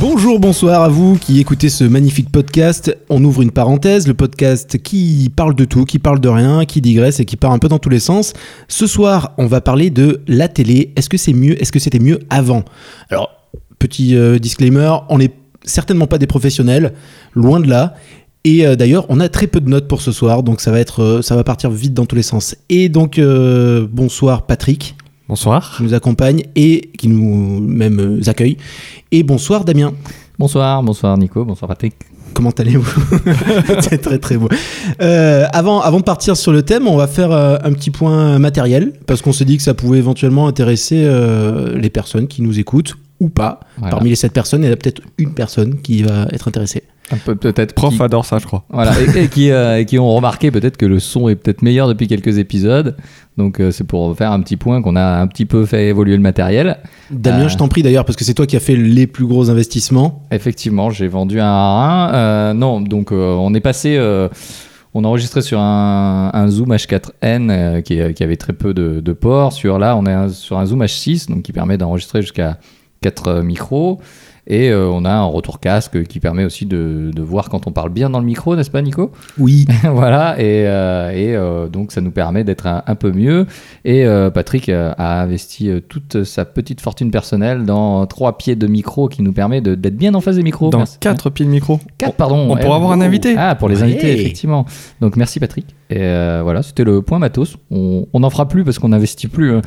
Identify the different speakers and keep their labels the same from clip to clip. Speaker 1: Bonjour, bonsoir à vous qui écoutez ce magnifique podcast. On ouvre une parenthèse, le podcast qui parle de tout, qui parle de rien, qui digresse et qui part un peu dans tous les sens. Ce soir, on va parler de la télé. Est-ce que c'est mieux Est-ce que c'était mieux avant Alors, petit euh, disclaimer, on n'est certainement pas des professionnels, loin de là. Et euh, d'ailleurs, on a très peu de notes pour ce soir, donc ça va être, euh, ça va partir vite dans tous les sens. Et donc, euh, bonsoir Patrick,
Speaker 2: Bonsoir.
Speaker 1: qui nous accompagne et qui nous même euh, accueille. Et bonsoir Damien.
Speaker 2: Bonsoir, bonsoir Nico, bonsoir Patrick.
Speaker 1: Comment allez-vous C'est très très beau. Euh, avant, avant de partir sur le thème, on va faire euh, un petit point matériel, parce qu'on s'est dit que ça pouvait éventuellement intéresser euh, les personnes qui nous écoutent, ou pas.
Speaker 2: Voilà.
Speaker 1: Parmi les sept personnes, il y en a peut-être une personne qui va être intéressée.
Speaker 2: Un peu peut-être
Speaker 3: Prof
Speaker 2: qui-
Speaker 3: adore ça, je crois.
Speaker 2: Voilà, et, et qui, euh, et qui ont remarqué peut-être que le son est peut-être meilleur depuis quelques épisodes. Donc euh, c'est pour faire un petit point qu'on a un petit peu fait évoluer le matériel.
Speaker 1: Damien,
Speaker 2: Euh.
Speaker 1: je t'en prie d'ailleurs, parce que c'est toi qui as fait les plus gros investissements.
Speaker 2: Effectivement, j'ai vendu un à un. Euh, non, donc euh, on est passé. euh, on a enregistré sur un, un Zoom H4n euh, qui, euh, qui avait très peu de, de ports. Sur là, on est un- sur un Zoom H6, donc qui permet d'enregistrer jusqu'à 4 micros. Et euh, on a un retour casque qui permet aussi de, de voir quand on parle bien dans le micro, n'est-ce pas, Nico
Speaker 1: Oui.
Speaker 2: voilà, et, euh, et, euh, donc ça nous permet d'être un, un peu mieux. Et euh, Patrick euh, a investi euh, toute sa petite fortune personnelle dans trois pieds de micro qui nous permet de- d'être bien en face des micros.
Speaker 3: Dans
Speaker 2: Merci.
Speaker 3: 4 piles micro.
Speaker 2: Quatre, pardon.
Speaker 3: on
Speaker 2: Eh,
Speaker 3: pourra avoir un
Speaker 2: ouh.
Speaker 3: invité.
Speaker 2: Ah, pour les
Speaker 1: Ouais.
Speaker 2: invités, effectivement. Donc merci Patrick. Et euh, voilà, c'était le point matos. On n'en fera plus parce qu'on n'investit plus. hein.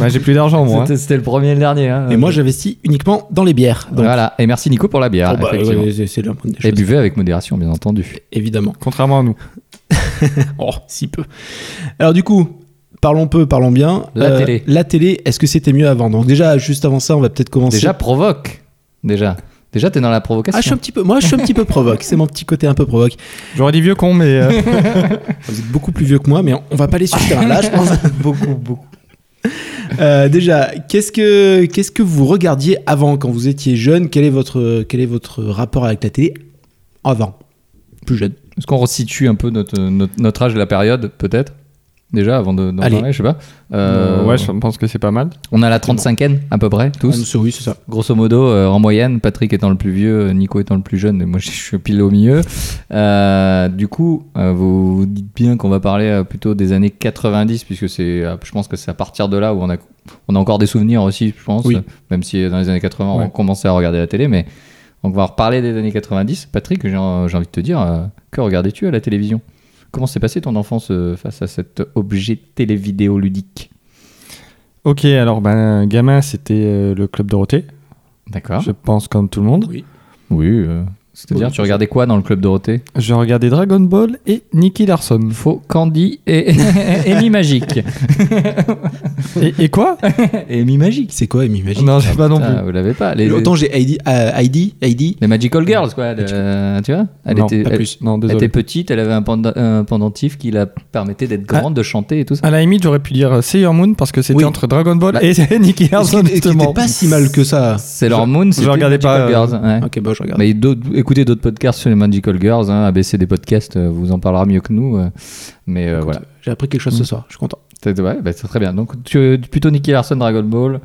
Speaker 3: Bah, j'ai plus d'argent, moi. hein.
Speaker 2: C'était c'était le premier et le dernier. hein.
Speaker 1: Et moi, j'investis uniquement dans les bières. Donc,
Speaker 2: voilà. Et merci Nico pour la bière.
Speaker 1: oh, bah,
Speaker 2: effectivement.
Speaker 1: ouais, c'est- c'est la moindre des
Speaker 2: et
Speaker 1: choses,
Speaker 2: buvez avec modération, bien entendu.
Speaker 1: évidemment.
Speaker 3: Contrairement à nous.
Speaker 1: Oh, si peu. Alors du coup, parlons peu, parlons bien. Euh,
Speaker 2: La télé.
Speaker 1: La télé, est-ce que c'était mieux avant Donc déjà, juste avant ça, on va peut-être commencer.
Speaker 2: Déjà provoque. Déjà. Déjà, t'es dans la provocation.
Speaker 1: ah, je suis un petit peu, moi, je suis un petit peu provoque. C'est mon petit côté un peu provoque.
Speaker 3: J'aurais dit vieux con, mais. euh,
Speaker 1: Vous êtes beaucoup plus vieux que moi, mais on, on va pas les suivre là, je pense. beaucoup, beaucoup. Euh, déjà, qu'est-ce que qu'est-ce que vous regardiez avant quand vous étiez jeune Quel est votre quel est votre rapport avec la télé avant Plus jeune.
Speaker 2: Est-ce qu'on resitue un peu notre, notre, notre âge et la période, peut-être Déjà, avant de- d'en
Speaker 1: Allez.
Speaker 2: parler, je sais pas. Euh,
Speaker 3: euh, ouais, je pense que c'est pas mal.
Speaker 2: On a la 35e, à peu près, tous.
Speaker 1: Ah, oui, c'est ça.
Speaker 2: Grosso modo, euh, en moyenne, Patrick étant le plus vieux, Nico étant le plus jeune, et moi je suis pile au milieu. Euh, du coup, euh, vous, vous dites bien qu'on va parler euh, plutôt des années 90, puisque c'est, euh, je pense que c'est à partir de là où on a, on a encore des souvenirs aussi, je pense,
Speaker 1: Oui.
Speaker 2: euh, même si euh, dans les années 80 on
Speaker 3: Ouais.
Speaker 2: commençait à regarder la télé, mais on va reparler des années 90. Patrick, j'ai, en- j'ai envie de te dire, euh, que regardais-tu à la télévision Comment s'est passée ton enfance euh, face à cet objet télévidéoludique
Speaker 3: Ok, alors, ben, gamin, c'était euh, le Club Dorothée.
Speaker 2: D'accord.
Speaker 3: Je pense comme tout le monde.
Speaker 2: Oui. euh, C'est-à-dire, tu regardais quoi dans le club Dorothée
Speaker 3: Je regardais Dragon Ball et Nicky Larson.
Speaker 2: Faux, Candy et Amy Magique.
Speaker 3: Et, et quoi
Speaker 2: Amy Magique.
Speaker 1: C'est quoi, Amy Magic
Speaker 3: Non, j'ai pas non
Speaker 2: Ah,
Speaker 3: plus.
Speaker 2: vous l'avez pas. Les,
Speaker 1: Autant j'ai Heidi, euh, Heidi, Heidi.
Speaker 2: les Magical Girls, quoi. de- euh, tu vois elle,
Speaker 3: Non,
Speaker 2: était,
Speaker 1: pas
Speaker 2: elle-
Speaker 1: plus.
Speaker 3: Non,
Speaker 2: elle était
Speaker 3: désolé.
Speaker 2: petite, elle avait un, penda- un pendentif qui la permettait d'être grande, de chanter et tout ça.
Speaker 3: À la limite, j'aurais pu dire euh, Sailor Moon parce que c'était
Speaker 1: Oui.
Speaker 3: entre Dragon Ball
Speaker 2: Bah,
Speaker 3: et Nicky
Speaker 1: Ce qui
Speaker 3: Larson,
Speaker 1: était- ce qui était
Speaker 3: justement.
Speaker 1: pas si mal que ça.
Speaker 2: C'est leur moon, c'était
Speaker 3: regardais
Speaker 2: Magical
Speaker 3: pas, euh,
Speaker 2: Girls. ouais.
Speaker 1: Ok, bah je regarde.
Speaker 2: Mais d'autres- écoutez d'autres podcasts sur les Magical Girls, hein, ABC des podcasts, euh, vous en parlera mieux que nous. euh, mais euh, voilà,
Speaker 1: J'ai appris quelque chose ce soir, je suis content.
Speaker 2: c'est ouais, bah, c'est très bien. Donc tu, plutôt Nicky Larson, Dragon Ball.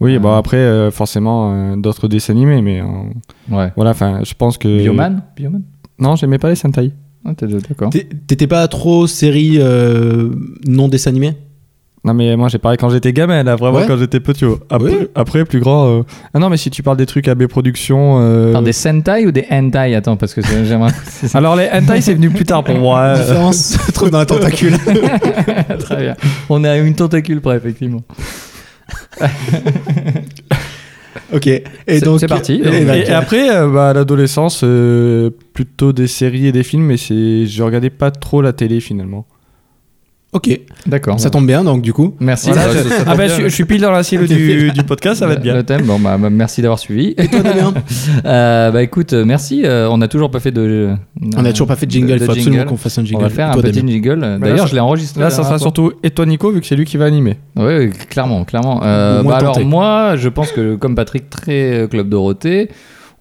Speaker 3: Oui, bah après, euh, forcément, euh, d'autres dessins animés, mais euh,
Speaker 2: Ouais.
Speaker 3: voilà, enfin, je pense que.
Speaker 2: Bioman Bioman
Speaker 3: Non, j'aimais pas les Sentai.
Speaker 2: Ah, t'es- D'accord.
Speaker 1: T'é- T'étais pas trop série euh, non dessin animé
Speaker 3: Non, mais moi, j'ai parlé quand j'étais gamin, là, vraiment,
Speaker 1: Ouais.
Speaker 3: quand j'étais petit. oh. Après,
Speaker 1: Oui.
Speaker 3: après, plus grand. euh, Ah non, mais si tu parles des trucs AB Productions. euh,
Speaker 2: Attends, des Sentai ou des Hentai Attends, parce que c'est- j'aimerais.
Speaker 3: Alors, les Hentai, c'est venu plus tard pour moi.
Speaker 1: La
Speaker 3: euh.
Speaker 1: différence se trouve dans la tentacule.
Speaker 2: Très bien. On est à une tentacule près, effectivement.
Speaker 1: ok. Et
Speaker 2: C'est-
Speaker 1: donc.
Speaker 2: c'est parti.
Speaker 1: et
Speaker 3: Et,
Speaker 1: donc,
Speaker 3: et après, euh, bah, à l'adolescence, euh, plutôt des séries et des films, mais c'est... je regardais pas trop la télé finalement.
Speaker 1: ok.
Speaker 2: D'accord.
Speaker 1: Ça tombe bien, donc du coup.
Speaker 2: Merci.
Speaker 3: Voilà,
Speaker 2: Ça- ça-
Speaker 3: je-
Speaker 2: ça
Speaker 3: ah
Speaker 2: tombe
Speaker 3: bah,
Speaker 2: bien,
Speaker 3: je,
Speaker 2: le-
Speaker 3: je suis pile dans la cible du, du podcast, ça va être bien.
Speaker 2: Le thème, bon, bah, bah, merci d'avoir suivi.
Speaker 1: Et toi, Damien
Speaker 2: Euh, bah écoute, euh, merci. euh, on n'a toujours pas fait de. euh,
Speaker 1: On a toujours pas fait de jingle. Il
Speaker 2: de
Speaker 1: faut absolument
Speaker 2: jingle.
Speaker 1: qu'on fasse un
Speaker 2: On
Speaker 1: jingle.
Speaker 2: va faire
Speaker 1: Et
Speaker 2: un
Speaker 1: toi,
Speaker 2: petit
Speaker 1: Damien
Speaker 2: jingle. euh,
Speaker 3: Bah,
Speaker 2: D'ailleurs,
Speaker 3: là,
Speaker 2: je l'ai enregistré.
Speaker 3: Là, ça sera surtout et toi Nico, vu que c'est lui qui va animer.
Speaker 2: Oui, clairement, clairement. Euh,
Speaker 1: Au moins
Speaker 2: bah, alors
Speaker 1: tenté.
Speaker 2: moi, je pense que comme Patrick, très euh, Club Dorothée,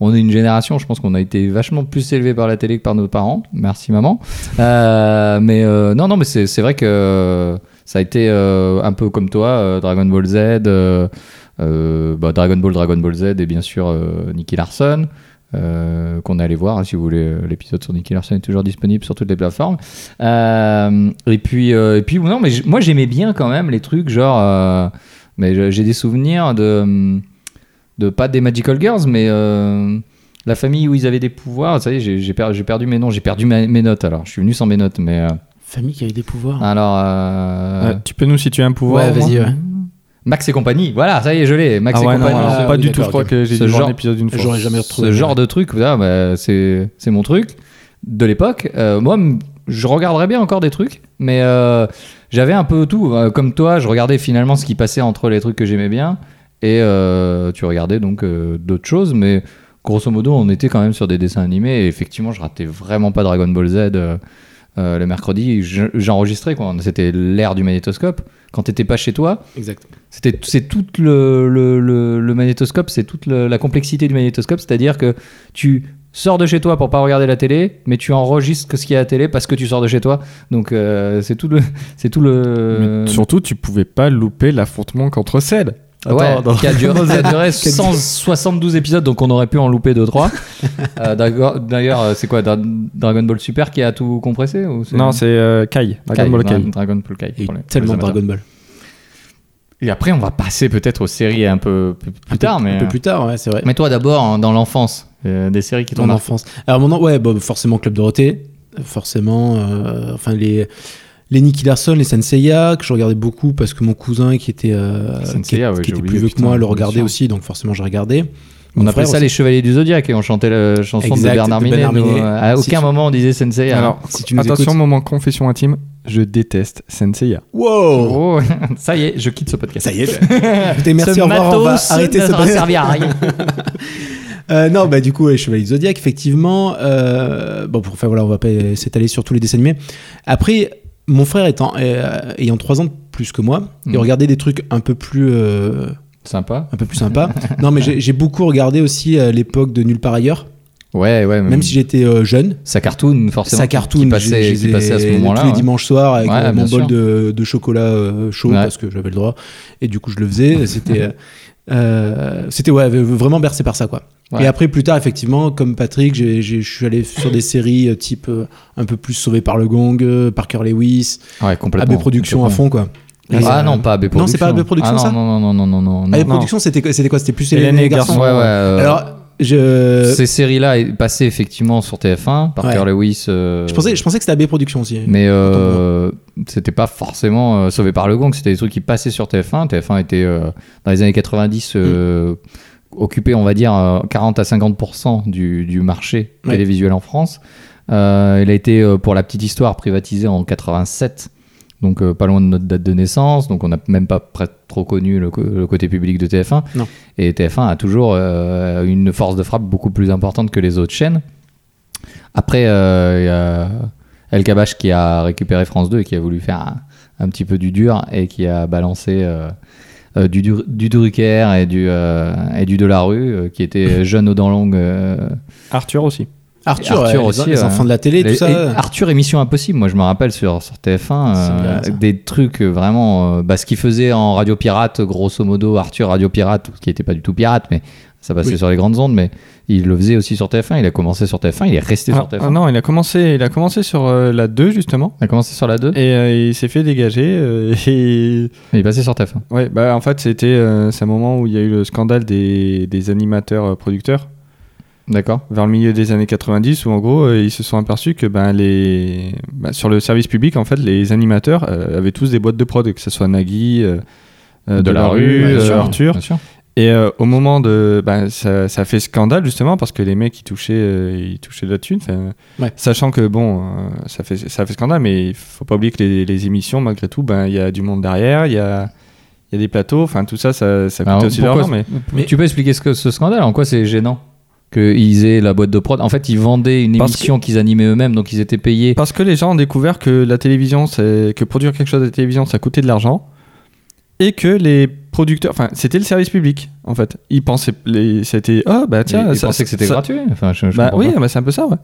Speaker 2: on est une génération, je pense qu'on a été vachement plus élevé par la télé que par nos parents. Merci maman. Euh, mais euh, non, non, mais c'est c'est vrai que ça a été euh, un peu comme toi, euh, Dragon Ball Z. euh, euh, bah, Dragon Ball, Dragon Ball Z et bien sûr euh, Nicky Larson. euh, qu'on est allé voir, hein, si vous voulez, euh, l'épisode sur Nicky Larson est toujours disponible sur toutes les plateformes. Euh, et puis, euh, et puis non, mais j- moi j'aimais bien quand même les trucs genre, euh, mais je- j'ai des souvenirs de, hum, de pas des Magical Girls, mais euh, la famille où ils avaient des pouvoirs. Ça y est, j'ai- j'ai per- j'ai perdu mes noms, j'ai perdu ma- mes notes. Alors, je suis venu sans mes notes, mais euh,
Speaker 1: Famille qui avait des pouvoirs.
Speaker 2: alors. euh,
Speaker 3: Ah. Ouais, tu peux nous situer un pouvoir
Speaker 1: ouais,
Speaker 3: au moins
Speaker 1: vas-y, ouais.
Speaker 2: Max et compagnie, voilà, ça y est, je l'ai. Max
Speaker 3: Ah
Speaker 2: et
Speaker 3: ouais, non,
Speaker 2: compagnie.
Speaker 3: alors,
Speaker 1: Ah
Speaker 3: pas
Speaker 1: oui,
Speaker 3: du tout, je
Speaker 1: d'accord,
Speaker 3: crois
Speaker 1: ok.
Speaker 3: que j'ai
Speaker 2: Ce
Speaker 3: dû voir
Speaker 2: genre-
Speaker 3: un épisode une fois.
Speaker 1: J'aurais jamais retrouvé.
Speaker 2: ce genre de truc, là, bah, c'est c'est mon truc de l'époque. Euh, moi, m- je regarderais bien encore des trucs, mais euh, j'avais un peu tout. Euh, Comme toi, je regardais finalement ce qui passait entre les trucs que j'aimais bien, et euh, tu regardais donc euh, d'autres choses, mais grosso modo, on était quand même sur des dessins animés, et effectivement, je ratais vraiment pas Dragon Ball Z. euh, euh, le mercredi, Je- j'enregistrais quoi. C'était l'ère du magnétoscope. Quand t'étais pas chez toi,
Speaker 1: Exact.
Speaker 2: c'était, c'est tout le, le, le- le magnétoscope, c'est toute le- la complexité du magnétoscope, c'est-à-dire que tu sors de chez toi pour pas regarder la télé, mais tu enregistres que ce qu'il y a à la télé parce que tu sors de chez toi. Donc euh, c'est tout le, c'est tout le.
Speaker 3: Mais surtout, tu pouvais pas louper l'affrontement contre Cell.
Speaker 2: Ouais, qui a duré, qui a duré 172 épisodes, donc on aurait pu en louper 2-3. Euh, d'accord- d'ailleurs, euh, c'est quoi Dra- Dragon Ball Super qui a tout compressé ou
Speaker 3: Non, c'est euh, Kai, Dragon
Speaker 2: Kai,
Speaker 3: Ball Kai.
Speaker 2: Dra- Dragon Ball Kai,
Speaker 1: Et
Speaker 2: pour les- pour
Speaker 1: tellement
Speaker 2: les amateurs.
Speaker 1: Dragon Ball.
Speaker 2: Et après, on va passer peut-être aux séries un peu plus, plus tard. mais euh,
Speaker 1: Un peu plus tard, ouais, c'est vrai.
Speaker 2: Mais toi d'abord, hein, dans l'enfance, euh, des séries qui t'ont
Speaker 1: Ton
Speaker 2: marqué.
Speaker 1: enfance. Alors, mon en- ouais, bah, forcément Club Dorothée. Forcément, euh, enfin, les. Les Nicky Larson, les Senseiya, que je regardais beaucoup parce que mon cousin qui était, euh,
Speaker 2: Les
Speaker 1: qui,
Speaker 2: Senseiya, ouais,
Speaker 1: qui
Speaker 2: j'ai
Speaker 1: était
Speaker 2: oublié,
Speaker 1: plus vieux que
Speaker 2: putain,
Speaker 1: moi le
Speaker 2: bien
Speaker 1: regardait
Speaker 2: sûr.
Speaker 1: aussi, donc forcément je regardais.
Speaker 2: On
Speaker 1: Mon
Speaker 2: appelait
Speaker 1: frère
Speaker 2: ça les Chevaliers du Zodiaque et on chantait la chanson
Speaker 1: Exact,
Speaker 2: de Bernard
Speaker 1: de
Speaker 2: Minet.
Speaker 1: Bernard
Speaker 2: nous,
Speaker 1: Minet.
Speaker 2: euh, à
Speaker 1: Si
Speaker 2: aucun
Speaker 1: tu-
Speaker 2: moment on disait Sensei. hein.
Speaker 3: Alors,
Speaker 1: Si tu nous
Speaker 3: attention,
Speaker 1: écoutes.
Speaker 3: moment confession intime, je déteste Senseiya.
Speaker 1: Wow
Speaker 2: Oh, ça y est, je quitte ce podcast.
Speaker 1: Ça y est. Écoutez, merci,
Speaker 2: ce
Speaker 1: au revoir, on va
Speaker 2: matos
Speaker 1: arrêter
Speaker 2: ne
Speaker 1: ce
Speaker 2: sera servi à rien.
Speaker 1: Euh, non, bah du coup, les Chevaliers du Zodiac, effectivement. euh, bon, pour faire, voilà, on va pas s'étaler sur tous les dessins animés. Après, mon frère étant, euh, ayant 3 ans de plus que moi, il
Speaker 2: Mm.
Speaker 1: regardait des trucs un peu plus, euh,
Speaker 2: Sympa.
Speaker 1: un peu plus sympas. non, mais j'ai j'ai beaucoup regardé aussi à l'époque de Nulle part ailleurs,
Speaker 2: Ouais, ouais.
Speaker 1: même si j'étais euh, jeune.
Speaker 2: Sa cartoon, forcément.
Speaker 1: Sa
Speaker 2: qui-
Speaker 1: cartoon, je-
Speaker 2: qui
Speaker 1: je
Speaker 2: passait, qui
Speaker 1: les ai
Speaker 2: passait à ce
Speaker 1: Tous
Speaker 2: moment-là.
Speaker 1: les
Speaker 2: ouais.
Speaker 1: dimanches soirs avec
Speaker 2: Ouais,
Speaker 1: euh, mon bol
Speaker 2: bien sûr.
Speaker 1: de, de chocolat euh, chaud
Speaker 2: Ouais.
Speaker 1: parce que j'avais le droit. Et du coup, je le faisais. C'était. euh, euh, c'était ouais, vraiment bercé par ça quoi.
Speaker 2: Ouais.
Speaker 1: Et après plus tard effectivement comme Patrick, j'ai- j'ai- je suis allé sur des séries euh, type euh, un peu plus Sauvé par le Gong, euh, Parker Lewis,
Speaker 2: Ouais, complètement.
Speaker 1: AB Productions à fond quoi. Et,
Speaker 2: Ah
Speaker 1: euh,
Speaker 2: non, pas AB Productions.
Speaker 1: non, c'est pas AB Productions,
Speaker 2: Ah,
Speaker 1: ça
Speaker 2: Non, non, non, non, non. non.
Speaker 1: AB
Speaker 3: non.
Speaker 1: Productions c'était quoi- c'était quoi c'était plus
Speaker 3: Hélène et les
Speaker 2: Ouais,
Speaker 3: Garçons.
Speaker 2: ouais. euh,
Speaker 1: Alors je
Speaker 2: ces séries-là est- passaient effectivement sur TF1, Parker
Speaker 1: Ouais.
Speaker 2: Lewis. euh,
Speaker 1: je pensais je pensais que c'était AB Productions aussi.
Speaker 2: Mais euh, c'était pas forcément euh, sauvé par le gong, c'était des trucs qui passaient sur TF1. TF1 était euh, dans les années 90
Speaker 1: Mm.
Speaker 2: euh, occupé, on va dire, euh, 40 à 50% du, du marché
Speaker 1: Ouais.
Speaker 2: télévisuel en France. Euh, il a été, euh, pour la petite histoire, privatisé en 87. Donc euh, pas loin de notre date de naissance, donc on n'a même pas pr- trop connu le, co- le côté public de TF1.
Speaker 1: Non.
Speaker 2: Et TF1 a toujours euh, une force de frappe beaucoup plus importante que les autres chaînes. Après, euh, il y a El Kabash qui a récupéré France 2 et qui a voulu faire un, un petit peu du dur et qui a balancé euh, euh, du, Dur- du Drucker et du, euh, et du Delarue, euh, qui était jeune aux dents longues. euh,
Speaker 3: Arthur aussi.
Speaker 1: Arthur,
Speaker 2: Arthur
Speaker 1: ouais, les-
Speaker 2: aussi,
Speaker 1: les,
Speaker 2: ouais.
Speaker 1: enfants de la télé tout
Speaker 2: les-
Speaker 1: ça.
Speaker 2: et Arthur et Mission Impossible, moi je me rappelle sur, sur TF1,
Speaker 1: C'est
Speaker 2: euh,
Speaker 1: bien, ça.
Speaker 2: des trucs euh, vraiment. euh, bah, ce qu'il faisait en Radio Pirate, grosso modo, Arthur Radio Pirate, ce qui n'était pas du tout pirate, mais ça passait
Speaker 1: Oui.
Speaker 2: sur les grandes ondes, mais il le faisait aussi sur TF1. Il a commencé sur TF1, il est resté
Speaker 3: Ah,
Speaker 2: sur TF1.
Speaker 1: euh,
Speaker 3: ah non, il a commencé, il a commencé sur euh, la 2 justement.
Speaker 2: Il a commencé sur la 2
Speaker 3: Et euh, il s'est fait dégager. euh, et
Speaker 2: et il est passé sur TF1.
Speaker 3: Ouais, bah en fait, c'était euh, c'est un moment où il y a eu le scandale des, des animateurs euh, producteurs
Speaker 2: D'accord
Speaker 3: vers le milieu des années 90 où en gros euh, ils se sont aperçus que ben les ben, sur le service public en fait les animateurs euh, avaient tous des boîtes de prod que ce soit Nagui euh, euh, de, la rue,
Speaker 1: bien
Speaker 3: euh,
Speaker 1: sûr.
Speaker 3: Arthur
Speaker 2: bien sûr.
Speaker 3: et euh, au moment de ben, ça, ça a fait scandale justement parce que les mecs ils touchaient euh, ils touchaient de la thune enfin,
Speaker 1: Ouais.
Speaker 3: sachant que bon euh, ça fait ça fait scandale mais il faut pas oublier que les, les émissions malgré tout ben il y a du monde derrière il y a il y a des plateaux enfin tout ça ça, ça coûtait
Speaker 2: Alors,
Speaker 3: aussi de
Speaker 2: pourquoi-
Speaker 3: l'argent mais
Speaker 1: Mais-
Speaker 2: Tu peux expliquer ce, que, ce scandale En quoi c'est gênant qu'ils aient la boîte de prod En fait, ils vendaient une
Speaker 3: Parce
Speaker 2: émission qu'ils animaient eux-mêmes, donc ils étaient payés.
Speaker 3: Parce que les gens ont découvert que la télévision, c'est que produire quelque chose à la télévision, ça coûtait de l'argent, et que les producteurs, enfin, c'était le service public en fait. Ils pensaient, les, c'était, oh bah
Speaker 2: Tiens,
Speaker 3: tiens,
Speaker 2: ils
Speaker 3: ça-
Speaker 2: pensaient que c'était
Speaker 3: ça-
Speaker 2: gratuit. Enfin, je- je
Speaker 3: Bah
Speaker 2: comprends
Speaker 3: oui,
Speaker 2: pas.
Speaker 3: bah, c'est un peu ça, ouais.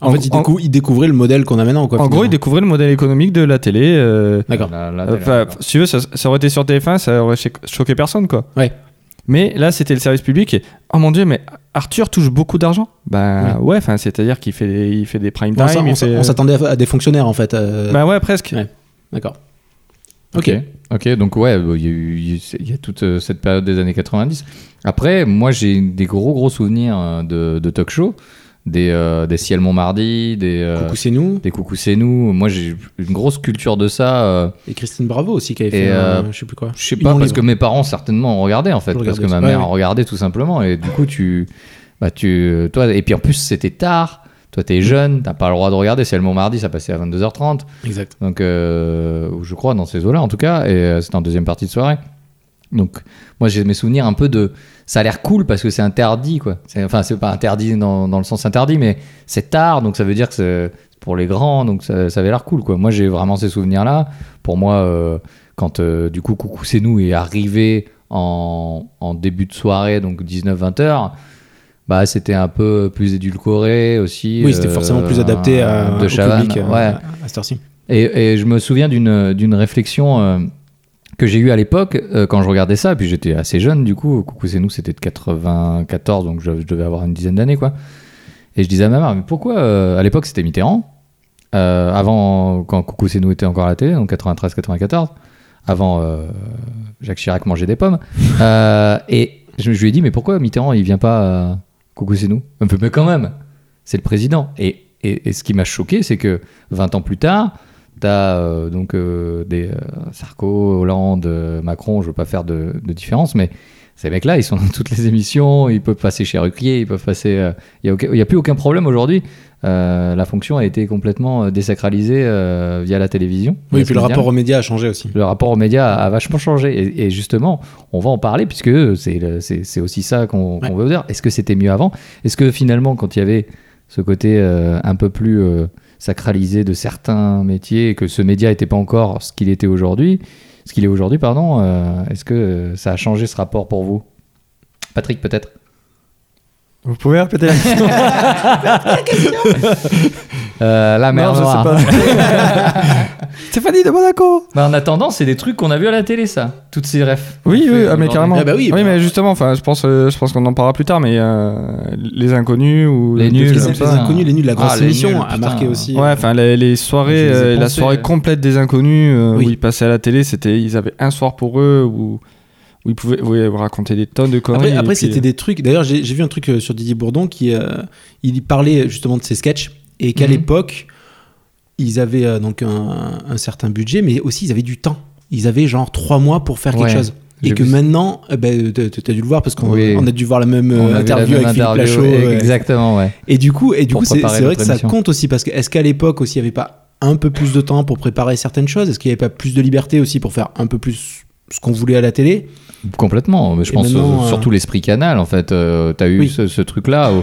Speaker 1: En,
Speaker 3: En
Speaker 1: fait, ils,
Speaker 3: gros-
Speaker 1: décou- ils découvraient le modèle qu'on a maintenant. Quoi,
Speaker 3: en gros,
Speaker 1: finalement.
Speaker 3: ils découvraient le modèle économique de la télé. euh,
Speaker 1: D'accord.
Speaker 2: La- la télé,
Speaker 3: Enfin,
Speaker 2: d'accord.
Speaker 3: si tu veux, ça, ça aurait été sur TF1, ça aurait cho- choqué personne, quoi.
Speaker 1: Ouais.
Speaker 3: Mais là, c'était le service public et oh mon dieu, mais Arthur touche beaucoup d'argent. Ben ouais, enfin, c'est-à-dire qu'il fait, des- il fait des prime
Speaker 1: On
Speaker 3: time.
Speaker 1: s'a-
Speaker 3: il
Speaker 1: on s'a-
Speaker 3: fait-
Speaker 2: euh,
Speaker 1: on s'attendait à, à des fonctionnaires en fait. euh,
Speaker 3: Ben ouais, presque.
Speaker 1: Ouais. D'accord.
Speaker 2: Bah. Ok, Euh, ok, donc ouais, bon, il y, a eu- il y a eu- il y a toute euh, cette période des années 90. Après, moi j'ai des gros gros souvenirs euh, de, de talk show, des, euh, des Ciel Montmardi, des, euh,
Speaker 1: Coucou, c'est nous.
Speaker 2: des Coucou c'est nous. Moi j'ai une grosse culture de ça. euh,
Speaker 1: Et Christine Bravo aussi qui avait
Speaker 2: Et,
Speaker 1: fait. euh,
Speaker 2: euh,
Speaker 1: je sais plus quoi.
Speaker 2: je sais
Speaker 1: Ils
Speaker 2: pas,
Speaker 1: l'ont
Speaker 2: parce
Speaker 1: libre.
Speaker 2: que mes parents certainement ont regardé en fait,
Speaker 1: Ils l'ont
Speaker 2: parce que
Speaker 1: regardé,
Speaker 2: ma
Speaker 1: ouais,
Speaker 2: mère
Speaker 1: ouais.
Speaker 2: regardait tout simplement. Et du coup, tu. Bah, tu toi, et puis en plus, c'était tard. Toi,
Speaker 1: Mm.
Speaker 2: t'es jeune, t'as pas le droit de regarder. C'est le mardi, ça passait à 22h30.
Speaker 1: Exact.
Speaker 2: Donc, euh, ou je crois, dans ces eaux-là en tout cas, et euh, c'était en deuxième partie de soirée. Donc, moi j'ai mes souvenirs un peu de. Ça a l'air cool parce que c'est interdit, quoi. C'est- Enfin, c'est pas interdit dans, dans le sens interdit, mais c'est tard, donc ça veut dire que c'est pour les grands, donc ça, ça avait l'air cool, quoi. Moi j'ai vraiment ces souvenirs-là. Pour moi, euh, quand euh, du coup, Coucou c'est nous est arrivé en, en début de soirée, donc 19-20 heures. Bah, c'était un peu plus édulcoré aussi.
Speaker 1: Oui, c'était
Speaker 2: euh,
Speaker 1: forcément plus adapté à,
Speaker 2: de
Speaker 1: au
Speaker 2: Chavannes,
Speaker 1: public euh,
Speaker 2: ouais.
Speaker 1: à cette heure-ci.
Speaker 2: Et, et je me souviens d'une d'une réflexion euh, que j'ai eue à l'époque euh, quand je regardais ça, puis j'étais assez jeune du coup, Coucou c'est nous, c'était de 94, donc je, je devais avoir une dizaine d'années quoi. Et je disais à ma mère, mais pourquoi euh, à l'époque c'était Mitterrand, euh, avant quand Coucou c'est nous était encore à la télé, donc 93-94, avant euh, Jacques Chirac mangeait des pommes, Euh, et je, je lui ai dit, mais pourquoi Mitterrand il vient pas euh, Coucou c'est nous Elle me fait, mais quand même, c'est le président. Et, et, et ce qui m'a choqué, c'est que 20 ans plus tard, T'as euh, donc euh, des euh, Sarko, Hollande, euh, Macron, je veux pas faire de, de différence, mais ces mecs-là, ils sont dans toutes les émissions, ils peuvent passer chez Ruquier, ils peuvent passer. Il n'y a, plus aucun problème aujourd'hui. Euh, la fonction a été complètement euh, désacralisée euh, via la télévision.
Speaker 1: Oui,
Speaker 2: via
Speaker 1: puis
Speaker 2: ce
Speaker 1: le
Speaker 2: média.
Speaker 1: rapport aux médias a changé aussi.
Speaker 2: Le rapport aux médias a, a vachement changé. Et, et justement, on va en parler puisque c'est le- c'est c'est aussi ça qu'on qu'on veut dire. Est-ce que c'était mieux avant Est-ce que finalement, quand il y avait ce côté euh, un peu plus euh, sacralisé de certains métiers et que ce média n'était pas encore ce qu'il était aujourd'hui, ce qu'il est aujourd'hui, pardon, euh, est-ce que euh, ça a changé ce rapport pour vous Patrick, peut-être
Speaker 3: Vous pouvez répéter la question
Speaker 2: Euh, La mer
Speaker 3: Non, je sais
Speaker 2: Noire.
Speaker 3: pas. Stéphanie de Monaco
Speaker 2: Bah, en attendant, c'est des trucs qu'on a vu à la télé, ça. Toutes ces refs.
Speaker 3: Oui, oui,
Speaker 2: Fait
Speaker 3: ah, mais
Speaker 2: aujourd'hui.
Speaker 3: carrément.
Speaker 1: Ah bah oui, bah-
Speaker 3: mais justement, enfin, je pense, euh, je pense qu'on en parlera plus tard, mais euh, les inconnus ou
Speaker 2: Les
Speaker 3: des trucs
Speaker 2: nuls,
Speaker 3: comme
Speaker 1: Les, euh,
Speaker 3: ça.
Speaker 1: les inconnus, les nuls, la grosse
Speaker 2: Ah, les
Speaker 1: émission
Speaker 2: nuls,
Speaker 1: a
Speaker 2: putain.
Speaker 1: marqué aussi.
Speaker 3: Ouais, enfin les, les soirées,
Speaker 2: Je les ai
Speaker 3: euh, la
Speaker 2: pensées,
Speaker 3: soirée
Speaker 2: euh.
Speaker 3: complète des inconnus euh,
Speaker 1: Oui.
Speaker 3: où ils passaient à la télé, c'était ils avaient un soir pour eux où, où ils pouvaient oui, raconter des tonnes de conneries.
Speaker 1: Après,
Speaker 3: et
Speaker 1: après
Speaker 3: puis, euh,
Speaker 2: euh,
Speaker 1: c'était des trucs. D'ailleurs, j'ai j'ai vu un truc euh, sur Didier Bourdon qui euh, il parlait justement de ses sketchs et qu'à
Speaker 2: Mhm.
Speaker 1: l'époque ils avaient euh, donc un, un certain budget, mais aussi ils avaient du temps. Ils avaient genre trois mois pour faire
Speaker 2: Ouais,
Speaker 1: quelque chose. Et
Speaker 2: j'ai
Speaker 1: que
Speaker 2: vu ça.
Speaker 1: maintenant, euh, ben, t'as t'as dû le voir parce qu'on
Speaker 2: Oui.
Speaker 1: on a dû voir la même euh,
Speaker 2: On a vu la
Speaker 1: interview
Speaker 2: même
Speaker 1: avec Philippe
Speaker 2: interview,
Speaker 1: Lachaud. ouais.
Speaker 2: Exactement, ouais.
Speaker 1: Et du coup, et du
Speaker 2: Pour
Speaker 1: coup, c'est
Speaker 2: préparer
Speaker 1: c'est vrai
Speaker 2: notre
Speaker 1: que ça
Speaker 2: émission.
Speaker 1: compte aussi parce que est-ce qu'à l'époque aussi il n'y avait pas un peu plus de temps pour préparer certaines choses Est-ce qu'il n'y avait pas plus de liberté aussi pour faire un peu plus ce qu'on voulait à la télé
Speaker 2: Complètement, mais je
Speaker 1: Et
Speaker 2: pense
Speaker 1: maintenant,
Speaker 2: euh,
Speaker 1: euh,
Speaker 2: surtout l'esprit canal en fait. Euh, t'as eu
Speaker 1: Oui.
Speaker 2: ce, ce truc-là où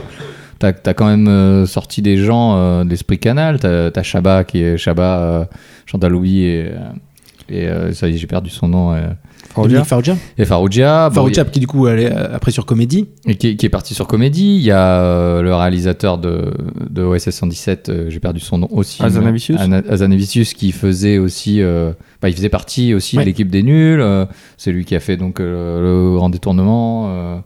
Speaker 2: t'as as quand même euh, sorti des gens euh, de l'esprit canal. T'as t'as Chabat qui est Chabat, euh, Chandaloubi et, euh, et euh, ça y est, j'ai perdu son nom. euh,
Speaker 1: Dominique Farrugia
Speaker 2: et Farouja.
Speaker 1: Farouchap Ah, qui du coup allait euh, après sur Comédie.
Speaker 2: Et qui, est- qui est parti sur Comédie. Il y a euh, le réalisateur de, de OSS 117, euh, j'ai perdu son nom aussi.
Speaker 3: Hazanavicius.
Speaker 2: mais- Ana- Hazanavicius qui faisait aussi. euh, bah, il faisait partie aussi
Speaker 1: Ouais.
Speaker 2: de l'équipe des nuls. euh, c'est lui qui a fait donc euh, le Grand Détournement. euh,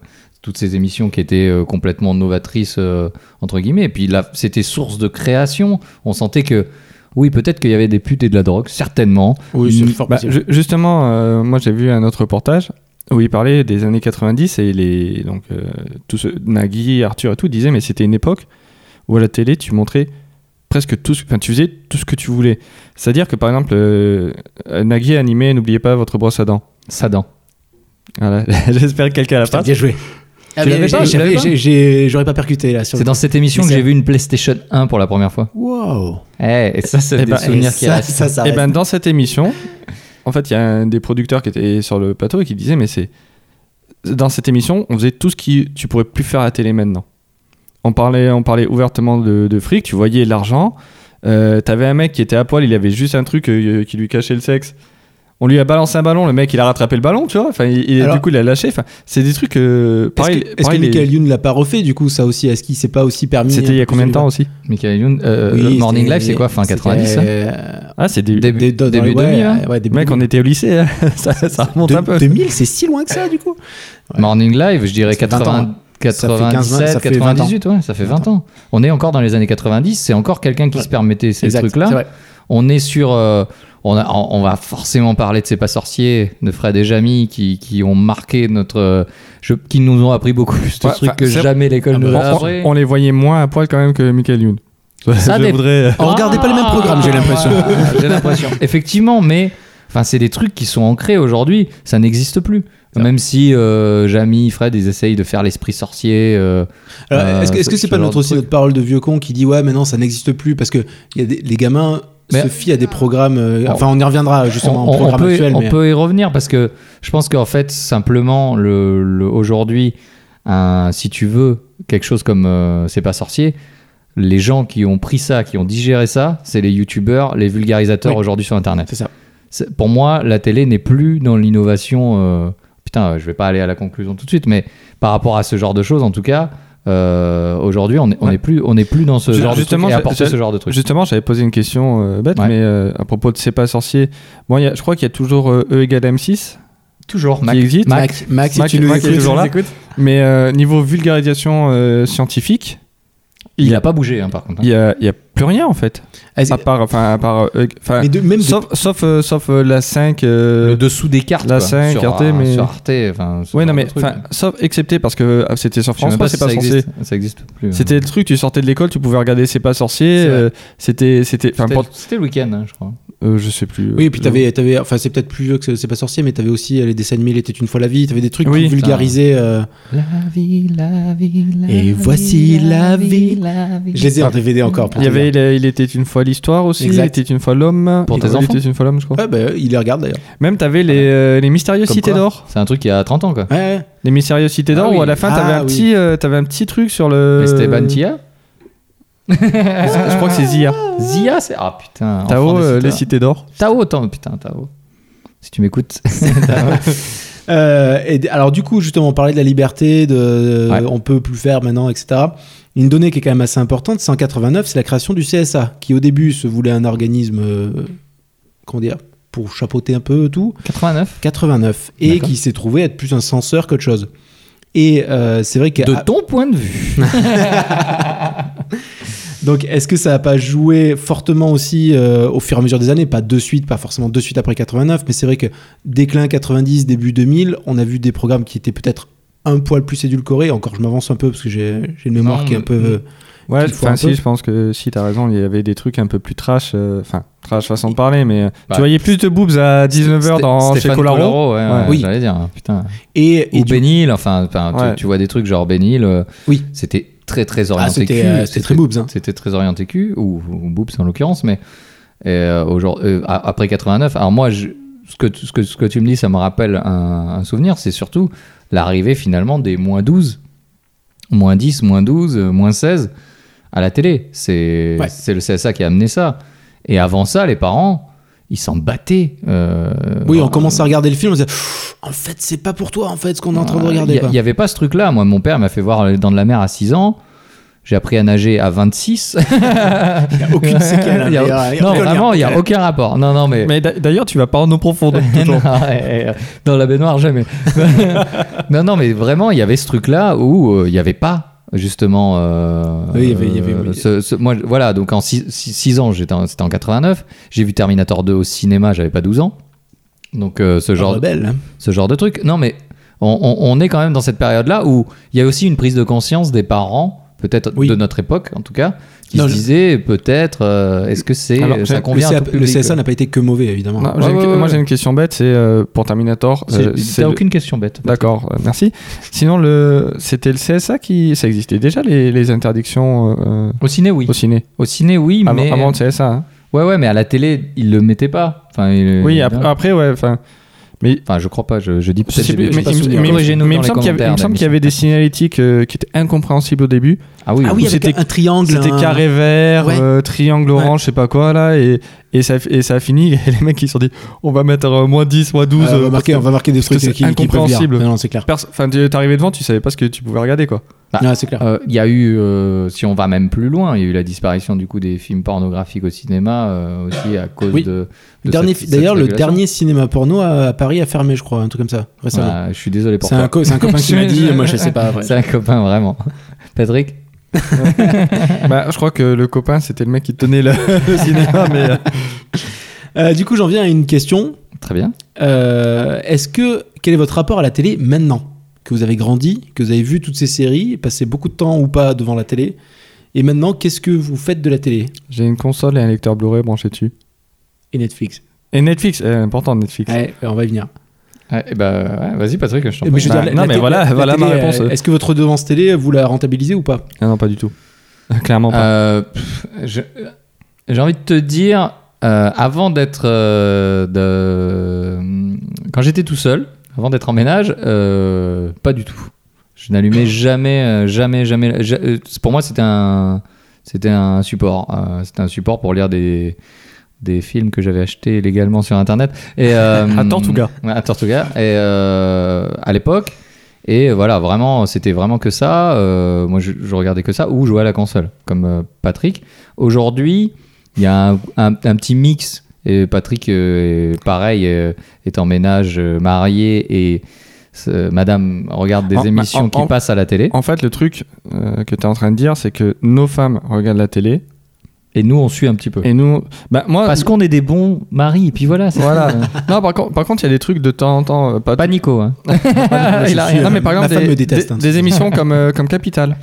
Speaker 2: toutes ces émissions qui étaient euh, complètement novatrices, euh, entre guillemets. Et puis là, c'était source de création. On sentait que. Oui, peut-être qu'il y avait des putes et de la drogue, certainement.
Speaker 1: Oui,
Speaker 2: Mm,
Speaker 1: c'est fort
Speaker 3: Bah,
Speaker 1: possible.
Speaker 3: ju- justement, euh, moi j'ai vu un autre reportage où il parlait des années 90 et les donc euh, tout ce, Nagui, Arthur et tout disaient mais c'était une époque où à la télé tu montrais presque tout, ce- enfin tu faisais tout ce que tu voulais. C'est-à-dire que par exemple euh, Nagui animait N'oubliez pas votre brosse à dents.
Speaker 2: Sadan.
Speaker 3: Voilà. J'espère que quelqu'un l'a
Speaker 1: Putain,
Speaker 3: pas.
Speaker 1: bien joué.
Speaker 2: Tu Ah, l'avais
Speaker 1: j'ai-
Speaker 2: pas, tu
Speaker 1: j'ai-
Speaker 2: l'avais pas
Speaker 1: j'ai- j'ai- J'aurais pas percuté là. Sur
Speaker 2: C'est dans cette émission
Speaker 1: Mais
Speaker 2: que j'ai
Speaker 1: c'est-
Speaker 2: vu une PlayStation 1 pour la première fois.
Speaker 1: Wow.
Speaker 2: Eh, et ça, c'est
Speaker 3: Eh
Speaker 2: des
Speaker 3: ben,
Speaker 2: souvenirs qui
Speaker 1: ça,
Speaker 2: restent.
Speaker 1: ça, ça
Speaker 3: Et
Speaker 1: reste.
Speaker 3: ben dans cette émission, en fait, il y a un des producteurs qui était sur le plateau et qui disait mais c'est dans cette émission, on faisait tout ce qui tu pourrais plus faire à la télé maintenant. On parlait, on parlait ouvertement de, de fric, tu voyais l'argent. Euh, T'avais un mec qui était à poil, il avait juste un truc euh, qui lui cachait le sexe. On lui a balancé un ballon, le mec il a rattrapé le ballon, tu vois. Enfin, il- il-
Speaker 1: Alors-
Speaker 3: du coup il a lâché. Enfin, c'est des trucs. euh,
Speaker 1: Est-ce
Speaker 3: pareil,
Speaker 1: que, est-ce
Speaker 3: pareil,
Speaker 1: que
Speaker 3: les-
Speaker 1: Michael Youn l'a pas refait du coup ça aussi Est-ce qu'il s'est pas aussi permis
Speaker 3: C'était il y a combien de temps aussi
Speaker 2: Michael Youn, euh,
Speaker 1: Oui,
Speaker 2: le Morning
Speaker 1: c'était-
Speaker 2: Live, c'est quoi Fin
Speaker 1: c'était,
Speaker 2: 90 hein
Speaker 1: euh,
Speaker 3: Ah, c'est des.
Speaker 2: Début,
Speaker 1: des- dans- dans-
Speaker 2: début
Speaker 1: ouais,
Speaker 2: 2000, hein.
Speaker 1: ouais, début
Speaker 3: Mec,
Speaker 1: 2000.
Speaker 3: on était au lycée, hein. ça, ça remonte
Speaker 1: De-
Speaker 3: un peu.
Speaker 1: 2000, c'est si loin que ça du coup Ouais.
Speaker 2: Morning Live, je dirais
Speaker 1: Ça fait 20
Speaker 2: 80,
Speaker 1: ans. Ça fait 15,
Speaker 2: 97,
Speaker 1: ça fait 20 ans.
Speaker 2: 98, ouais, ça fait 20 ans. On est encore dans les années 90, c'est encore quelqu'un qui
Speaker 1: Ouais.
Speaker 2: se permettait ces
Speaker 1: Exact, c'est
Speaker 2: trucs-là.
Speaker 1: vrai.
Speaker 2: On est sur. euh, on, a- on va forcément parler de ces pas sorciers, de Fred et Jamy, qui, qui ont marqué notre. euh, je- qui nous ont appris beaucoup plus de
Speaker 3: Ouais,
Speaker 2: trucs
Speaker 3: enfin,
Speaker 2: que
Speaker 3: c'est-
Speaker 2: jamais l'école
Speaker 1: Ah
Speaker 2: nous
Speaker 1: bah,
Speaker 2: a
Speaker 3: On,
Speaker 2: appris.
Speaker 3: on les voyait moins à poil quand même que Michael Youn.
Speaker 2: Ça euh,
Speaker 3: je
Speaker 2: dépend.
Speaker 3: voudrais.
Speaker 1: On regardait pas le même programme,
Speaker 2: Ah.
Speaker 1: j'ai l'impression.
Speaker 2: voilà, j'ai l'impression. Effectivement, mais enfin, c'est des trucs qui sont ancrés aujourd'hui. Ça n'existe plus. Même si euh, Jamy, Fred, ils essayent de faire l'esprit sorcier. euh,
Speaker 1: Alors,
Speaker 2: euh,
Speaker 1: est-ce que est-ce que
Speaker 2: ce-
Speaker 1: c'est
Speaker 2: ce
Speaker 1: pas
Speaker 2: genre
Speaker 1: notre
Speaker 2: de
Speaker 1: aussi
Speaker 2: truc.
Speaker 1: notre parole de vieux con qui dit ouais mais non ça n'existe plus parce que il y a des- les gamins
Speaker 2: Mais-
Speaker 1: se fient à des programmes euh,
Speaker 2: On-
Speaker 1: enfin on y reviendra justement
Speaker 2: on,
Speaker 1: au
Speaker 2: on- on
Speaker 1: programme
Speaker 2: peut,
Speaker 1: actuel
Speaker 2: on
Speaker 1: mais
Speaker 2: peut y revenir parce que je pense qu'en fait, simplement, le, le- aujourd'hui, un- si tu veux quelque chose comme euh, C'est pas sorcier, les gens qui ont pris ça, qui ont digéré ça, c'est les youtubeurs, les vulgarisateurs
Speaker 1: Oui.
Speaker 2: aujourd'hui sur Internet.
Speaker 1: c'est ça.
Speaker 2: C'est- Pour moi, la télé n'est plus dans l'innovation. euh, Putain, euh, je vais pas aller à la conclusion tout de suite, mais par rapport à ce genre de choses, en tout cas, euh, aujourd'hui, on n'est on
Speaker 3: Ouais.
Speaker 2: est plus, on est plus dans ce
Speaker 3: Je-
Speaker 2: genre de truc
Speaker 3: justement,
Speaker 2: et
Speaker 3: je-
Speaker 2: apporter
Speaker 3: je-
Speaker 2: ce genre de truc.
Speaker 3: Justement, j'avais posé une question euh, bête,
Speaker 2: Ouais.
Speaker 3: mais euh, à propos de C'est pas sorcier. Bon, il y a- je crois qu'il y a toujours euh, E égale M6
Speaker 2: Toujours, Mac.
Speaker 3: qui existe.
Speaker 2: Mac.
Speaker 1: Mac, Mac, si
Speaker 3: Mac-
Speaker 1: tu nous
Speaker 3: Mac est
Speaker 1: écoutes,
Speaker 3: toujours
Speaker 1: tu
Speaker 3: là.
Speaker 1: nous écoutes
Speaker 3: Mais euh, niveau vulgarisation euh, scientifique,
Speaker 2: Il n'a pas bougé, hein, par contre.
Speaker 3: il n'y a, il y a plus rien en fait.
Speaker 1: Ah, c'est-
Speaker 3: À part. Enfin, à part euh, enfin,
Speaker 1: mais de- même de-
Speaker 3: sauf, sauf, euh, sauf euh, la 5. euh,
Speaker 2: le dessous des cartes.
Speaker 3: la
Speaker 2: quoi,
Speaker 3: scène
Speaker 2: sur,
Speaker 3: écartée,
Speaker 2: euh,
Speaker 3: mais-
Speaker 2: sur Arte. enfin, ce
Speaker 3: Ouais,
Speaker 2: genre de
Speaker 3: non, mais
Speaker 2: truc.
Speaker 3: enfin, sauf excepté parce que ah, c'était sur
Speaker 2: Je sais
Speaker 3: France
Speaker 2: même
Speaker 3: 3,
Speaker 2: pas
Speaker 3: c'est
Speaker 2: si
Speaker 3: pas
Speaker 2: ça
Speaker 3: sorcier.
Speaker 2: existe. Ça existe plus. hein.
Speaker 3: C'était le truc, tu sortais de l'école, tu pouvais regarder C'est pas sorcier.
Speaker 2: C'est vrai.
Speaker 3: euh, C'était. c'était- enfin,
Speaker 2: C'était
Speaker 3: pour-
Speaker 2: c'était le week-end, hein, je crois.
Speaker 3: euh, je sais plus.
Speaker 1: Oui, et puis
Speaker 3: Je-
Speaker 1: t'avais, t'avais, enfin c'est peut-être plus vieux que c'est pas sorcier, mais t'avais aussi euh, les dessins animés, il était une fois la vie, t'avais des trucs
Speaker 3: Oui.
Speaker 1: qui vulgarisaient. euh,
Speaker 2: La vie, la vie, la
Speaker 1: Et vie, voici la la vie, vie.
Speaker 2: la vie.
Speaker 1: je les ai en DVD encore. pour
Speaker 3: Il y
Speaker 1: te
Speaker 3: avait
Speaker 1: dire.
Speaker 3: il, il était une fois l'histoire aussi,
Speaker 1: Exact.
Speaker 3: il était une fois l'homme.
Speaker 2: Pour
Speaker 3: il
Speaker 2: tes
Speaker 3: était
Speaker 2: enfants.
Speaker 3: une fois l'homme, je crois.
Speaker 1: Ouais, bah, il les regarde d'ailleurs.
Speaker 3: Même t'avais les, euh, les mystérieuses
Speaker 1: Comme
Speaker 3: cités
Speaker 1: quoi.
Speaker 3: d'or.
Speaker 2: C'est un truc il y a 30 ans, quoi.
Speaker 1: Ouais, ouais.
Speaker 3: Les mystérieuses cités
Speaker 2: Ah
Speaker 3: d'or
Speaker 2: oui.
Speaker 3: où à la fin
Speaker 1: Ah
Speaker 3: t'avais un
Speaker 1: oui.
Speaker 3: petit euh, t'avais un petit truc sur le. Ah,
Speaker 2: Esteban Tia
Speaker 3: Je crois que c'est Zia.
Speaker 2: Zia, c'est. Ah putain. enfant
Speaker 3: Tao,
Speaker 2: des
Speaker 3: euh,
Speaker 2: cités.
Speaker 3: les cités d'or.
Speaker 2: Tao, tant- putain, Tao. Si tu m'écoutes.
Speaker 1: Ah Euh, et d- alors du coup, justement, on parlait de la liberté, de
Speaker 2: Ouais.
Speaker 1: on peut plus faire maintenant, etc. Une donnée qui est quand même assez importante, c'est en 89, c'est la création du CSA, qui au début se voulait un organisme, euh, comment dire, pour chapeauter un peu tout,
Speaker 2: 89.
Speaker 1: 89, et
Speaker 2: D'accord.
Speaker 1: qui s'est trouvé être plus un censeur qu'autre chose. Et euh, c'est vrai que
Speaker 2: De ton point de vue.
Speaker 1: Donc, est-ce que ça n'a pas joué fortement aussi euh, au fur et à mesure des années Pas de suite, pas forcément de suite après 89, mais c'est vrai que déclin 90, début 2000, on a vu des programmes qui étaient peut-être un poil plus édulcorés. Encore, je m'avance un peu parce que j'ai j'ai une mémoire
Speaker 2: Non,
Speaker 1: qui est un
Speaker 2: mais-
Speaker 1: peu.
Speaker 3: Ouais,
Speaker 1: Qu'il faut un
Speaker 3: enfin si,
Speaker 1: peu.
Speaker 3: je pense que si t'as raison, il y avait des trucs un peu plus trash. euh, Enfin, trash façon de parler, mais euh,
Speaker 2: Bah,
Speaker 3: tu voyais plus de boobs à 19h dans chez
Speaker 2: Stéphane
Speaker 3: Colaro.
Speaker 2: Colaro, ouais, ouais,
Speaker 1: Oui.
Speaker 2: J'allais dire, putain.
Speaker 1: Et, et
Speaker 2: Ou
Speaker 1: du-
Speaker 2: Bénil, enfin, enfin, tu-
Speaker 3: Ouais.
Speaker 2: tu, vois des trucs genre Bénil. euh,
Speaker 1: Oui.
Speaker 2: C'était très, très
Speaker 1: Ah,
Speaker 2: orienté
Speaker 1: c'était
Speaker 2: cul.
Speaker 1: euh, c'était très boobs. hein.
Speaker 2: C'était très orienté cul, ou, ou boobs en l'occurrence, mais et, euh, aujourd- euh, a- après 89. Alors moi, je- ce, que, tu- ce, que, ce que tu me dis, ça me rappelle un, un souvenir, c'est surtout l'arrivée finalement des moins 12, moins 10, moins 12, euh, moins 16 à la télé. C'est
Speaker 1: Ouais.
Speaker 2: c'est le CSA qui a amené ça. Et avant ça, les parents, ils s'en battaient. euh,
Speaker 1: Oui, on
Speaker 2: en-
Speaker 1: commence à regarder le film, on se dit en fait, c'est pas pour toi, en fait, ce qu'on est en train
Speaker 2: Euh, Ah,
Speaker 1: de regarder. quoi.
Speaker 2: Il n'y avait pas ce truc-là. Moi, mon père m'a fait voir dans de la mer à 6 ans. J'ai appris à nager à 26.
Speaker 1: Il n'y a aucune séquelle. hein,
Speaker 2: Il y a-
Speaker 1: mais, euh,
Speaker 2: non,
Speaker 1: aucun lien.
Speaker 2: vraiment, il n'y a aucun rapport. Non, non, mais.
Speaker 3: Mais d'a- d'ailleurs, tu vas pas en eau profonde.
Speaker 2: Non, ouais, ouais, dans la baignoire, jamais. non, non, mais vraiment, il y avait ce truc-là où euh, il n'y avait pas, justement. euh,
Speaker 1: Oui, il y avait- il y avait-
Speaker 2: euh, ce- ce- moi, je- voilà, donc en 6 ans, j'étais en- c'était en 89. J'ai vu Terminator 2 au cinéma, j'avais pas 12 ans. Donc, euh, ce genre
Speaker 1: Rebelle, hein.
Speaker 2: ce genre de truc. Non, mais on, on- on est quand même dans cette période-là où il y a aussi une prise de conscience des parents, peut-être
Speaker 1: Oui.
Speaker 2: de notre époque en tout cas, qui
Speaker 1: Non,
Speaker 2: se
Speaker 1: je-
Speaker 2: disaient peut-être euh, est-ce que c'est
Speaker 3: Alors,
Speaker 2: ça
Speaker 3: le
Speaker 1: Le,
Speaker 2: convient à
Speaker 1: CA
Speaker 2: tout
Speaker 1: le
Speaker 2: public,
Speaker 1: CSA
Speaker 2: euh.
Speaker 1: n'a pas été que mauvais, évidemment.
Speaker 3: Non, j'ai
Speaker 2: Ouais,
Speaker 3: une-
Speaker 2: ouais, ouais.
Speaker 3: Moi, j'ai une question bête, c'est euh, pour Terminator.
Speaker 2: C'est-
Speaker 3: euh, c'est
Speaker 2: T'as
Speaker 3: le-
Speaker 2: aucune question bête.
Speaker 3: D'accord, euh, merci. Sinon, le... c'était le CSA qui. Ça existait déjà, les, les interdictions euh,
Speaker 2: Au ciné, oui.
Speaker 3: au ciné.
Speaker 2: Au ciné, oui,
Speaker 3: Avant,
Speaker 2: mais
Speaker 3: avant le CSA. hein.
Speaker 2: ouais, ouais, mais à la télé, ils le mettaient pas. Enfin, ils-
Speaker 3: oui, ap- après, ouais. Enfin,
Speaker 2: enfin, je crois pas. Je, je dis
Speaker 3: je
Speaker 2: peut-être.
Speaker 3: sais
Speaker 2: des
Speaker 3: plus, mais
Speaker 2: bêtises.
Speaker 1: pas
Speaker 3: il me-
Speaker 1: souvenir.
Speaker 3: mais-
Speaker 2: Corrigez-nous
Speaker 3: mais il
Speaker 2: dans
Speaker 3: me
Speaker 2: les
Speaker 3: semble qu'il y avait- il me
Speaker 2: commentaires,
Speaker 3: semble qu'il y avait des signalétiques euh, qui étaient incompréhensibles au début.
Speaker 2: Ah oui,
Speaker 1: Ah oui, avec
Speaker 3: c'était-
Speaker 1: un triangle.
Speaker 3: C'était
Speaker 1: un-
Speaker 3: carré vert,
Speaker 1: Ouais.
Speaker 3: euh, triangle orange, je sais pas quoi là, et, Et ça, et ça a fini, et les mecs ils se sont dit on va mettre euh, moins 10, moins 12.
Speaker 1: Ah, on,
Speaker 3: euh,
Speaker 1: va marquer, on va marquer des
Speaker 3: parce que
Speaker 1: trucs qui,
Speaker 3: c'est
Speaker 1: qui peuvent lire.
Speaker 3: incompréhensible.
Speaker 1: Non, non, c'est clair.
Speaker 3: Perso- Enfin, tu- t'arrivais devant, tu savais pas ce que tu pouvais regarder quoi.
Speaker 2: Ah.
Speaker 1: Non, c'est clair.
Speaker 2: Euh, Il y a eu, euh, si on va même plus loin, il y a eu la disparition du coup des films pornographiques au cinéma euh, aussi à cause
Speaker 1: Oui.
Speaker 2: de. de
Speaker 1: Dernier-
Speaker 2: cette- cette
Speaker 1: D'ailleurs, le
Speaker 2: régulation.
Speaker 1: dernier cinéma porno à, à Paris a fermé, je crois, un truc comme ça, récemment.
Speaker 2: Ah, je suis désolé pour
Speaker 1: c'est
Speaker 2: toi.
Speaker 1: un, co- c'est un copain qui m'a dit, moi je sais pas. ouais.
Speaker 2: C'est un copain vraiment. Patrick.
Speaker 3: bah, je crois que le copain c'était le mec qui tenait le, le cinéma, mais euh,
Speaker 1: Euh, du coup, j'en viens à une question.
Speaker 2: Très bien.
Speaker 1: Euh, Est-ce que quel est votre rapport à la télé maintenant que vous avez grandi, que vous avez vu toutes ces séries, passé beaucoup de temps ou pas devant la télé, et maintenant qu'est-ce que vous faites de la télé
Speaker 3: j'ai une console et un lecteur Blu-ray branché dessus.
Speaker 1: et Netflix
Speaker 3: Et Netflix, euh, important Netflix.
Speaker 1: Ouais, euh, on va y venir.
Speaker 2: Ouais, eh ben, ouais, vas-y Patrick, je t'en
Speaker 1: Mais
Speaker 2: prie.
Speaker 1: Eh ben, je veux
Speaker 3: Bah,
Speaker 1: dire, la-
Speaker 3: non,
Speaker 1: la
Speaker 3: mais
Speaker 1: télé-
Speaker 3: voilà-
Speaker 1: la
Speaker 3: voilà ma
Speaker 1: télé,
Speaker 3: réponse.
Speaker 1: euh, Est-ce que votre redevance télé, vous la rentabilisez ou pas
Speaker 3: Ah non, pas du tout. Clairement pas.
Speaker 2: Euh, pff, je- J'ai envie de te dire, euh, avant d'être. euh, de... Quand j'étais tout seul, avant d'être en ménage, euh, pas du tout. Je n'allumais jamais, euh, jamais, jamais. ja- euh, Pour moi, c'était un, c'était un support. euh, c'était un support pour lire des, des films que j'avais achetés légalement sur Internet. Et, euh,
Speaker 3: À Tortuga.
Speaker 2: Ouais, À Tortuga. Et euh, à l'époque. Et voilà, vraiment, c'était vraiment que ça. Euh, moi, je, je regardais que ça ou jouais à la console, comme euh, Patrick. Aujourd'hui, il y a un, un- un petit mix. Et Patrick, euh, est pareil, euh, est en ménage, euh, marié et euh, Madame regarde des
Speaker 3: En-
Speaker 2: émissions
Speaker 3: en-
Speaker 2: qui
Speaker 3: en-
Speaker 2: passent à la télé.
Speaker 3: En fait, le truc euh, que tu es en train de dire, c'est que nos femmes regardent la télé
Speaker 2: Et nous, on suit un petit peu.
Speaker 3: et nous. Bah, moi,
Speaker 2: Parce qu'on est des bons maris. Et puis voilà. c'est
Speaker 3: Voilà.
Speaker 2: tout.
Speaker 3: non, par, contre- par contre, il y a des trucs de temps en temps. euh, pas
Speaker 2: Pas Nico. hein.
Speaker 1: Ah,
Speaker 3: Il
Speaker 1: je
Speaker 3: a rien.
Speaker 1: suis,
Speaker 3: Non, mais
Speaker 1: euh,
Speaker 3: par
Speaker 1: ma
Speaker 3: exemple,
Speaker 1: femme
Speaker 3: des,
Speaker 1: me déteste,
Speaker 3: des-
Speaker 1: hein.
Speaker 3: des émissions comme, euh, comme Capital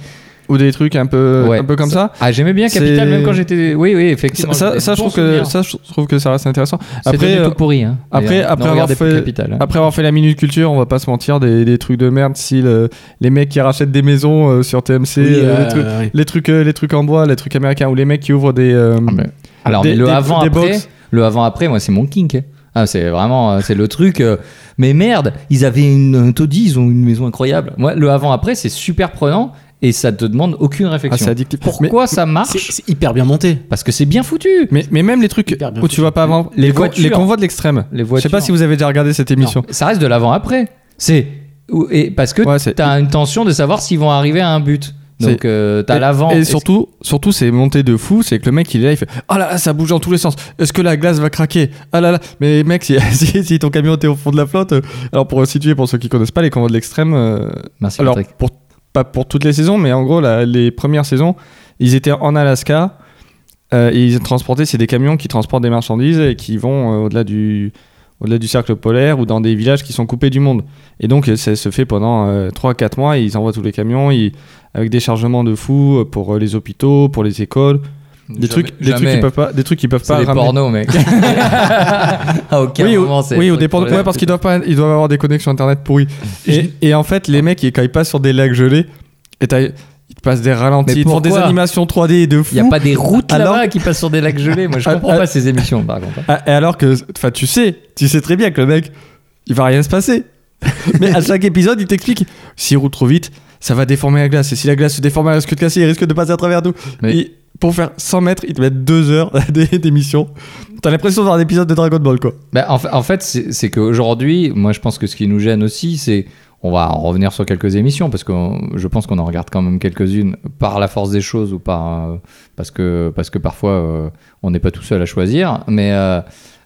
Speaker 3: ou des trucs un peu,
Speaker 2: Ouais.
Speaker 3: Euh, un peu comme ça.
Speaker 2: Ah, j'aimais bien Capital,
Speaker 3: C'est-
Speaker 2: même quand j'étais. Oui, oui,
Speaker 3: Ça,
Speaker 2: effectivement.
Speaker 3: ça- ça, je trouve que, ça, je trouve que ça reste intéressant.
Speaker 2: Après,
Speaker 3: Après, euh,
Speaker 2: tout pourri. hein.
Speaker 3: après-
Speaker 2: D'ailleurs,
Speaker 3: après
Speaker 2: ne
Speaker 3: avoir
Speaker 2: regardez plus
Speaker 3: fait-
Speaker 2: Capital. hein.
Speaker 3: Après avoir fait la minute culture, on va pas se mentir, des, des trucs de merde, si le- les mecs qui rachètent des maisons euh, sur TMC,
Speaker 1: Oui,
Speaker 3: euh,
Speaker 1: euh,
Speaker 3: les, trucs,
Speaker 1: oui.
Speaker 3: les, trucs, euh, les trucs en bois, les trucs américains, ou les mecs qui ouvrent des. euh,
Speaker 2: Ah, mais- Alors,
Speaker 3: Des-
Speaker 2: mais le
Speaker 3: des-
Speaker 2: avant
Speaker 3: des
Speaker 2: après,
Speaker 3: box.
Speaker 2: le avant après, moi, c'est mon kink. hein. Ah, c'est vraiment, euh, c'est le truc. euh, mais merde, ils avaient une un taudis, ils ont une maison incroyable. Moi, le avant après, c'est super prenant et ça te demande aucune
Speaker 3: ah, c'est
Speaker 2: réflexion.
Speaker 3: addictif. Mais-
Speaker 2: Pourquoi ça marche
Speaker 1: C'est c'est hyper bien monté.
Speaker 2: Parce que c'est bien foutu.
Speaker 3: Mais, mais même les trucs
Speaker 1: Hyper bien
Speaker 3: où tu
Speaker 1: foutu.
Speaker 3: vas pas avant.
Speaker 2: Les
Speaker 3: Les, con-
Speaker 2: voitures.
Speaker 3: les convois de l'extrême.
Speaker 2: Les
Speaker 3: Je sais
Speaker 2: voitures.
Speaker 3: pas si vous avez déjà regardé cette émission.
Speaker 2: Non, ça reste de l'avant après. C'est ou- et parce que
Speaker 3: Ouais, c'est-
Speaker 2: t'as une tension de savoir s'ils vont arriver à un but. Donc
Speaker 3: C'est-
Speaker 2: euh, t'as
Speaker 3: Et-
Speaker 2: l'avant.
Speaker 3: Et
Speaker 2: Est-ce-
Speaker 3: surtout, surtout c'est monté de fou, c'est que le mec il est là, il fait Ah là là, ça bouge dans tous les sens. Est-ce que la glace va craquer Ah là là. Mais mec, si, si, si ton camion était au fond de la flotte, euh, alors pour situer, pour ceux qui connaissent pas, les convois de l'extrême, euh,
Speaker 2: Merci
Speaker 3: alors
Speaker 2: Patrick.
Speaker 3: pour, pas pour toutes les saisons, mais en gros, la- les premières saisons, ils étaient en Alaska. euh, et ils transportaient, c'est des camions qui transportent des marchandises et qui vont euh, au-delà du, au-delà du cercle polaire ou dans des villages qui sont coupés du monde. Et donc, euh, ça se fait pendant euh, 3-4 mois. Ils envoient tous les camions ils- avec des chargements de fous euh, pour euh, les hôpitaux, pour les écoles. Des, trucs, des, trucs, qui peuvent pas, des trucs qui peuvent
Speaker 2: C'est
Speaker 3: pas
Speaker 2: des
Speaker 3: ramener.
Speaker 2: pornos, mec. à aucun
Speaker 3: Oui, ou-
Speaker 2: moment, c'est.
Speaker 3: oui,
Speaker 2: des
Speaker 3: ou
Speaker 2: trucs
Speaker 3: des pornos.
Speaker 2: pour-
Speaker 3: Ouais, parce qu'ils doivent, pas, ils doivent avoir des connexions internet pourries. Et, et en fait, les mecs, ils caillent pas sur des lacs gelés. Et t'as- ils te passent des ralentis,
Speaker 2: Mais
Speaker 3: ils te font des
Speaker 2: pourquoi
Speaker 3: animations 3D de fou.
Speaker 2: Il n'y a pas des routes
Speaker 3: Alors-
Speaker 2: là-bas qui passent sur des lacs gelés. Moi, je
Speaker 3: Ah,
Speaker 2: comprends
Speaker 3: ah.
Speaker 2: pas ces émissions, par contre. hein.
Speaker 3: Ah, et alors que, enfin, tu sais, tu sais très bien que le mec, il va rien se passer. Mais à chaque épisode, il t'explique s'il roule trop vite, ça va déformer la glace. Et si la glace se déforme, elle risque de casser, il risque de passer à travers nous.
Speaker 2: Mais-
Speaker 3: Et pour faire 100 mètres, ils te mettent 2 heures d'é- d'émission. T'as l'impression d'avoir un épisode de Dragon Ball, quoi.
Speaker 2: Bah, en, fa- en fait, c'est c'est qu'aujourd'hui, moi, je pense que ce qui nous gêne aussi, c'est. On va en revenir sur quelques émissions parce que on- je pense qu'on en regarde quand même quelques-unes par la force des choses ou par euh, parce que parce que parfois euh, on n'est pas tout seul à choisir. Mais euh,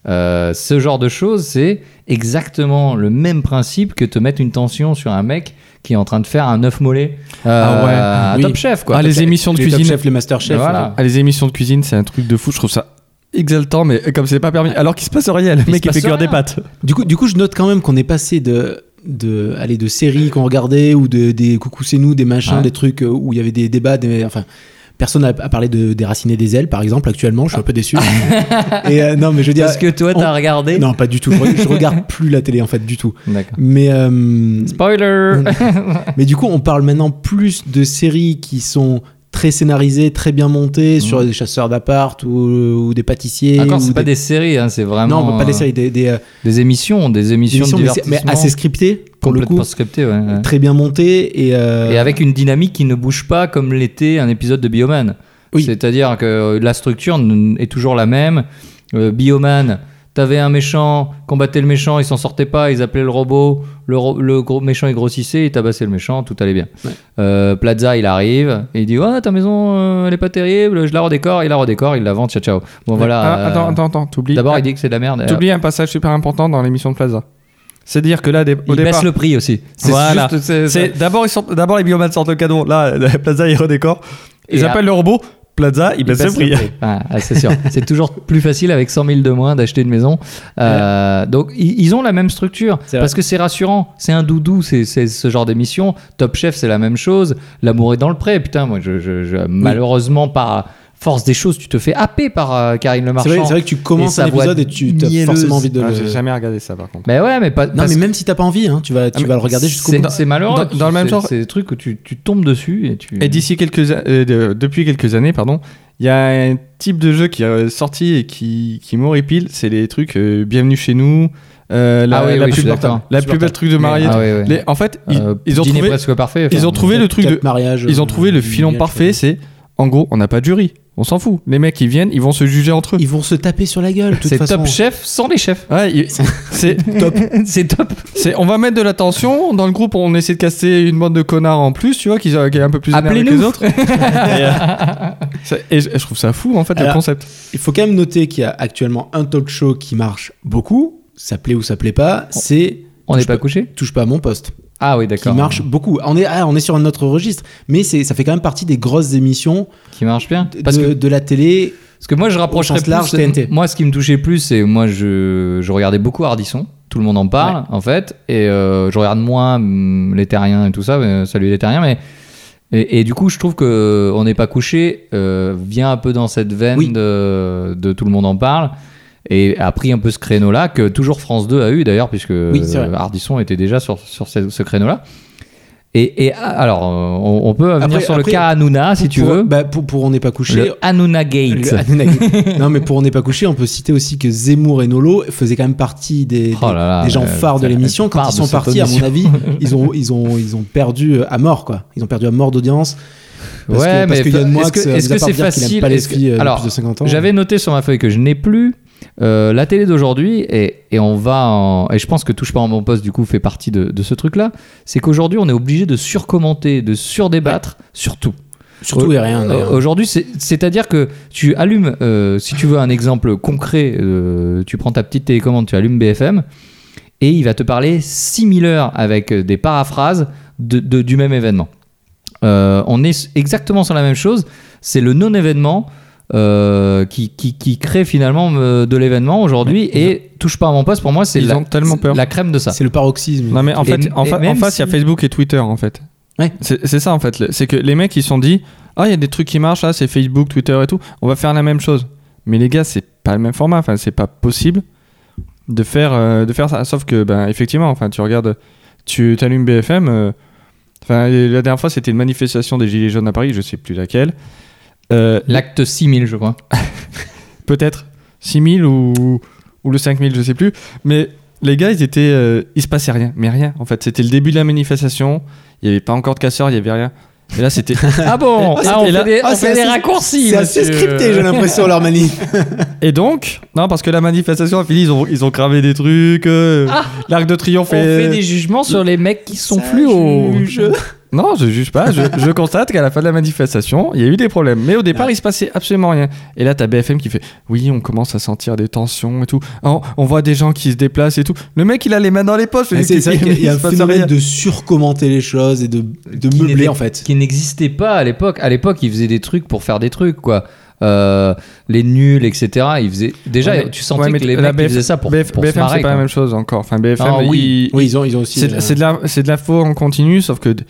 Speaker 2: euh, ce genre de choses, c'est exactement le même principe que te mettre une tension sur un mec qui est en train de faire un œuf mollet euh,
Speaker 3: Ah ouais.
Speaker 2: à
Speaker 1: Oui.
Speaker 2: Top Chef quoi.
Speaker 3: Ah,
Speaker 2: Top
Speaker 3: les
Speaker 2: Chef.
Speaker 3: émissions de
Speaker 1: Les Top
Speaker 3: cuisine.
Speaker 1: Chef, les Master Chef.
Speaker 2: Voilà.
Speaker 1: euh,
Speaker 3: Ah, les émissions de cuisine, c'est un truc de fou, je trouve ça exaltant, mais comme c'est pas permis. Alors qu'il se passe rien, le
Speaker 2: Il
Speaker 3: mec
Speaker 2: se
Speaker 3: il
Speaker 2: passe
Speaker 3: fait
Speaker 2: rien.
Speaker 3: cuire des pâtes.
Speaker 1: Du coup, du coup, je note quand même qu'on est passé de de aller de séries qu'on regardait ou de des coucou c'est nous des machins
Speaker 2: Ouais.
Speaker 1: des trucs euh, où il y avait des débats des enfin personne n'a a parlé de déraciner des ailes par exemple actuellement je suis un peu déçu et euh, non mais je veux dire
Speaker 2: Ah. Parce que toi, t'as
Speaker 1: on-
Speaker 2: regardé.
Speaker 1: non pas du tout je, je regarde plus la télé en fait du tout
Speaker 2: D'accord.
Speaker 1: mais euh,
Speaker 2: Spoiler.
Speaker 1: mais du coup on parle maintenant plus de séries qui sont très scénarisées très bien montées sur
Speaker 2: Mhm.
Speaker 1: des chasseurs d'appart ou, ou des pâtissiers
Speaker 2: Encore,
Speaker 1: ou
Speaker 2: c'est pas des séries, hein, c'est vraiment.
Speaker 1: non pas des
Speaker 2: euh,
Speaker 1: séries des, des, euh,
Speaker 2: Des émissions, des
Speaker 1: des
Speaker 2: émissions,
Speaker 1: émissions,
Speaker 2: de
Speaker 1: mais c'est- mais,
Speaker 2: divertissement.
Speaker 1: assez scriptées pour le coup
Speaker 2: complètement scriptées, ouais, ouais.
Speaker 1: très bien monté et, euh,
Speaker 2: Et avec une dynamique qui ne bouge pas comme l'était un épisode de Bioman. euh,
Speaker 1: Oui.
Speaker 2: C'est-à-dire que la structure n- est toujours la même. euh, Bioman. T'avais un méchant, combattait le méchant, il s'en sortait pas, ils appelaient le robot, le, ro- le gros méchant il grossissait, il tabassait le méchant, tout allait bien.
Speaker 1: Ouais.
Speaker 2: Euh, Plaza il arrive, et il dit Ouais, ta maison euh, elle est pas terrible, je la redécore, il la redécore, il la vend, ciao ciao. Bon voilà.
Speaker 3: Ah,
Speaker 2: euh,
Speaker 3: attends, attends, attends, t'oublies. Ah,
Speaker 2: D'abord il dit que c'est de la merde. euh,
Speaker 3: T'oublies un passage super important dans l'émission de Plaza. C'est dire que là, des- au
Speaker 2: il
Speaker 3: départ.
Speaker 2: baisse le prix aussi. C'est
Speaker 3: Voilà.
Speaker 2: juste- c'est-
Speaker 3: C'est d'abord ils sortent- d'abord les biomanes sortent le cadeau. Là, la Plaza il redécore. Ils
Speaker 2: Et
Speaker 3: appellent le robot. Plaza, il baisse le prix.
Speaker 2: Ah, ah, c'est sûr. c'est toujours plus facile avec 100 000 de moins d'acheter une maison. Euh, Donc, i- ils ont la même structure.
Speaker 1: C'est vrai.
Speaker 2: Parce que c'est rassurant. C'est un doudou, c'est c'est ce genre d'émission. Top Chef, c'est la même chose. L'amour est dans le pré. Putain, moi, je, je- je- malheureusement, par force des choses, tu te fais happer par euh, Karine Le
Speaker 1: C'est
Speaker 2: Marchand.
Speaker 1: vrai, c'est vrai que tu commences
Speaker 2: Et
Speaker 1: un
Speaker 2: sa voix
Speaker 1: épisode et tu as
Speaker 2: mielleuse.
Speaker 1: forcément envie de
Speaker 3: Ah,
Speaker 1: le.
Speaker 3: J'ai jamais regardé ça par contre.
Speaker 2: Mais ouais, mais pas.
Speaker 1: Non, mais même si t'as pas envie, hein, tu vas, tu
Speaker 3: mais
Speaker 1: vas le regarder jusqu'au bout.
Speaker 2: Ah, C'est c'est malheureux.
Speaker 3: dans- dans le même
Speaker 2: C'est-
Speaker 3: genre-
Speaker 2: C'est des trucs où tu, tu tombes dessus et tu.
Speaker 3: Et d'ici quelques a- euh, de- depuis quelques années, pardon, il y a un type de jeu qui est euh, sorti et qui, qui m'horripile. C'est les trucs euh, Bienvenue chez nous, euh, la,
Speaker 2: Ah oui,
Speaker 3: la
Speaker 2: oui, je
Speaker 3: plus,
Speaker 2: suis d'accord.
Speaker 3: la
Speaker 1: Je suis
Speaker 3: plus belle
Speaker 1: d'accord.
Speaker 3: truc de
Speaker 1: Mais-
Speaker 3: mariée.
Speaker 2: Ah ouais, ouais.
Speaker 3: Les- en fait, ils,
Speaker 2: Euh,
Speaker 3: ils ont
Speaker 2: dîner
Speaker 3: trouvé,
Speaker 2: presque euh, parfait.
Speaker 3: ils
Speaker 2: enfin,
Speaker 3: ont trouvé le truc de,
Speaker 1: mariage.
Speaker 3: ils ont trouvé le filon parfait. C'est en gros, on n'a pas de jury, on s'en fout. Les mecs, ils viennent, ils vont se juger entre eux.
Speaker 1: Ils vont se taper sur la gueule. de toute
Speaker 2: C'est
Speaker 1: façon.
Speaker 2: Top Chef sans les chefs.
Speaker 3: Ouais, ils- c'est
Speaker 1: Top.
Speaker 2: c'est top.
Speaker 3: C'est- on va mettre de la tension dans le groupe. On essaie de casser une bande de connards en plus, tu vois, qui, euh, qui est un peu plus énervé que les
Speaker 2: Appelez-nous.
Speaker 3: autres. et, euh, ça- et je, je trouve ça fou en fait le
Speaker 1: Alors-
Speaker 3: concept.
Speaker 1: Il faut quand même noter qu'il y a actuellement un talk show qui marche beaucoup. Ça plaît ou ça plaît pas.
Speaker 2: Oh.
Speaker 1: C'est
Speaker 2: On n'est
Speaker 1: Je
Speaker 2: pas
Speaker 1: peux-
Speaker 2: couché
Speaker 1: touche pas à mon poste.
Speaker 2: Ah oui,
Speaker 1: Qui
Speaker 2: d'accord.
Speaker 1: marche beaucoup. On est, ah, on est sur un autre registre. Mais c'est, ça fait quand même partie des grosses émissions
Speaker 2: Qui marche bien.
Speaker 1: de,
Speaker 2: Parce que,
Speaker 1: de la télé.
Speaker 2: parce que moi, je rapprocherais
Speaker 1: sens
Speaker 2: plus.
Speaker 1: large, TNT.
Speaker 2: Moi, ce qui me touchait plus, c'est moi, je, je regardais beaucoup Ardisson. Tout le monde en parle, en fait. Et euh, je regarde moins hum, les terriens et tout ça. mais- euh, salut les terriens, mais. Et, et du coup, je trouve que On n'est pas couché euh, vient un peu dans cette veine
Speaker 1: Oui.
Speaker 2: de, de Tout le monde en parle et a pris un peu ce créneau-là que toujours France 2 a eu d'ailleurs, puisque
Speaker 1: c'est vrai.
Speaker 2: euh, Ardisson était déjà sur, sur ce, ce créneau-là. Et, et, ah, alors, euh, on, on peut venir
Speaker 1: Après-
Speaker 2: sur le
Speaker 1: après,
Speaker 2: cas Hanouna si tu
Speaker 1: pour,
Speaker 2: veux.
Speaker 1: bah, pour, pour On n'est pas couché.
Speaker 2: Le Hanouna Gate.
Speaker 1: Le Anunnaki. non, mais pour On n'est pas couché, on peut citer aussi que Zemmour et Nolo faisaient quand même partie des, des-
Speaker 2: Oh là là,
Speaker 1: des gens
Speaker 2: euh,
Speaker 1: phares de
Speaker 2: euh,
Speaker 1: l'émission. Quand
Speaker 2: phares
Speaker 1: ils
Speaker 2: de
Speaker 1: sont
Speaker 2: cette
Speaker 1: partis, à mon
Speaker 2: émission.
Speaker 1: avis, ils ont, ils, ont, ils ont perdu euh, à mort, quoi. Ils ont perdu à mort d'audience. Parce
Speaker 2: Ouais,
Speaker 1: que, parce
Speaker 2: mais
Speaker 1: que Yann
Speaker 2: est-ce
Speaker 1: Moix,
Speaker 2: que-
Speaker 1: euh,
Speaker 2: est-ce
Speaker 1: mis à
Speaker 2: que
Speaker 1: part
Speaker 2: c'est
Speaker 1: dire qu'il aime
Speaker 2: facile,
Speaker 1: pas les
Speaker 2: est-ce que-
Speaker 1: filles, euh, de
Speaker 2: alors,
Speaker 1: plus de 50 ans.
Speaker 2: J'avais noté sur ma feuille que je n'ai plus euh, la télé d'aujourd'hui et, et on va en- et je pense que touche pas en mon poste du coup fait partie de, de ce truc là c'est qu'aujourd'hui on est obligé de surcommenter de surdébattre sur tout
Speaker 1: Surtout et rien.
Speaker 2: Euh,
Speaker 1: d'ailleurs.
Speaker 2: Aujourd'hui, c'est à dire que tu allumes, euh, si tu veux un exemple concret, euh, tu prends ta petite télécommande, tu allumes BFM, et il va te parler 6000 heures avec euh, des paraphrases de- de- du même événement. Euh, on est s- exactement sur la même chose, c'est le non-événement. euh, qui, qui- qui crée finalement euh, de l'événement aujourd'hui et touche pas à mon poste pour moi c'est
Speaker 3: Ils
Speaker 2: la,
Speaker 3: ont tellement peur.
Speaker 2: la crème de ça
Speaker 1: C'est le paroxysme.
Speaker 3: Non mais en
Speaker 2: Et-
Speaker 3: fait, en,
Speaker 2: et
Speaker 3: fa- en
Speaker 2: même
Speaker 3: face, il y a
Speaker 2: si-
Speaker 3: Facebook et Twitter en fait.
Speaker 1: Ouais.
Speaker 3: C'est c'est ça en fait. le- C'est que les mecs ils se sont dit ah il y a des trucs qui marchent là, c'est Facebook, Twitter et tout. On va faire la même chose. Mais les gars, c'est pas le même format. Enfin, c'est pas possible de faire euh, de faire ça. Sauf que ben effectivement, enfin tu regardes, tu allumes BFM. euh, Enfin la dernière fois c'était une manifestation des gilets jaunes à Paris, je sais plus laquelle. Euh,
Speaker 2: l'acte 6000 je crois
Speaker 3: peut-être 6000 ou, ou le 5000, je sais plus. Mais les gars, ils étaient, euh, il se passait rien, mais rien en fait. C'était le début de la manifestation, il n'y avait pas encore de casseurs, il n'y avait rien. Et là, c'était.
Speaker 2: ah bon
Speaker 1: Ah,
Speaker 2: ah, on
Speaker 1: c'était
Speaker 2: fait
Speaker 1: là-
Speaker 2: des,
Speaker 1: Ah,
Speaker 2: on
Speaker 1: c'est
Speaker 2: fait des
Speaker 1: assez-
Speaker 2: raccourcis
Speaker 1: C'est assez
Speaker 2: monsieur.
Speaker 1: scripté, j'ai l'impression, leur manie.
Speaker 3: Et donc, non, parce que la manifestation a fini, ils ont, ils ont cravé des trucs, euh,
Speaker 2: Ah.
Speaker 3: l'arc de triomphe.
Speaker 2: On
Speaker 3: est-
Speaker 2: fait des jugements sur les mecs qui sont
Speaker 1: Ça
Speaker 2: fluo.
Speaker 1: juge.
Speaker 3: Non, je juge pas. Je, je constate qu'à la fin de la manifestation, il y a eu des problèmes. Mais au départ, il se passait absolument rien. Et là, t'as BFM qui fait Oui, on commence à sentir des tensions et tout. Oh, on voit des gens qui se déplacent et tout. Le mec, il a les mains dans les poches.
Speaker 1: Mais Ah, C'est
Speaker 3: Il-
Speaker 1: c'est vrai qu'il y
Speaker 3: il
Speaker 1: a
Speaker 3: se
Speaker 1: un
Speaker 3: passe
Speaker 1: phénomène
Speaker 3: rien.
Speaker 1: de surcommenter les choses et de, de
Speaker 2: Qui
Speaker 1: meubler
Speaker 2: n'était-
Speaker 1: en fait.
Speaker 2: Qui n'existait pas à l'époque. À l'époque, ils faisaient des trucs pour faire des trucs, quoi. Euh, les nuls, etc. Ils faisaient... Déjà,
Speaker 3: Ouais, mais-
Speaker 2: tu sentais
Speaker 3: ouais, mais
Speaker 2: que les
Speaker 3: la
Speaker 2: mecs ils
Speaker 3: BF
Speaker 2: faisaient ça pour,
Speaker 3: BF
Speaker 2: pour se
Speaker 3: BFM,
Speaker 2: marrer.
Speaker 3: c'est pas la
Speaker 2: quoi.
Speaker 3: même chose encore. Enfin, BFM,
Speaker 2: Ah, oui.
Speaker 3: il-
Speaker 1: Oui, ils ont, ils ont aussi.
Speaker 3: c'est de,
Speaker 1: euh,
Speaker 3: c'est de la, c'est de la faux en continu, sauf que. d-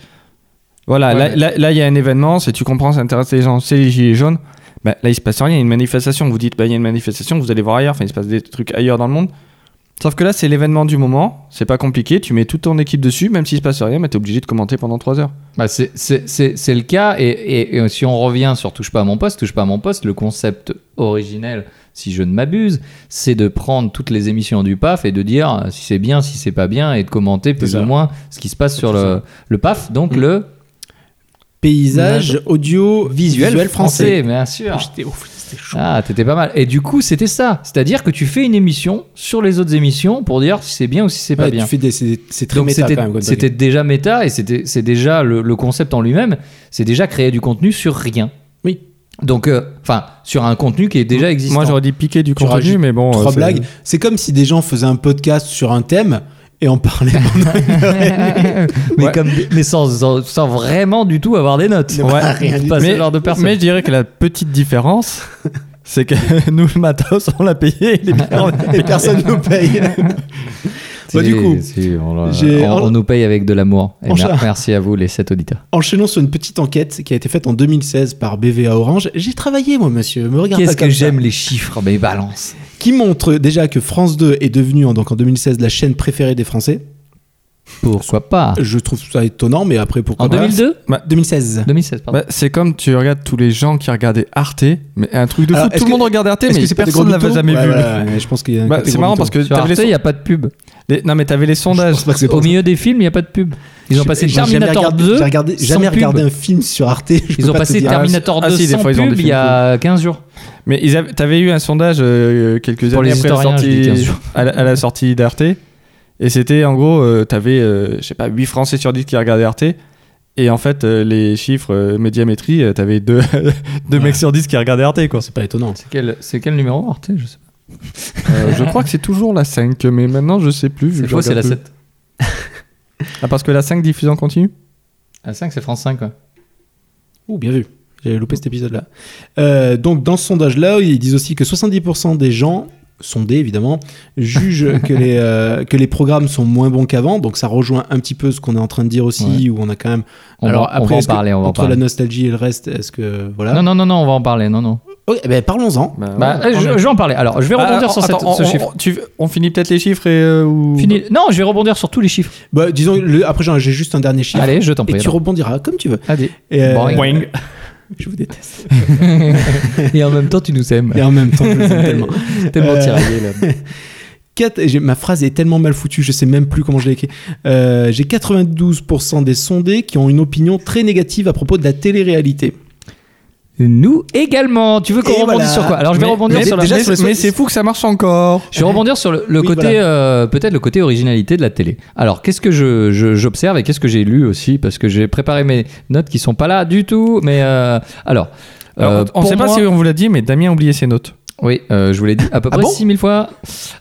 Speaker 1: Ouais,
Speaker 3: Voilà, là,
Speaker 1: mais-
Speaker 3: là- là, il y a un événement, c'est tu comprends, ça intéresse les gens, c'est les gilets jaunes. Bah, là, il se passe rien, il y a une manifestation. Vous dites, bah, il y a une manifestation, vous allez voir ailleurs, enfin, il se passe des trucs ailleurs dans le monde. Sauf que là, c'est l'événement du moment, c'est pas compliqué, tu mets toute ton équipe dessus, même s'il se passe rien, mais t'es obligé de commenter pendant 3 heures.
Speaker 2: Bah, c'est- c'est c'est- c'est le cas. Et, et- et si on revient sur Touche pas à mon poste, Touche pas à mon poste, le concept originel, si je ne m'abuse, c'est de prendre toutes les émissions du PAF et de dire euh, si c'est bien, si c'est pas bien, et de commenter plus
Speaker 1: ça.
Speaker 2: ou moins ce qui se passe sur
Speaker 1: C'est
Speaker 2: le, le PAF, donc
Speaker 1: Mm.
Speaker 2: le
Speaker 1: paysage audio
Speaker 2: visuel,
Speaker 1: visuel français. Ah,
Speaker 2: bien sûr.
Speaker 1: J'étais au- c'était chaud.
Speaker 2: Ah, t'étais pas mal. Et du coup, c'était ça. C'est-à-dire que tu fais une émission sur les autres émissions pour dire si c'est bien ou si c'est pas
Speaker 1: Ouais,
Speaker 2: bien.
Speaker 1: tu fais des, c'est, c'est très
Speaker 2: Donc
Speaker 1: méta
Speaker 2: c'était
Speaker 1: quand même. Godbug.
Speaker 2: c'était déjà méta et c'était c'est déjà le, le concept en lui-même, c'est déjà créer du contenu sur rien.
Speaker 1: Oui.
Speaker 2: Donc, euh, enfin, sur un contenu qui est déjà existant.
Speaker 3: Moi, j'aurais dit piquer du
Speaker 1: rajoutes
Speaker 3: contenu, mais bon. euh,
Speaker 1: trois
Speaker 3: c'est-
Speaker 1: blagues. C'est comme si des gens faisaient un podcast sur un thème et en parlaient. pendant-
Speaker 2: mais, comme, mais sans, sans- sans vraiment du tout avoir des notes.
Speaker 1: Ouais. Rien du
Speaker 2: Pas
Speaker 3: tout.
Speaker 2: ce genre de personne.
Speaker 3: Mais je dirais que la petite différence, c'est que nous, le matos, on l'a payé. il est bien.
Speaker 1: et personne nous paye.
Speaker 2: C'est-
Speaker 1: Bah, du coup,
Speaker 2: c'est- on,
Speaker 1: j'ai-
Speaker 2: on- on nous paye avec de l'amour. Et
Speaker 1: En
Speaker 2: mer-
Speaker 1: chat.
Speaker 2: merci à vous, les 7 auditeurs.
Speaker 1: Enchaînons sur une petite enquête qui a été faite en 2016 par BVA Orange. J'ai travaillé moi, monsieur. Me regarde
Speaker 2: Qu'est-ce
Speaker 1: pas comme
Speaker 2: que
Speaker 1: ça.
Speaker 2: j'aime les chiffres, mais balance.
Speaker 1: Qui montre déjà que France 2 est devenue en- donc en 2016 la chaîne préférée des Français.
Speaker 2: Pourquoi pas
Speaker 1: Je trouve ça étonnant, mais après pourquoi
Speaker 2: En
Speaker 1: pas
Speaker 2: 2002
Speaker 1: 2016.
Speaker 2: 2016, pardon.
Speaker 3: Bah, c'est comme tu regardes tous les gens qui regardaient Arte, mais un truc de
Speaker 1: Alors,
Speaker 3: fou.
Speaker 1: est-ce
Speaker 3: Tout
Speaker 1: que-
Speaker 3: le monde regarde Arte,
Speaker 1: Est-ce
Speaker 3: mais
Speaker 1: que c'est pas des gros
Speaker 3: personne ne l'avait
Speaker 1: mythos
Speaker 3: jamais
Speaker 1: Ouais,
Speaker 3: vu.
Speaker 1: voilà, ouais, je pense qu'il y a un
Speaker 3: Bah,
Speaker 1: côté
Speaker 3: c'est
Speaker 1: gros
Speaker 3: marrant
Speaker 1: mytho.
Speaker 3: parce que
Speaker 2: Sur
Speaker 3: t'avais
Speaker 2: Arte,
Speaker 3: les,
Speaker 2: il
Speaker 3: son-
Speaker 2: n'y a pas de pub.
Speaker 3: les- non, mais t'avais les sondages.
Speaker 1: pas que c'est
Speaker 2: Au milieu des films, il n'y a pas de pub. Ils ont passé
Speaker 1: J'ai jamais
Speaker 2: Terminator
Speaker 1: regardé-
Speaker 2: 2.
Speaker 1: J'ai regardé,
Speaker 2: sans
Speaker 1: jamais
Speaker 2: pub.
Speaker 1: regardé un film sur Arte. je peux
Speaker 2: Ils ont
Speaker 1: pas te
Speaker 2: passé
Speaker 1: dire.
Speaker 3: Terminator
Speaker 2: Terminator
Speaker 3: Ah,
Speaker 2: 2
Speaker 3: si, des
Speaker 2: sans
Speaker 3: fois, ils ont des
Speaker 2: pub il y
Speaker 3: films
Speaker 2: a 15 jours.
Speaker 3: Mais ils avaient- t'avais eu un sondage euh, quelques
Speaker 2: Pour
Speaker 3: années
Speaker 2: les
Speaker 3: après la
Speaker 2: historiens, je dis, bien
Speaker 3: sortie,
Speaker 2: sûr.
Speaker 3: à, la, à la sortie d'Arte. Et c'était en gros, euh, t'avais, euh, je sais pas, 8 Français sur 10 qui regardaient Arte. Et en fait, euh, les chiffres euh, médiamétrie, euh, t'avais 2 deux, deux mecs sur 10 qui regardaient Arte. Quoi.
Speaker 1: Oh, C'est pas étonnant.
Speaker 2: C'est quel, c'est quel numéro Arte Je sais pas.
Speaker 3: Euh, je crois que c'est toujours la 5, mais maintenant je sais plus. vu
Speaker 2: C'est
Speaker 3: que je
Speaker 2: quoi C'est la
Speaker 3: regarde
Speaker 2: 7
Speaker 3: plus. Ah, parce que la 5 diffuse en continu
Speaker 2: La 5, Ah, c'est France 5. quoi.
Speaker 1: Ouh, bien vu. J'avais loupé cet épisode-là. Euh, donc, dans ce sondage-là, ils disent aussi que 70% des gens, sondés évidemment, jugent que, les, euh, que les programmes sont moins bons qu'avant. Donc, ça rejoint un petit peu ce qu'on est en train de dire aussi, où on a quand même.
Speaker 2: On, va, on va en
Speaker 1: est-ce que
Speaker 2: parler. On va en
Speaker 1: entre
Speaker 2: parler.
Speaker 1: la nostalgie et le reste, est-ce que. Voilà.
Speaker 2: Non, non, non, non, on va en parler. Non, non.
Speaker 1: Ok, eh ben, parlons-en.
Speaker 2: Bah, euh, je, je vais en parler. Alors, je vais
Speaker 1: Bah,
Speaker 3: Ah,
Speaker 2: rebondir sur cette-
Speaker 3: attends,
Speaker 2: ce
Speaker 3: on-
Speaker 2: chiffre.
Speaker 3: On, tu- on finit peut-être les chiffres et. euh, ou-
Speaker 2: Fini. Non, je vais rebondir sur tous les chiffres.
Speaker 1: Bah, disons, le- après, j'ai j'ai juste un dernier chiffre.
Speaker 2: Allez, je t'en
Speaker 1: et
Speaker 2: prie.
Speaker 1: tu
Speaker 2: alors.
Speaker 1: rebondiras comme tu veux.
Speaker 2: Allez.
Speaker 1: Et, euh,
Speaker 2: Boing.
Speaker 3: Boing.
Speaker 1: Je vous déteste.
Speaker 2: Et en même temps, tu nous aimes.
Speaker 1: Et en même temps, je vous aime tellement.
Speaker 2: Tellement
Speaker 1: Euh,
Speaker 2: tiraillé là.
Speaker 1: Quatre- j'ai- ma phrase est tellement mal foutue, je sais même plus comment je l'ai écrit. Euh, J'ai 92% des sondés qui ont une opinion très négative à propos de la télé-réalité.
Speaker 2: Nous également. Tu veux qu'on
Speaker 1: Et
Speaker 2: rebondisse
Speaker 1: voilà.
Speaker 2: sur quoi Alors, je vais
Speaker 3: Mais-
Speaker 2: rebondir
Speaker 3: mais
Speaker 2: sur la.
Speaker 3: déjà,
Speaker 1: mais-
Speaker 3: c'est-
Speaker 1: mais
Speaker 3: mais c'est fou que ça marche encore.
Speaker 2: Je vais rebondir sur le, le
Speaker 1: Oui,
Speaker 2: côté,
Speaker 1: voilà.
Speaker 2: euh, peut-être le côté originalité de la télé. Alors, qu'est-ce que je- je- j'observe et qu'est-ce que j'ai lu aussi Parce que j'ai préparé mes notes qui sont pas là du tout. Mais euh, alors, euh,
Speaker 3: Alors, on ne
Speaker 2: pour
Speaker 3: sait pas
Speaker 2: moi-
Speaker 3: si on vous l'a dit, mais Damien a oublié ses notes.
Speaker 2: Oui, euh, je vous l'ai dit à peu
Speaker 1: Ah
Speaker 2: près
Speaker 1: bon
Speaker 2: 6000 fois.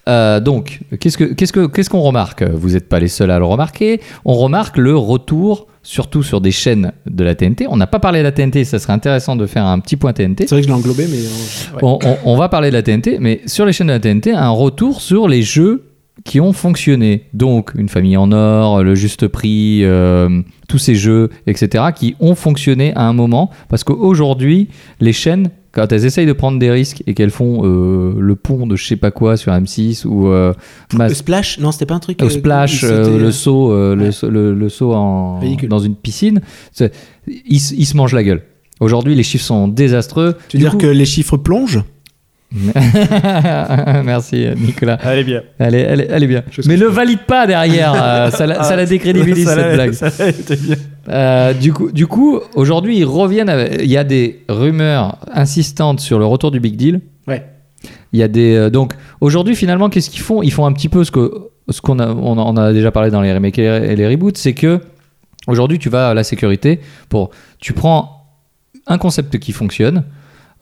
Speaker 2: Euh, donc, qu'est-ce que qu'est-ce que qu'est-ce qu'on remarque Vous n'êtes pas les seuls à le remarquer. On remarque le retour, surtout sur des chaînes de la TNT. On n'a pas parlé de la TNT, ça serait intéressant de faire un petit point TNT.
Speaker 1: C'est vrai que je l'ai englobé, mais. euh, ouais.
Speaker 2: On, on- on va parler de la TNT, mais sur les chaînes de la TNT, un retour sur les jeux qui ont fonctionné. Donc, Une famille en or, Le Juste Prix, euh, tous ces jeux, etc., qui ont fonctionné à un moment. Parce qu'aujourd'hui, les chaînes, quand elles essayent de prendre des risques et qu'elles font euh, le pont de je sais pas quoi sur M6 ou euh, Mas-
Speaker 1: Le splash, non, c'était pas un truc.
Speaker 2: au
Speaker 1: euh,
Speaker 2: splash,
Speaker 1: c'était-
Speaker 2: euh, le saut, euh, le,
Speaker 1: Ouais.
Speaker 2: saut- le- le saut en,
Speaker 1: Véhicule.
Speaker 2: dans une piscine, c'est- ils, se- ils se mangent la gueule. Aujourd'hui, les chiffres sont désastreux.
Speaker 1: Tu veux
Speaker 2: Du
Speaker 1: dire
Speaker 2: coup-
Speaker 1: que les chiffres plongent
Speaker 2: Merci Nicolas.
Speaker 3: Allez bien.
Speaker 2: Elle est, elle est- elle est bien. Mais le valide pas derrière. euh, ça, la, ça la décrédibilise cette blague. Euh, du coup, du coup aujourd'hui, ils reviennent. avec- il y a des rumeurs insistantes sur le retour du Big Deal.
Speaker 1: Ouais.
Speaker 2: Il y a des. euh, donc aujourd'hui, finalement, qu'est-ce qu'ils font Ils font un petit peu ce que ce qu'on a, on en a déjà parlé dans les remakes et les reboots, c'est que aujourd'hui, tu vas à la sécurité pour. Tu prends un concept qui fonctionne,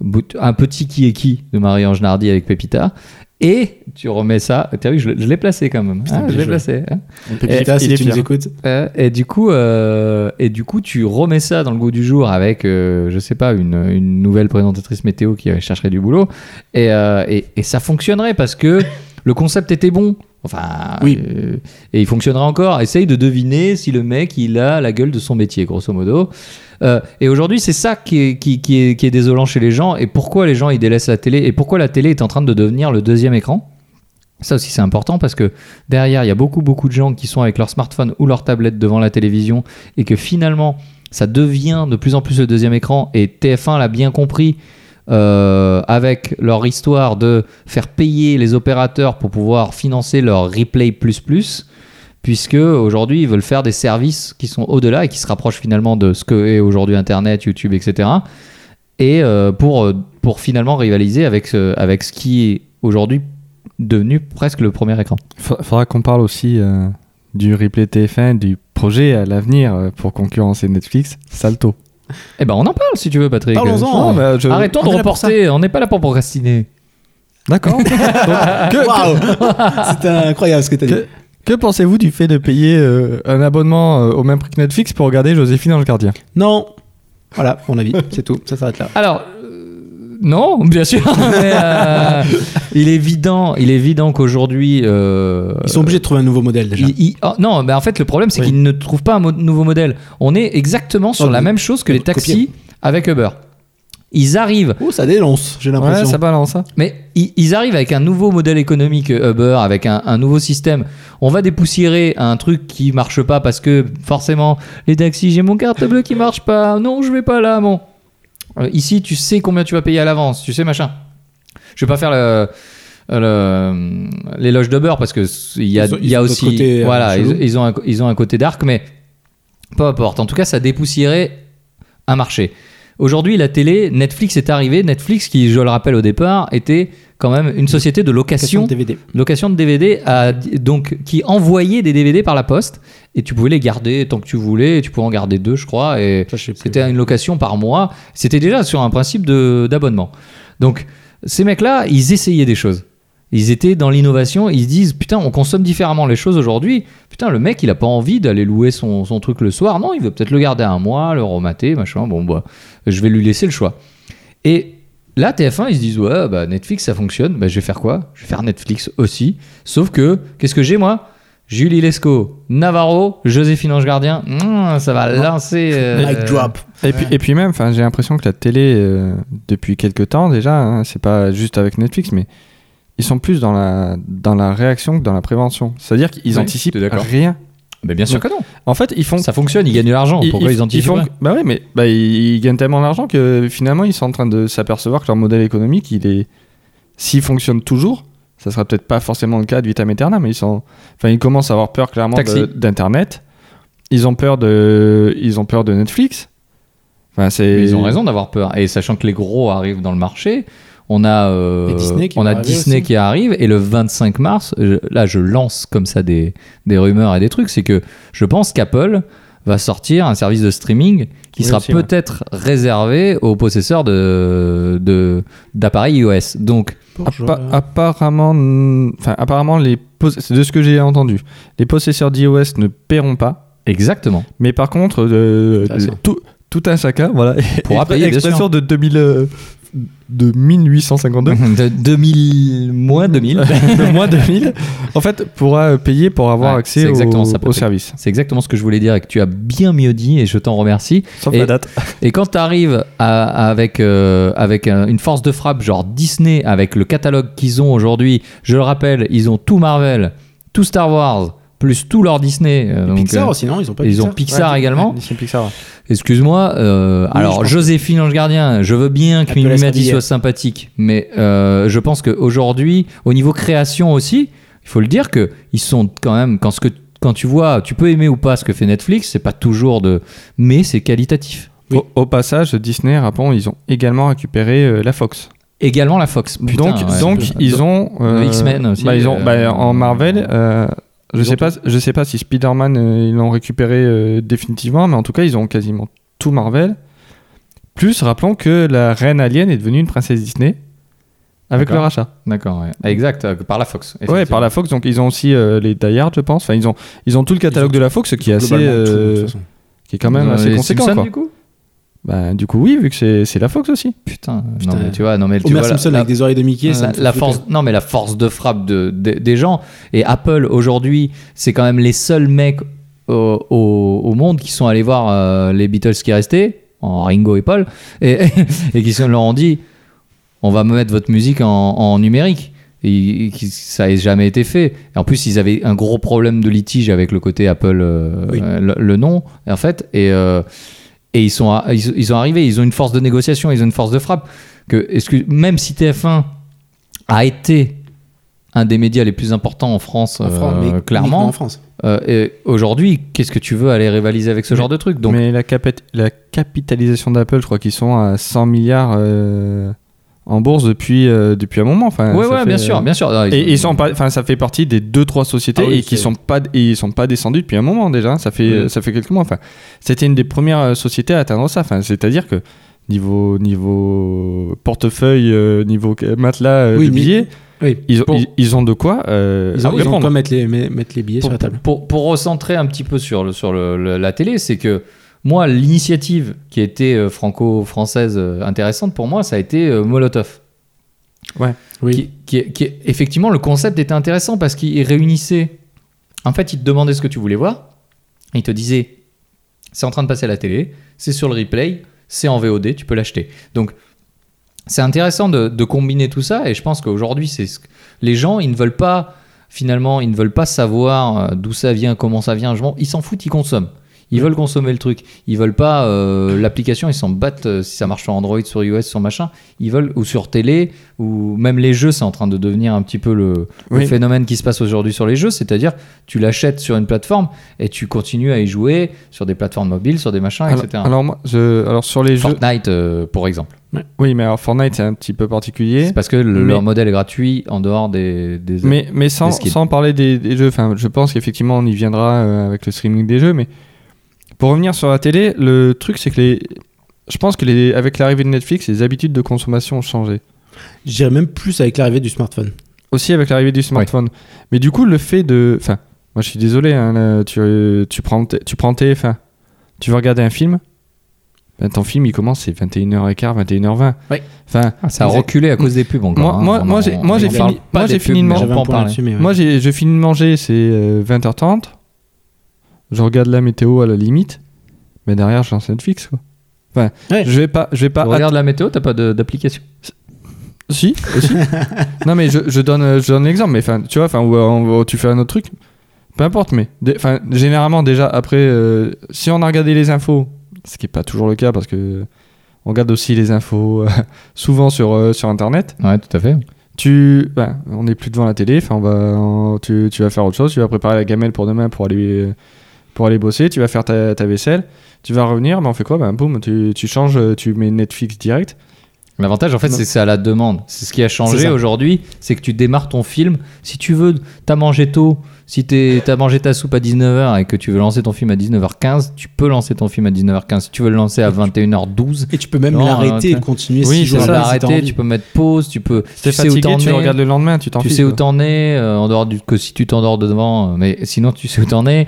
Speaker 2: bout- un petit qui est qui de Marie-Ange Nardi avec Pépita. Et tu remets ça. T'as vu, je, l'ai- je l'ai placé quand même. hein,
Speaker 1: bien
Speaker 2: je l'ai
Speaker 1: joué.
Speaker 2: placé. hein.
Speaker 1: Pépita,
Speaker 3: il
Speaker 1: si
Speaker 3: est
Speaker 1: tu nous
Speaker 3: fier.
Speaker 1: écoutes.
Speaker 2: Euh, et du coup, euh, et du coup, tu remets ça dans le goût du jour avec, euh, je sais pas, une, une nouvelle présentatrice météo qui euh, chercherait du boulot, et, euh, et, et ça fonctionnerait parce que le concept était bon. Enfin,
Speaker 1: Oui.
Speaker 2: euh, et il fonctionnera encore. Essaye de deviner si le mec il a la gueule de son métier, grosso modo. Euh, et aujourd'hui, c'est ça qui est, qui, qui est, qui est désolant chez les gens et pourquoi les gens ils délaissent la télé et pourquoi la télé est en train de devenir le deuxième écran. Ça aussi, c'est important parce que derrière, il y a beaucoup, beaucoup de gens qui sont avec leur smartphone ou leur tablette devant la télévision et que finalement, ça devient de plus en plus le deuxième écran. Et TF1 l'a bien compris euh, avec leur histoire de faire payer les opérateurs pour pouvoir financer leur replay plus plus. Puisque aujourd'hui ils veulent faire des services qui sont au-delà et qui se rapprochent finalement de ce que est aujourd'hui Internet, YouTube, etc. Et euh, pour euh, pour finalement rivaliser avec ce, avec ce qui est aujourd'hui devenu presque le premier écran.
Speaker 3: Fa- Faudra qu'on parle aussi euh, du replay TF1, du projet à l'avenir euh, pour concurrencer Netflix, Salto.
Speaker 2: Eh ben on en parle si tu veux Patrick.
Speaker 1: Parlons-en.
Speaker 2: Euh,
Speaker 3: mais je-
Speaker 2: Arrêtons
Speaker 1: on
Speaker 2: de
Speaker 1: est là pour ça.
Speaker 2: reporter, on n'est pas là pour procrastiner.
Speaker 3: D'accord. Donc,
Speaker 2: Ah.
Speaker 3: que,
Speaker 1: Waouh C'était incroyable ce que t'as dit.
Speaker 3: que- que pensez-vous du fait de payer euh, un abonnement euh, au même prix que Netflix pour regarder Joséphine dans le gardien
Speaker 1: Non. Voilà, mon avis, c'est tout. Ça s'arrête là.
Speaker 2: Alors, euh, non, bien sûr. mais, euh, il est évident, il est évident qu'aujourd'hui, euh,
Speaker 1: Ils sont obligés de trouver un nouveau modèle déjà.
Speaker 2: il- il- oh, non, mais en fait, le problème, c'est
Speaker 1: Oui.
Speaker 2: qu'ils ne trouvent pas un mo- nouveau modèle. On est exactement sur
Speaker 1: Oh,
Speaker 2: la
Speaker 1: mais-
Speaker 2: même chose que les taxis
Speaker 1: copier.
Speaker 2: avec Uber. Ils arrivent,
Speaker 1: Oh, ça dénonce, j'ai l'impression.
Speaker 3: Ouais, ça balance hein. ça.
Speaker 2: mais ils, ils arrivent avec un nouveau modèle économique euh, Uber, avec un, un nouveau système. On va dépoussiérer un truc qui marche pas parce que forcément, les taxis, j'ai mon carte bleue qui marche pas. Non, je vais pas là, bon. Euh, ici, tu sais combien tu vas payer à l'avance, tu sais machin. Je vais pas faire le euh, le- l'éloge d'Uber parce que c- il y a,
Speaker 1: Ils ont-
Speaker 2: il y a
Speaker 1: ils ont
Speaker 2: aussi
Speaker 1: d'autres côtés, euh,
Speaker 2: voilà
Speaker 1: chelous.
Speaker 2: ils, ils ont un, co- ils ont un côté dark mais peu importe en tout cas ça dépoussiérait un marché aujourd'hui la télé Netflix est arrivé Netflix qui je le rappelle au départ était quand même une société de
Speaker 1: Question
Speaker 2: location
Speaker 1: de DVD.
Speaker 2: location de DVD à- donc qui envoyait des DVD par la poste et tu pouvais les garder tant que tu voulais et tu pouvais en garder deux je crois et
Speaker 1: Ça, je sais plus.
Speaker 2: c'était une location par mois c'était déjà sur un principe de- d'abonnement donc ces mecs là ils essayaient des choses ils étaient dans l'innovation ils se disent putain on consomme différemment les choses aujourd'hui putain le mec il a pas envie d'aller louer son, son truc le soir non il veut peut-être le garder un mois le remater machin bon bah je vais lui laisser le choix et Là, TF1, ils se disent Ouais, bah, Netflix, ça fonctionne. Bah, je vais faire quoi Je vais faire Netflix aussi. Sauf que, qu'est-ce que j'ai, moi Julie Lescaut, Navarro, Joséphine Ange Gardien. Mmh, ça va lancer. euh,
Speaker 1: Mic drop.
Speaker 3: Et puis, et puis même, 'fin, j'ai l'impression que la télé, euh, depuis quelques temps déjà, hein, c'est pas juste avec Netflix, mais ils sont plus dans la, dans la réaction que dans la prévention. C'est-à-dire qu'ils
Speaker 2: Oui,
Speaker 3: anticipent
Speaker 2: t'es d'accord.
Speaker 3: rien.
Speaker 2: Mais bien sûr que non.
Speaker 3: En fait, ils font.
Speaker 2: Ça fonctionne, ils gagnent de l'argent. Oh, Pourquoi ils, anticipent
Speaker 3: font-
Speaker 2: pas
Speaker 3: Bah oui, mais bah, ils, ils gagnent tellement d'argent que finalement, ils sont en train de s'apercevoir que leur modèle économique, il est. S'il fonctionne toujours, ça sera peut-être pas forcément le cas de Vitam Aeternam, mais ils sont. Enfin, ils commencent à avoir peur clairement de-
Speaker 2: Taxi.
Speaker 3: d'Internet. Ils ont peur de. Ils ont peur de Netflix. Enfin, c'est.
Speaker 2: Mais Ils ont raison d'avoir peur. Et sachant que les gros arrivent dans le marché, on a, euh,
Speaker 1: Et Disney qui
Speaker 2: on
Speaker 1: va
Speaker 2: a
Speaker 1: arriver
Speaker 2: Disney
Speaker 1: aussi.
Speaker 2: qui arrive. Et le 25 mars, je- là, je lance comme ça des, des rumeurs et des trucs. C'est que je pense qu'Apple va sortir un service de streaming qui
Speaker 3: Oui,
Speaker 2: sera
Speaker 3: aussi, ouais.
Speaker 2: peut-être réservé aux possesseurs de, de, d'appareils iOS. Donc,
Speaker 3: Appa- apparemment, n- enfin, apparemment les poss- c'est de ce que j'ai entendu, les possesseurs d'iOS ne paieront pas,
Speaker 2: exactement.
Speaker 3: mais par contre, euh,
Speaker 1: Intéressant.
Speaker 3: tout, tout un chacun, voilà,
Speaker 2: Pourra payer, bien
Speaker 3: expression
Speaker 2: sûr.
Speaker 3: de 2000, euh, de 1852,
Speaker 2: De 2000, moins 2000.
Speaker 3: de moins 2000, en fait, pourra euh, payer pour avoir
Speaker 2: Ouais,
Speaker 3: accès
Speaker 2: c'est exactement
Speaker 3: au,
Speaker 2: ça,
Speaker 3: au
Speaker 2: Patrick.
Speaker 3: service,
Speaker 2: C'est exactement ce que je voulais dire et que tu as bien mieux dit et je t'en remercie.
Speaker 3: sauf
Speaker 2: Et-
Speaker 3: la date.
Speaker 2: Et quand tu arrives avec, euh, avec un- une force de frappe, genre Disney, avec le catalogue qu'ils ont aujourd'hui, je le rappelle, ils ont tout Marvel, tout Star Wars, plus tout leur Disney. euh, donc,
Speaker 1: Pixar
Speaker 2: euh,
Speaker 1: aussi, non Ils ont pas
Speaker 2: ils ont Pixar
Speaker 3: Ouais,
Speaker 2: également.
Speaker 3: Disney Pixar, ouais.
Speaker 2: Excuse-moi, euh,
Speaker 1: je
Speaker 2: alors
Speaker 1: pense
Speaker 2: Joséphine Ange Gardien, je veux bien que
Speaker 1: Elle peut la
Speaker 2: Mimimati
Speaker 1: s'habiller.
Speaker 2: soit sympathique, mais euh, je pense qu'aujourd'hui, au niveau création aussi, il faut le dire que ils sont quand même, quand, ce que, quand tu vois, tu peux aimer ou pas ce que fait Netflix, c'est pas toujours de. Mais c'est qualitatif.
Speaker 1: Oui.
Speaker 3: Au, au passage, Disney, rappelons, ils ont également récupéré euh, la Fox.
Speaker 2: Également la Fox. Putain,
Speaker 3: donc,
Speaker 2: ouais.
Speaker 3: donc ils ont euh,
Speaker 2: X-Men aussi,
Speaker 3: bah, ils ont,
Speaker 2: euh,
Speaker 3: bah, en Marvel, euh, je
Speaker 2: ils ont
Speaker 3: sais pas, je sais pas si Spider-Man euh, ils l'ont récupéré euh, définitivement, mais en tout cas ils ont quasiment tout Marvel. Plus rappelons que la reine alien est devenue une princesse Disney avec
Speaker 2: D'accord.
Speaker 3: le rachat.
Speaker 2: D'accord, ouais. exact, euh, par la Fox.
Speaker 3: Ouais, par la Fox. Donc ils ont aussi euh, les Die Hard, je pense. Enfin, ils ont ils ont tout le catalogue
Speaker 1: ont
Speaker 3: de la Fox, ce qui est assez, euh, qui est quand même assez conséquent. quoi.
Speaker 2: Euh, du coup
Speaker 3: Bah, du coup, oui, vu que c'est c'est la Fox aussi.
Speaker 2: Putain, euh,
Speaker 1: Putain.
Speaker 2: non mais tu vois, non mais tu
Speaker 1: Homer
Speaker 2: vois, la-
Speaker 1: Simpson
Speaker 2: la,
Speaker 1: avec des oreilles de Mickey, ça
Speaker 2: la-
Speaker 1: me fait
Speaker 2: la
Speaker 1: flipper.
Speaker 2: force, non mais la force de frappe de, de- des gens et Apple aujourd'hui, c'est quand même les seuls mecs au, au- au monde qui sont allés voir euh, les Beatles qui restaient, en Ringo et Paul, et, et qui se leur ont dit, on va mettre votre musique en, en numérique. Et, et qui- ça n'a jamais été fait. Et en plus, ils avaient un gros problème de litige avec le côté Apple, euh,
Speaker 1: Oui.
Speaker 2: euh, le, le nom, en fait. Et, euh, et ils, sont, à- ils, ils sont arrivés, ils ont une force de négociation, ils ont une force de frappe. Que, excuse, même si TF1 a été un des médias les plus importants en France,
Speaker 1: En France,
Speaker 2: euh,
Speaker 1: mais uniquement
Speaker 2: clairement,
Speaker 1: En France.
Speaker 2: euh, et aujourd'hui, qu'est-ce que tu veux aller rivaliser avec ce genre de truc Donc,
Speaker 3: mais la, capi- la capitalisation d'Apple, je crois qu'ils sont à 100 milliards euh, en bourse depuis, euh, depuis un moment. Enfin,
Speaker 2: Ouais,
Speaker 3: ça
Speaker 2: ouais,
Speaker 3: fait,
Speaker 2: bien
Speaker 3: euh,
Speaker 2: sûr, bien sûr. Ah, ils
Speaker 3: Et,
Speaker 2: ont-
Speaker 3: et ils sont pas, enfin, ça fait partie des deux trois sociétés
Speaker 2: Ah oui,
Speaker 3: et qui
Speaker 2: c'est-
Speaker 3: sont pas, et ils sont pas descendus depuis un moment déjà. Ça fait,
Speaker 2: Oui.
Speaker 3: ça fait quelques mois. Enfin, c'était une des premières euh, sociétés à atteindre ça. Enfin, c'est-à-dire que niveau niveau portefeuille, euh, niveau euh, matelas euh,
Speaker 1: Oui,
Speaker 3: de
Speaker 1: mais-
Speaker 3: billets,
Speaker 1: Oui.
Speaker 3: ils ont,
Speaker 2: Pour-
Speaker 3: ils, ils ont de quoi euh,
Speaker 1: Ils ont, ils ont
Speaker 3: répondre.
Speaker 1: quoi mettre les, met- mettre les billets
Speaker 2: pour,
Speaker 1: sur la table
Speaker 2: pour- pour recentrer un petit peu sur, le, sur le- le- la télé, c'est que moi, l'initiative qui était euh, franco-française euh, intéressante pour moi, ça a été euh, Molotov.
Speaker 1: Oui.
Speaker 2: Qui, qui- qui- effectivement, le concept était intéressant parce qu'il réunissait. En fait, il te demandait ce que tu voulais voir. Il te disait c'est en train de passer à la télé, c'est sur le replay, c'est en VOD, tu peux l'acheter. Donc, c'est intéressant de, de combiner tout ça et je pense qu'aujourd'hui, c'est ce que- les gens, ils ne veulent pas, finalement, ils ne veulent pas savoir euh, d'où ça vient, comment ça vient. je m'en- Ils s'en foutent, ils consomment. Ils veulent consommer le truc. Ils veulent pas euh, l'application, ils s'en battent euh, si ça marche sur Android, sur iOS, sur machin. Ils veulent, ou sur télé, ou même les jeux, c'est en train de devenir un petit peu le, le
Speaker 3: Oui.
Speaker 2: phénomène qui se passe aujourd'hui sur les jeux, c'est-à-dire tu l'achètes sur une plateforme et tu continues à y jouer sur des plateformes mobiles, sur des machins,
Speaker 3: Alors,
Speaker 2: etc.
Speaker 3: alors, moi, je- alors sur les jeux,
Speaker 2: Fortnite, euh, pour exemple.
Speaker 3: oui, mais alors Fortnite c'est un petit peu particulier.
Speaker 2: C'est parce que le-
Speaker 3: Mais-
Speaker 2: leur modèle est gratuit en dehors des. des-
Speaker 3: Mais, mais sans,
Speaker 2: skins.
Speaker 3: sans parler des, des jeux, enfin, je pense qu'effectivement on y viendra euh, avec le streaming des jeux, mais pour revenir sur la télé, le truc c'est que les... je pense que les, avec l'arrivée de Netflix, les habitudes de consommation ont changé.
Speaker 1: J'irais même plus avec l'arrivée du smartphone.
Speaker 3: Aussi avec l'arrivée du smartphone. Mais du coup, le fait de... Enfin, moi je suis désolé, hein, là, tu, euh, tu prends, t- tu prends TF1, tu veux regarder un film, ben, ton film il commence c'est 21h15, 21h20.
Speaker 2: Oui.
Speaker 3: Enfin,
Speaker 2: Ah, ça a reculé à cause des pubs encore.
Speaker 3: Moi-
Speaker 2: hein.
Speaker 3: moi-
Speaker 2: On en-
Speaker 3: moi, j'ai-
Speaker 2: on
Speaker 3: moi,
Speaker 2: en
Speaker 3: j'ai
Speaker 2: parle
Speaker 3: fini-
Speaker 2: pas
Speaker 3: moi,
Speaker 2: des
Speaker 3: j'ai
Speaker 2: pubs,
Speaker 3: fini de
Speaker 2: mais
Speaker 3: manger.
Speaker 2: hein. je vais
Speaker 1: J'avais
Speaker 2: en
Speaker 1: un point
Speaker 2: parler.
Speaker 1: là-dessus, mais ouais.
Speaker 3: Moi, j'ai- je finis de manger, c'est euh, 20h30. Je regarde la météo à la limite. Mais derrière, je lance Netflix. Quoi. Enfin,
Speaker 1: Ouais.
Speaker 3: je vais pas. Je vais pas
Speaker 2: Tu
Speaker 3: att-
Speaker 2: regardes la météo, t'as pas de- d'application.
Speaker 3: Si, aussi. non, mais je, je donne, euh, je donne l'exemple. Mais enfin, tu vois, enfin, ou, euh, ou tu fais un autre truc. Peu importe, mais dé- enfin, généralement, déjà, après, euh, si on a regardé les infos, ce qui n'est pas toujours le cas parce que on regarde aussi les infos euh, souvent sur, euh, sur Internet.
Speaker 2: Ouais, tout à fait.
Speaker 3: Tu, ben, on n'est plus devant la télé. Enfin, on va, on- tu, tu vas faire autre chose. Tu vas préparer la gamelle pour demain pour aller, pour aller bosser. Tu vas faire ta, ta vaisselle. Tu vas revenir. Mais on fait quoi Ben, boum, tu, tu changes. Tu mets Netflix direct.
Speaker 2: L'avantage, en fait,
Speaker 3: Non.
Speaker 2: c'est que c'est à la demande. C'est ce qui a
Speaker 1: C'est
Speaker 2: changé
Speaker 1: ça.
Speaker 2: aujourd'hui, c'est que tu démarres ton film. Si tu veux, t'as mangé tôt, si t'es- t'as mangé ta soupe à 19h et que tu veux lancer ton film à 19h15, tu peux lancer ton film à 19h15. Si tu veux le lancer à 21h12,
Speaker 1: Et tu peux même
Speaker 2: Non,
Speaker 1: l'arrêter et
Speaker 2: euh,
Speaker 1: le continuer
Speaker 3: Oui,
Speaker 1: si
Speaker 2: tu
Speaker 1: jours
Speaker 2: peux
Speaker 1: après, si t'as
Speaker 2: l'arrêter,
Speaker 1: envie.
Speaker 2: tu peux mettre pause, tu peux.
Speaker 3: T'es
Speaker 2: tu sais où
Speaker 3: fatigué.
Speaker 2: t'en
Speaker 3: Tu
Speaker 2: es,
Speaker 3: le regardes le lendemain. Tu t'en
Speaker 2: Tu
Speaker 3: fiches,
Speaker 2: sais où
Speaker 3: quoi.
Speaker 2: t'en es, euh, en dehors du que si tu t'endors de devant, euh, mais sinon tu sais où t'en es. Et,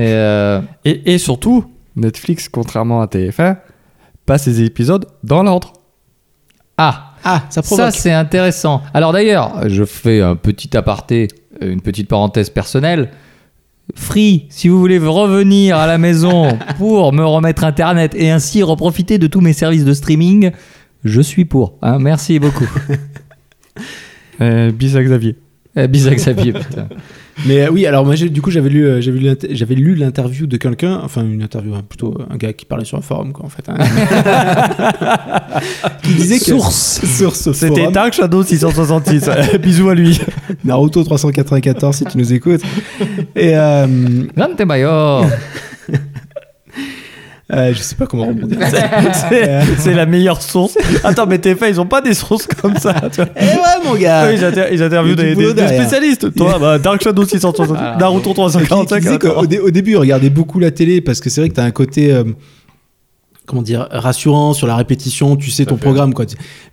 Speaker 2: euh,
Speaker 3: Et, et surtout, Netflix, contrairement à TF1, passe les épisodes dans l'ordre.
Speaker 2: Ah,
Speaker 1: Ah, ça
Speaker 2: Ça,
Speaker 1: provoque.
Speaker 2: c'est intéressant. Alors d'ailleurs, je fais un petit aparté, euh, une petite parenthèse personnelle. Free, si vous voulez revenir à la maison pour me remettre Internet et ainsi reprofiter de tous mes services de streaming, je suis pour. hein. merci beaucoup.
Speaker 3: Euh, bis à Xavier.
Speaker 2: Euh, Bisous à Xavier. putain.
Speaker 1: Mais euh, oui, alors moi, j'ai- du coup, j'avais lu, euh, j'avais lu, l'inter- j'avais lu l'interview de quelqu'un, enfin une interview, hein, plutôt un gars qui parlait sur un forum, quoi, en fait. hein. qui disait que
Speaker 2: Source.
Speaker 1: source au forum.
Speaker 3: Dark Shadow 666. Bisous à lui.
Speaker 1: Naruto 394 si tu nous écoutes. Et euh,
Speaker 2: Grande Mayor.
Speaker 1: euh, je sais pas comment rebondir.
Speaker 4: C'est c'est la meilleure source. Attends, mais TF1, ils ont pas des sources comme ça. tu vois.
Speaker 1: Eh ouais, mon gars.
Speaker 4: Eux, Ils, inter- ils interviewent
Speaker 1: Il y a du
Speaker 4: des,
Speaker 1: boulot
Speaker 4: des- des
Speaker 1: derrière.
Speaker 4: spécialistes. Toi, bah, Dark Shadow 660,
Speaker 2: Ah.
Speaker 4: Naruto
Speaker 1: qui
Speaker 4: 345.
Speaker 1: disait
Speaker 2: hein,
Speaker 4: attends.
Speaker 1: qu'au dé- au début, il regardait beaucoup la télé parce que c'est vrai que t'as un côté. euh, Comment dire, rassurant sur la répétition, tu sais ton programme quoi.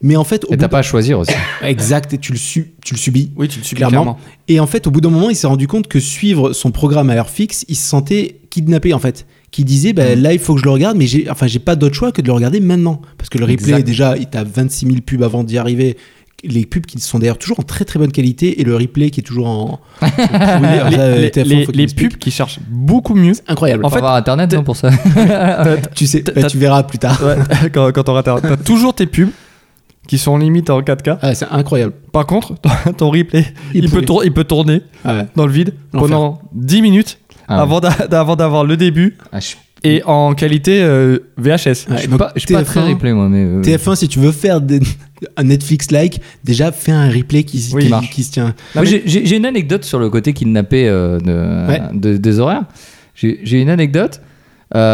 Speaker 1: Mais en fait, au
Speaker 2: Et
Speaker 1: bout
Speaker 2: t'as pas à choisir aussi.
Speaker 1: d'un- exact, et tu le, su- tu le subis.
Speaker 3: Oui, tu le suis
Speaker 1: Clairement.
Speaker 3: clairement.
Speaker 1: Et en fait, au bout d'un moment, il s'est rendu compte que suivre son programme à heure fixe, il se sentait kidnappé en fait. Qui disait, bah,
Speaker 3: Mm.
Speaker 1: là, il faut que je le regarde, mais j'ai, enfin, j'ai pas d'autre choix que de le regarder maintenant. Parce que le replay,
Speaker 2: Exact.
Speaker 1: déjà, il t'a 26 000 pubs avant d'y arriver. Les pubs qui sont d'ailleurs toujours en très très bonne qualité et le replay qui est toujours en. en pourri. euh, Alors ça,
Speaker 3: Les,
Speaker 1: TF1,
Speaker 3: les-
Speaker 1: faut qu'ils
Speaker 3: les
Speaker 1: expliquent.
Speaker 3: pubs qui cherchent beaucoup mieux.
Speaker 1: C'est incroyable.
Speaker 2: En fait, avoir Internet non, pour ça.
Speaker 1: tu sais, bah, tu verras plus tard.
Speaker 3: Ouais, quand, quand t'auras ta- T'as toujours tes pubs qui sont limite en 4K.
Speaker 1: Ah, c'est incroyable.
Speaker 3: Par contre, ton- ton replay, il, peut, tour- il peut tourner
Speaker 1: Ah ouais.
Speaker 3: dans le vide
Speaker 1: L'enfer.
Speaker 3: pendant 10 minutes
Speaker 2: Ah,
Speaker 3: avant d'a- avant d'avoir le début
Speaker 2: ah, je suis
Speaker 3: et en qualité euh, VHS.
Speaker 1: Ouais, donc,
Speaker 2: pas, je suis pas
Speaker 1: TF1,
Speaker 2: très replay moi, mais. euh,
Speaker 1: TF1, si tu veux faire des- un Netflix-like, déjà fais un replay qui,
Speaker 3: Oui,
Speaker 1: qui-
Speaker 3: marche.
Speaker 1: qui se tient.
Speaker 2: Moi, j'ai- J'ai j'ai une anecdote sur le côté kidnappé euh, de-
Speaker 1: Ah, Ouais.
Speaker 2: de- des horaires. J'ai j'ai une anecdote.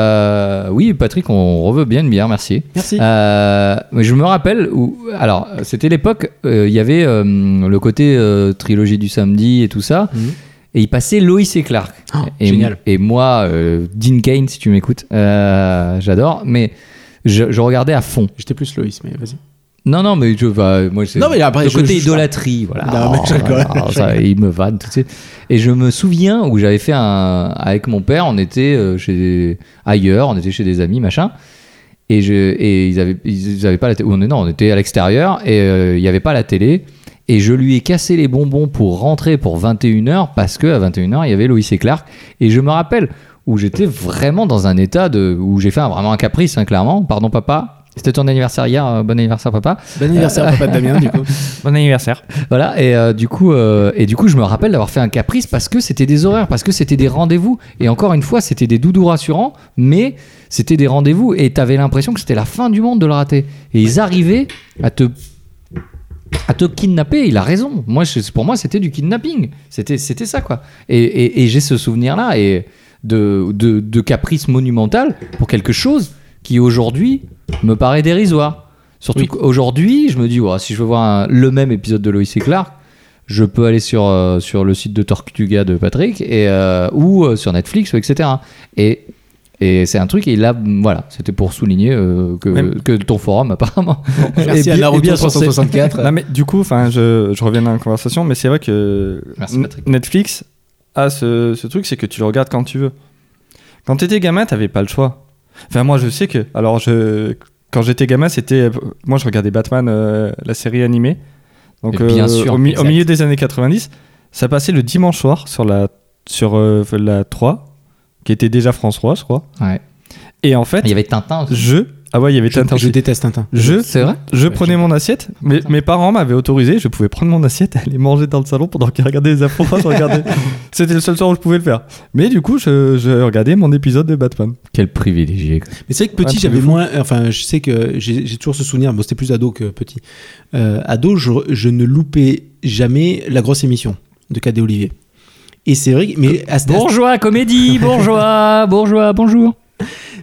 Speaker 2: Euh, oui, Patrick, on reveut bien une bière, merci.
Speaker 1: Merci.
Speaker 2: Euh, mais je me rappelle où. Alors, c'était l'époque, euh, il y avait euh, le côté euh, trilogie du samedi et tout ça.
Speaker 1: Mhm.
Speaker 2: Et il passait Loïs et Clark.
Speaker 1: Oh,
Speaker 2: et,
Speaker 1: génial.
Speaker 2: Et moi, euh, Dean Kane, si tu m'écoutes, euh, j'adore. Mais je, je regardais à fond.
Speaker 1: J'étais plus Loïs, mais vas-y.
Speaker 2: Non, non, mais je, bah, moi, c'est-
Speaker 1: Non, mais après,
Speaker 2: Euh, le
Speaker 1: je-
Speaker 2: côté
Speaker 1: je-
Speaker 2: idolâtrie, voilà.
Speaker 1: Non, mais je
Speaker 2: Oh,
Speaker 1: rigole,
Speaker 2: voilà,
Speaker 1: je
Speaker 2: ça, il me vanne tout de suite. Et je me souviens où j'avais fait un avec mon père, on était euh, chez ailleurs, on était chez des amis, machin. Et je et ils avaient ils, ils avaient pas la télé. Non, on était à l'extérieur et euh, il y avait pas la télé. Et je lui ai cassé les bonbons pour rentrer pour 21h parce que à 21h il y avait Loïs et Clark. Et je me rappelle où j'étais vraiment dans un état de où j'ai fait un- vraiment un caprice, hein, clairement. Pardon papa. C'était ton anniversaire hier, euh, bon anniversaire papa
Speaker 1: Bon anniversaire, papa de Damien, du coup.
Speaker 3: Bon anniversaire.
Speaker 2: voilà et euh, du coup euh, et du coup je me rappelle d'avoir fait un caprice parce que c'était des horaires parce que c'était des rendez-vous et encore une fois c'était des doudous rassurants mais c'était des rendez-vous et t'avais l'impression que c'était la fin du monde de le rater et ils arrivaient à te à te kidnapper, il a raison. Moi, je- pour moi, c'était du kidnapping. C'était, c'était ça, quoi. Et, et- et j'ai ce souvenir-là et de, de, de caprice monumental pour quelque chose qui aujourd'hui me paraît dérisoire. Surtout
Speaker 1: Oui.
Speaker 2: qu'aujourd'hui, je me dis, Ouah, si je veux voir un- le même épisode de Loïs et Clark, je peux aller sur, euh, sur le site de Tortuga de Patrick et, euh, ou euh, sur Netflix, ou etc. Et, et c'est un truc, et là, voilà, c'était pour souligner euh, que,
Speaker 3: Même-
Speaker 2: que ton forum, apparemment.
Speaker 1: Merci
Speaker 2: Et
Speaker 1: à
Speaker 2: bien- et
Speaker 1: Naruto
Speaker 2: bien censé.
Speaker 1: 364.
Speaker 3: Non, mais du coup, enfin, je, je reviens dans la conversation, mais c'est vrai que
Speaker 2: Merci, Patrick.
Speaker 3: N- Netflix a ce, ce truc, c'est que tu le regardes quand tu veux. Quand t'étais gamin, t'avais pas le choix. Enfin, moi, je sais que. Alors, je, quand j'étais gamin, c'était. Moi, je regardais Batman, euh, la série animée. Donc, euh,
Speaker 2: Et bien sûr,
Speaker 3: au, mi- au
Speaker 2: exact.
Speaker 3: milieu des années 90, ça passait le dimanche soir sur la, sur, euh, la 3, qui était déjà France 3, je crois.
Speaker 2: Ouais.
Speaker 3: Et en fait,
Speaker 2: Ah, Il y avait Tintin aussi.
Speaker 3: je. Ah ouais, il y avait
Speaker 1: Je,
Speaker 3: Tintin.
Speaker 1: je déteste Tintin.
Speaker 3: Je
Speaker 2: C'est vrai
Speaker 3: je prenais mon assiette, mes,
Speaker 2: Attends.
Speaker 3: mes parents m'avaient autorisé, je pouvais prendre mon assiette, aller manger dans le salon pendant qu'ils regardaient les infos. je regardais. C'était le seul soir où je pouvais le faire. Mais du coup, je, je regardais mon épisode de Batman.
Speaker 2: Quel privilégié.
Speaker 1: Mais c'est vrai que
Speaker 3: Ouais,
Speaker 1: petit,
Speaker 3: c'est
Speaker 1: j'avais
Speaker 3: fou.
Speaker 1: moins. euh, Enfin, je sais que j'ai j'ai toujours ce souvenir. Bon, c'était plus ado que petit. Euh, ado, je, je ne loupais jamais la grosse émission de Cadet Olivier. Et c'est vrai, que- mais à ce
Speaker 2: Bourgeois, comédie, bourgeois, bourgeois, bonjour.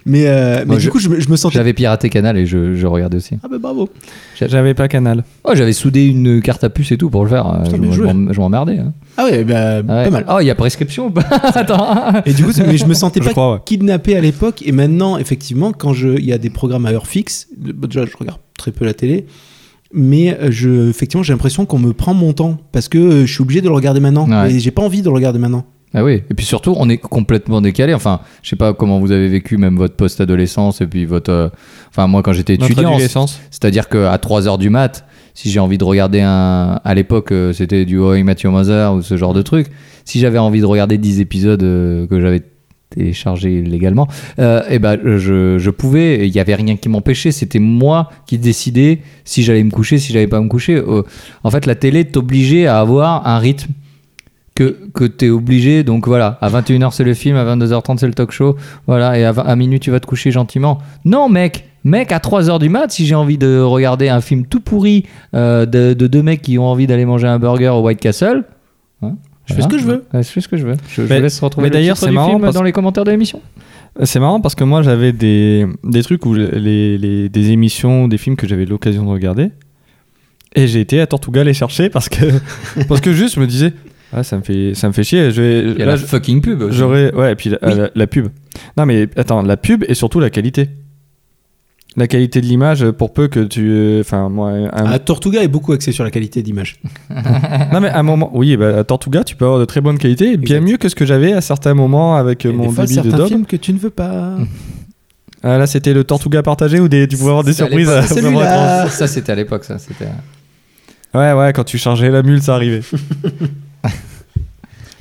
Speaker 1: mais, euh, mais
Speaker 2: Moi,
Speaker 1: du
Speaker 2: je-
Speaker 1: coup, je, me- je me sentais.
Speaker 2: J'avais piraté Canal et je, je regardais aussi.
Speaker 1: Ah ben bravo.
Speaker 3: J'avais pas canal.
Speaker 2: Oh, j'avais soudé une carte à puce et tout pour le faire. euh,
Speaker 1: Putain,
Speaker 2: je
Speaker 1: bien
Speaker 2: m'en- je
Speaker 1: joué.
Speaker 2: m'en- je m'emmerdais. hein.
Speaker 1: Ah ouais, bah,
Speaker 2: Ouais.
Speaker 1: pas mal.
Speaker 2: Oh, il y a prescription ou pas Attends.
Speaker 1: Et du coup, c'est- mais je me sentais
Speaker 3: Je
Speaker 1: pas
Speaker 3: crois, ouais.
Speaker 1: kidnappé à l'époque. Et maintenant, effectivement, quand je- il y a des programmes à heure fixe, de- bah, déjà, je regarde très peu la télé. Mais euh, je, effectivement, j'ai l'impression qu'on me prend mon temps parce que euh, je suis obligé de le regarder maintenant.
Speaker 2: Ouais.
Speaker 1: Et j'ai pas envie de le regarder maintenant.
Speaker 2: Ah oui, et puis surtout, on est complètement décalé. Enfin, je sais pas comment vous avez vécu même votre post-adolescence et puis votre. euh, Enfin, moi, quand j'étais
Speaker 3: Notre
Speaker 2: étudiant,
Speaker 3: adolescence.
Speaker 2: C'est-à-dire qu'à 3h du mat, si j'ai envie de regarder un. À l'époque, euh, c'était du Mathieu Matthew Mother ou ce genre de truc. Si j'avais envie de regarder 10 épisodes euh, que j'avais téléchargés légalement, et ben, euh, je, je pouvais. et Il n'y avait rien qui m'empêchait. C'était moi qui décidais si j'allais me coucher, si j'allais pas me coucher. Euh, en fait, la télé t'obligeait à avoir un rythme. Que, que t'es obligé, donc voilà, à 21h c'est le film, à 22h30 c'est le talk show, voilà, et à, 20 à minuit tu vas te coucher gentiment. Non, mec, mec, à 3h du mat, si j'ai envie de regarder un film tout pourri euh, de, de deux mecs qui ont envie d'aller manger un burger au White Castle, hein,
Speaker 1: Je fais ce que je veux.
Speaker 2: Ouais, je fais ce que je veux. Je, je
Speaker 3: Mais-
Speaker 2: laisse retrouver
Speaker 3: mais
Speaker 2: le
Speaker 3: d'ailleurs,
Speaker 2: titre
Speaker 3: c'est
Speaker 2: du
Speaker 3: marrant
Speaker 2: film
Speaker 3: parce-
Speaker 2: dans les commentaires de l'émission.
Speaker 3: Euh, C'est marrant parce que moi, j'avais des, des trucs où les, les- des émissions, des films que j'avais l'occasion de regarder. Et j'ai été à Tortuga les chercher parce que, parce que juste, je me disais, ah, ça me fait, ça me fait chier. Je vais,
Speaker 2: Il y a
Speaker 3: là,
Speaker 2: la
Speaker 3: je-
Speaker 2: fucking
Speaker 1: Euh,
Speaker 2: pub. aussi.
Speaker 3: J'aurais. Ouais, et puis la, euh, la- la pub. Non, mais attends, la pub et surtout la qualité. La qualité de l'image, pour peu que tu. euh, Enfin, moi. un-
Speaker 1: Ah, Tortuga est beaucoup axé sur la qualité d'image.
Speaker 3: non, mais à un moment. Oui, bah, à Tortuga, tu peux avoir de très bonne qualité, et bien
Speaker 1: Exact.
Speaker 3: mieux que ce que j'avais à certains moments avec euh,
Speaker 1: Il y a
Speaker 3: mon
Speaker 1: des fois,
Speaker 3: débit de
Speaker 1: certains
Speaker 3: dog.
Speaker 1: films que tu ne veux pas.
Speaker 3: Ah, là, c'était le Tortuga partagé ou des, tu pouvais avoir des
Speaker 2: Ça, à
Speaker 3: surprises.
Speaker 2: l'époque,
Speaker 3: à-
Speaker 1: Celui-là.
Speaker 3: vraiment
Speaker 2: Ça,
Speaker 3: étranges.
Speaker 2: ça, c'était à l'époque, ça. C'était...
Speaker 3: Ouais, ouais, quand tu chargeais la mule, ça arrivait.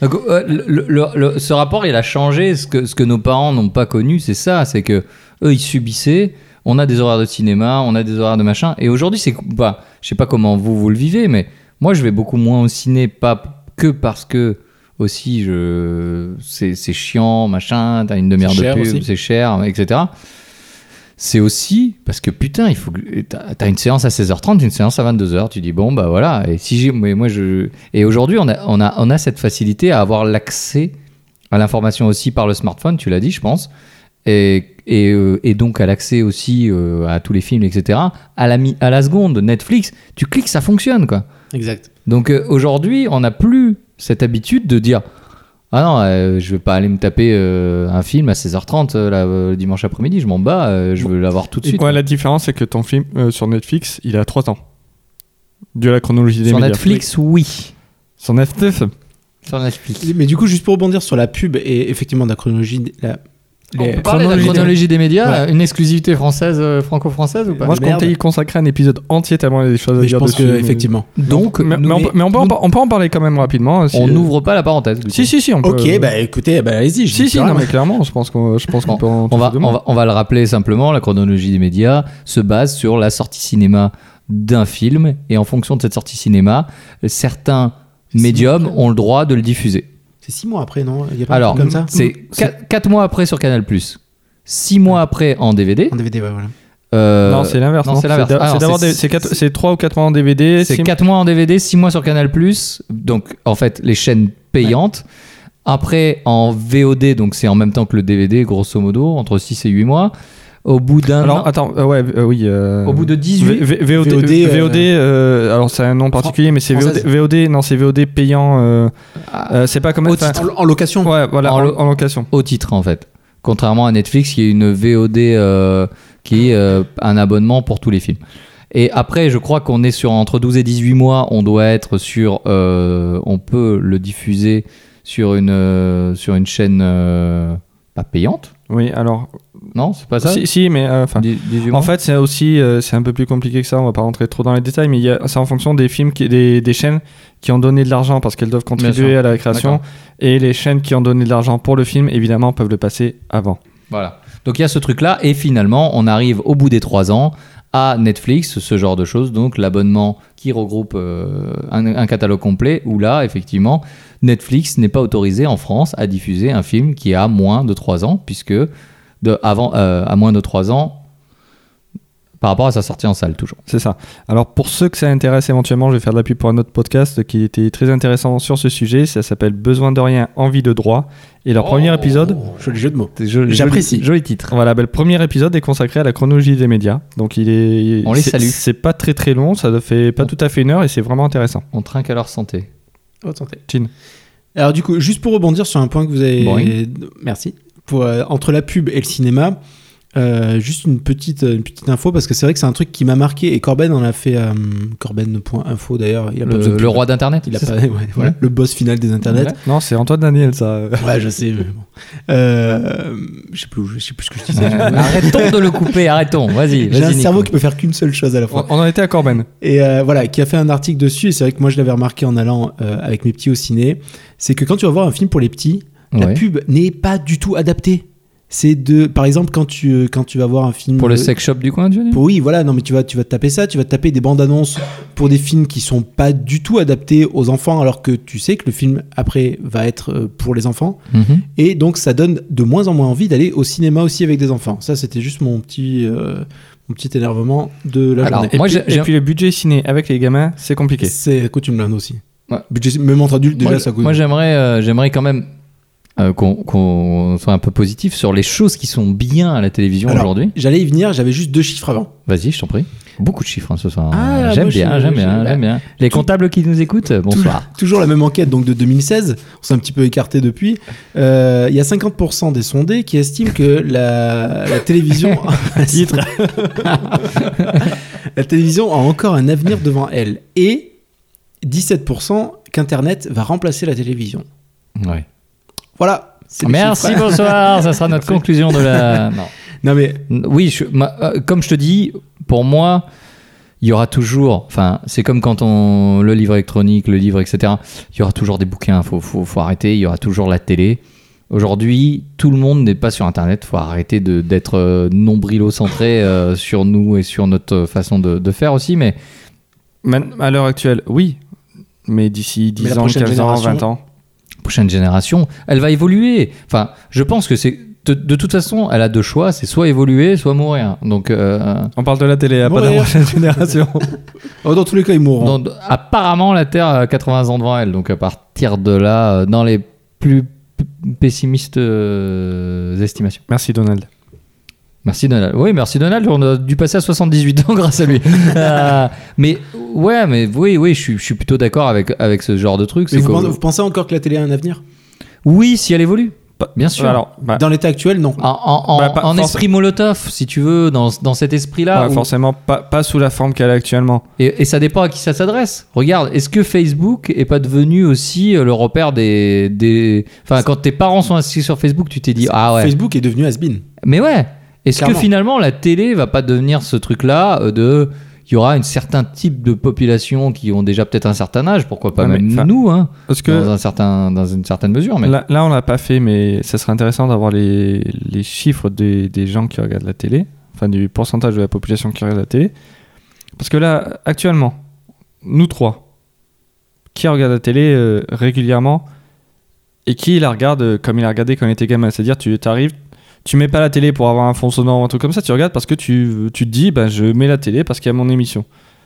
Speaker 2: Donc, euh, le- le- le- ce rapport, il a changé. Ce que, ce que nos parents n'ont pas connu, c'est ça. C'est que eux, ils subissaient. On a des horaires de cinéma, on a des horaires de machin. Et aujourd'hui, c'est bah, je sais pas comment vous vous le vivez, mais moi, je vais beaucoup moins au ciné, pas p- que parce que aussi, je c'est c'est chiant, machin. T'as une demi-heure
Speaker 1: C'est
Speaker 2: de
Speaker 1: cher
Speaker 2: pub,
Speaker 1: aussi.
Speaker 2: c'est cher, etc. C'est aussi parce que putain, il faut que t'as t'as une séance à 16h30, une séance à 22h. Tu dis bon bah voilà. Et si j'ai, mais moi je et aujourd'hui on a on a on a cette facilité à avoir l'accès à l'information aussi par le smartphone. Tu l'as dit, je pense. et, et, euh, et donc à l'accès aussi euh, à tous les films, etc. À la, mi- à la seconde, Netflix, tu cliques, ça fonctionne, quoi.
Speaker 1: Exact.
Speaker 2: Donc euh, aujourd'hui, on n'a plus cette habitude de dire Ah non, euh, je vais pas aller me taper euh, un film à 16h30 euh, là, euh, le dimanche après-midi, je m'en bats, euh, je veux l'avoir tout de suite.
Speaker 3: Ouais, la différence, c'est que ton film euh, sur Netflix, il a 3 ans. Dû à la chronologie des
Speaker 2: Sur
Speaker 3: médias.
Speaker 2: Netflix, oui.
Speaker 3: Sur Netflix
Speaker 2: Sur Netflix.
Speaker 1: Mais du coup, juste pour rebondir sur la pub et effectivement de la chronologie, la,
Speaker 2: On
Speaker 1: les-
Speaker 2: peut parler de la
Speaker 1: chronologie-
Speaker 2: chronologie des médias, une exclusivité française, euh, franco-française ou pas
Speaker 3: Moi, je
Speaker 1: Merde.
Speaker 3: comptais y consacrer un épisode entier tellement il y a des choses à
Speaker 1: Mais je
Speaker 3: dire
Speaker 1: pense
Speaker 3: dessus.
Speaker 1: que effectivement.
Speaker 2: Donc,
Speaker 3: Mais, mais
Speaker 2: nous-
Speaker 3: on, peut- mais on peut, en, on peut en parler quand même rapidement. hein, si-
Speaker 2: on n'ouvre pas la parenthèse. du
Speaker 3: Si,
Speaker 2: coup.
Speaker 3: si, si, on peut. euh,
Speaker 1: Ok, bah écoutez, bah allez-y. je dis
Speaker 3: Si, si,
Speaker 1: rien,
Speaker 3: non,
Speaker 1: moi.
Speaker 3: mais clairement, je pense qu'on je pense qu'on peut en
Speaker 2: On va,
Speaker 3: toucher deux
Speaker 2: on,
Speaker 3: mots.
Speaker 2: va, on va le rappeler simplement, la chronologie des médias se base sur la sortie cinéma d'un film et en fonction de cette sortie cinéma, certains médiums ont le droit de le diffuser.
Speaker 1: C'est six mois après, non Il y a pas
Speaker 2: Alors,
Speaker 1: un truc comme ça
Speaker 2: c'est
Speaker 3: Mmh.
Speaker 2: 4 mois après sur Canal+, 6 mois après en DVD.
Speaker 1: En DVD, ouais, voilà.
Speaker 2: euh,
Speaker 3: Non, c'est l'inverse.
Speaker 2: non,
Speaker 3: non
Speaker 2: c'est l'inverse.
Speaker 3: d'a-
Speaker 2: Ah, non,
Speaker 3: c'est d'avoir
Speaker 2: c'est-
Speaker 3: des- c'est quatre- C'est 3 ou 4 mois en DVD.
Speaker 2: c'est
Speaker 3: six-
Speaker 2: 4 mois en DVD, 6 mois sur Canal+, donc en fait les chaînes payantes. Après en VOD, donc c'est en même temps que le DVD, grosso modo, entre 6 et 8 mois. Au bout d'un
Speaker 3: Alors,
Speaker 2: an-
Speaker 3: attends, euh, ouais, euh, oui. euh,
Speaker 2: au bout de 18
Speaker 3: V- V- VOD,
Speaker 1: VOD,
Speaker 3: euh,
Speaker 1: euh,
Speaker 3: VOD, euh, alors c'est un nom particulier, mais c'est VOD,
Speaker 2: française.
Speaker 3: VOD, non, c'est VOD payant. euh,
Speaker 2: Ah,
Speaker 3: euh, c'est pas comme
Speaker 2: Au
Speaker 3: enfin,
Speaker 2: titre.
Speaker 1: En, en location.
Speaker 3: Ouais, voilà,
Speaker 2: En
Speaker 3: en,
Speaker 2: lo-
Speaker 3: en location.
Speaker 2: au titre en fait. Contrairement à Netflix qui est une VOD euh, qui est euh, un abonnement pour tous les films. Et après, je crois qu'on est sur entre 12 et 18 mois, on doit être sur. euh, on peut le diffuser sur une, euh, sur une chaîne euh, pas payante
Speaker 3: Oui, alors.
Speaker 2: Non, c'est pas ça
Speaker 3: Si, si, mais euh, enfin,
Speaker 2: Dix- 18 mois
Speaker 3: En fait, c'est aussi euh, c'est un peu plus compliqué que ça. On va pas rentrer trop dans les détails, mais il y a- c'est en fonction des films, qui, des, des chaînes qui ont donné de l'argent parce qu'elles doivent contribuer
Speaker 2: sûr.
Speaker 3: à la création,
Speaker 2: D'accord.
Speaker 3: et les chaînes qui ont donné de l'argent pour le film, évidemment, peuvent le passer avant.
Speaker 2: Voilà. Donc il y a ce truc-là, et finalement, on arrive au bout des trois ans à Netflix, ce genre de choses, donc l'abonnement qui regroupe euh, un, un catalogue complet, où là, effectivement, Netflix n'est pas autorisé en France à diffuser un film qui a moins de trois ans, puisque de, avant, euh, à moins de trois ans, par rapport à sa sortie en salle, toujours.
Speaker 3: C'est ça. Alors pour ceux que ça intéresse éventuellement, je vais faire de la pub pour un autre podcast qui était très intéressant sur ce sujet. Ça s'appelle Besoin de rien, envie de droit. Et leur premier épisode,
Speaker 1: Oh, joli jeu de mots.
Speaker 2: Joli-
Speaker 1: J'apprécie.
Speaker 2: Joli, joli titre.
Speaker 3: Voilà, ben, le premier épisode est consacré à la chronologie des médias. Donc il est.
Speaker 2: On les
Speaker 3: c'est-
Speaker 2: salue.
Speaker 3: C'est pas très très long, ça ne fait pas tout à fait une heure et c'est vraiment intéressant.
Speaker 2: On trinque à leur santé.
Speaker 1: Haute santé.
Speaker 3: Chin.
Speaker 1: Alors du coup, juste pour rebondir sur un point que vous avez,
Speaker 2: Boing.
Speaker 1: merci. Pour, euh, entre la pub et le cinéma, euh, juste une petite une petite info parce que c'est vrai que c'est un truc qui m'a marqué et Corben en a fait euh, Corben.info d'ailleurs. Il a pas besoin
Speaker 2: Le,
Speaker 1: de
Speaker 2: le
Speaker 1: pub.
Speaker 2: roi d'Internet.
Speaker 1: Il a
Speaker 2: c'est
Speaker 1: pas,
Speaker 2: ça
Speaker 1: ouais, voilà, le boss final des internets.
Speaker 3: Non, c'est Antoine Daniel, ça.
Speaker 1: Ouais, je sais. mais bon. Euh, je sais plus, où- je sais plus ce que je disais.
Speaker 2: Euh, arrêtons de le couper, arrêtons. Vas-y, vas-y.
Speaker 1: J'ai un
Speaker 2: Nico.
Speaker 1: cerveau qui peut faire qu'une seule chose à la fois.
Speaker 3: On on en était à Corben.
Speaker 1: Et euh, voilà, qui a fait un article dessus. Et c'est vrai que moi, je l'avais remarqué en allant euh, avec mes petits au ciné. C'est que quand tu vas voir un film pour les petits, la
Speaker 2: Ouais.
Speaker 1: pub n'est pas du tout adaptée. C'est de, par exemple, quand tu euh, quand tu vas voir un film euh,
Speaker 2: Pour le sex shop du coin, tu veux dire
Speaker 1: pour- oui, voilà, non, mais tu vas, tu vas te taper ça, tu vas te taper des bandes annonces pour des films qui sont pas du tout adaptés aux enfants, alors que tu sais que le film après va être euh, pour les enfants.
Speaker 2: Mhm.
Speaker 1: Et donc, ça donne de moins en moins envie d'aller au cinéma aussi avec des enfants. Ça, c'était juste mon petit, euh, mon petit énervement de la
Speaker 2: Alors,
Speaker 1: journée.
Speaker 3: Et,
Speaker 2: Moi,
Speaker 3: puis,
Speaker 2: j'ai- j'ai-
Speaker 3: et puis le budget ciné avec les gamins, c'est compliqué.
Speaker 1: C'est coutume l'Inde aussi.
Speaker 2: Ouais.
Speaker 1: Budget- même entre adultes, déjà,
Speaker 2: moi,
Speaker 1: ça coûte.
Speaker 2: moi, j'aimerais, euh, j'aimerais quand même euh, qu'on, qu'on soit un peu positif sur les choses qui sont bien à la télévision
Speaker 1: Alors,
Speaker 2: aujourd'hui.
Speaker 1: J'allais y venir, j'avais juste deux chiffres avant.
Speaker 2: Vas-y, je t'en prie. Beaucoup de chiffres hein, ce soir.
Speaker 1: Ah,
Speaker 2: j'aime
Speaker 1: moi, je-
Speaker 2: bien, j'aime
Speaker 1: je-
Speaker 2: bien,
Speaker 1: bah,
Speaker 2: j'aime bien. Les comptables qui nous écoutent, bonsoir.
Speaker 1: Toujours la même enquête donc de 2016, on s'est un petit peu écarté depuis. Euh, Il y a 50% des sondés qui estiment que la, la télévision.
Speaker 3: Titre.
Speaker 1: la télévision a encore un avenir devant elle. Et 17% qu'Internet va remplacer la télévision.
Speaker 2: Ouais.
Speaker 1: Voilà. c'est les
Speaker 2: Merci,
Speaker 1: chiffres.
Speaker 2: bonsoir. Ça sera notre conclusion de la. Non.
Speaker 1: Non mais
Speaker 2: Oui, je- ma- euh, comme je te dis, pour moi, il y aura toujours. Enfin, c'est comme quand on le livre électronique, le livre, etc. Il y aura toujours des bouquins. Faut, faut, faut arrêter. Il y aura toujours la télé. Aujourd'hui, tout le monde n'est pas sur Internet. Faut arrêter de- d'être euh, nombrilo-centré euh, sur nous et sur notre façon de, de faire aussi. Mais
Speaker 3: Man- à l'heure actuelle, oui. Mais d'ici
Speaker 1: Mais la
Speaker 3: 10 ans,
Speaker 1: prochaine
Speaker 3: 15 ans,
Speaker 1: génération-
Speaker 3: 20 ans.
Speaker 2: prochaine génération, elle va évoluer. Enfin, je pense que c'est de, de toute façon, elle a deux choix. C'est soit évoluer, soit mourir. Donc euh,
Speaker 3: On parle de la télé, à pas de la
Speaker 1: Mourir.
Speaker 3: prochaine génération.
Speaker 1: oh, dans tous les cas, ils mourront.
Speaker 2: Dans- dans- apparemment, la Terre a 80 ans devant elle. Donc, à partir de là, euh, dans les plus p- pessimistes euh, estimations.
Speaker 3: Merci Donald.
Speaker 2: Merci Donald. Oui, merci Donald. On a dû passer à 78 ans grâce à lui. Euh, mais ouais, mais oui, oui, je suis, je suis plutôt d'accord avec, avec ce genre de truc.
Speaker 1: Mais
Speaker 2: c'est
Speaker 1: vous,
Speaker 2: qu'au-
Speaker 1: pensez, vous pensez encore que la télé a un avenir
Speaker 2: Oui, si elle évolue. Bien sûr.
Speaker 3: Alors, bah,
Speaker 1: Dans l'état actuel, non.
Speaker 2: En, en- en-
Speaker 3: Bah, pas
Speaker 2: en
Speaker 3: forc-
Speaker 2: esprit Molotov, si tu veux, dans, dans cet esprit-là.
Speaker 3: ouais,
Speaker 2: où-
Speaker 3: forcément, pas, pas sous la forme qu'elle a actuellement.
Speaker 2: et, et ça dépend à qui ça s'adresse. Regarde, est-ce que Facebook est pas devenu aussi euh, le repère des. des... Enfin, quand tes parents sont assis sur Facebook, tu t'es dit Ah ouais.
Speaker 1: Facebook est devenu has-been.
Speaker 2: Mais ouais, est-ce que
Speaker 1: Clairement.
Speaker 2: finalement la télé va pas devenir ce truc-là euh, de il y aura un certain type de population qui ont déjà peut-être un certain âge, pourquoi pas
Speaker 3: Ouais,
Speaker 2: même
Speaker 3: mais, enfin,
Speaker 2: nous, hein,
Speaker 3: Parce que
Speaker 2: dans, un certain, dans une certaine
Speaker 1: Ah,
Speaker 2: mesure. Mais
Speaker 3: Là, là, on l'a pas fait, mais ça serait intéressant d'avoir les, les chiffres des, des gens qui regardent la télé, enfin du pourcentage de la population qui regarde la télé. Parce que là, actuellement, nous trois, qui regarde la télé euh, régulièrement et qui la regarde euh, comme il la regardait quand il était gamin, c'est-à-dire tu arrives, tu mets pas la télé pour avoir un fond sonore ou un truc comme ça, tu regardes parce que tu, tu te dis, bah, je mets la télé parce qu'il y a mon émission.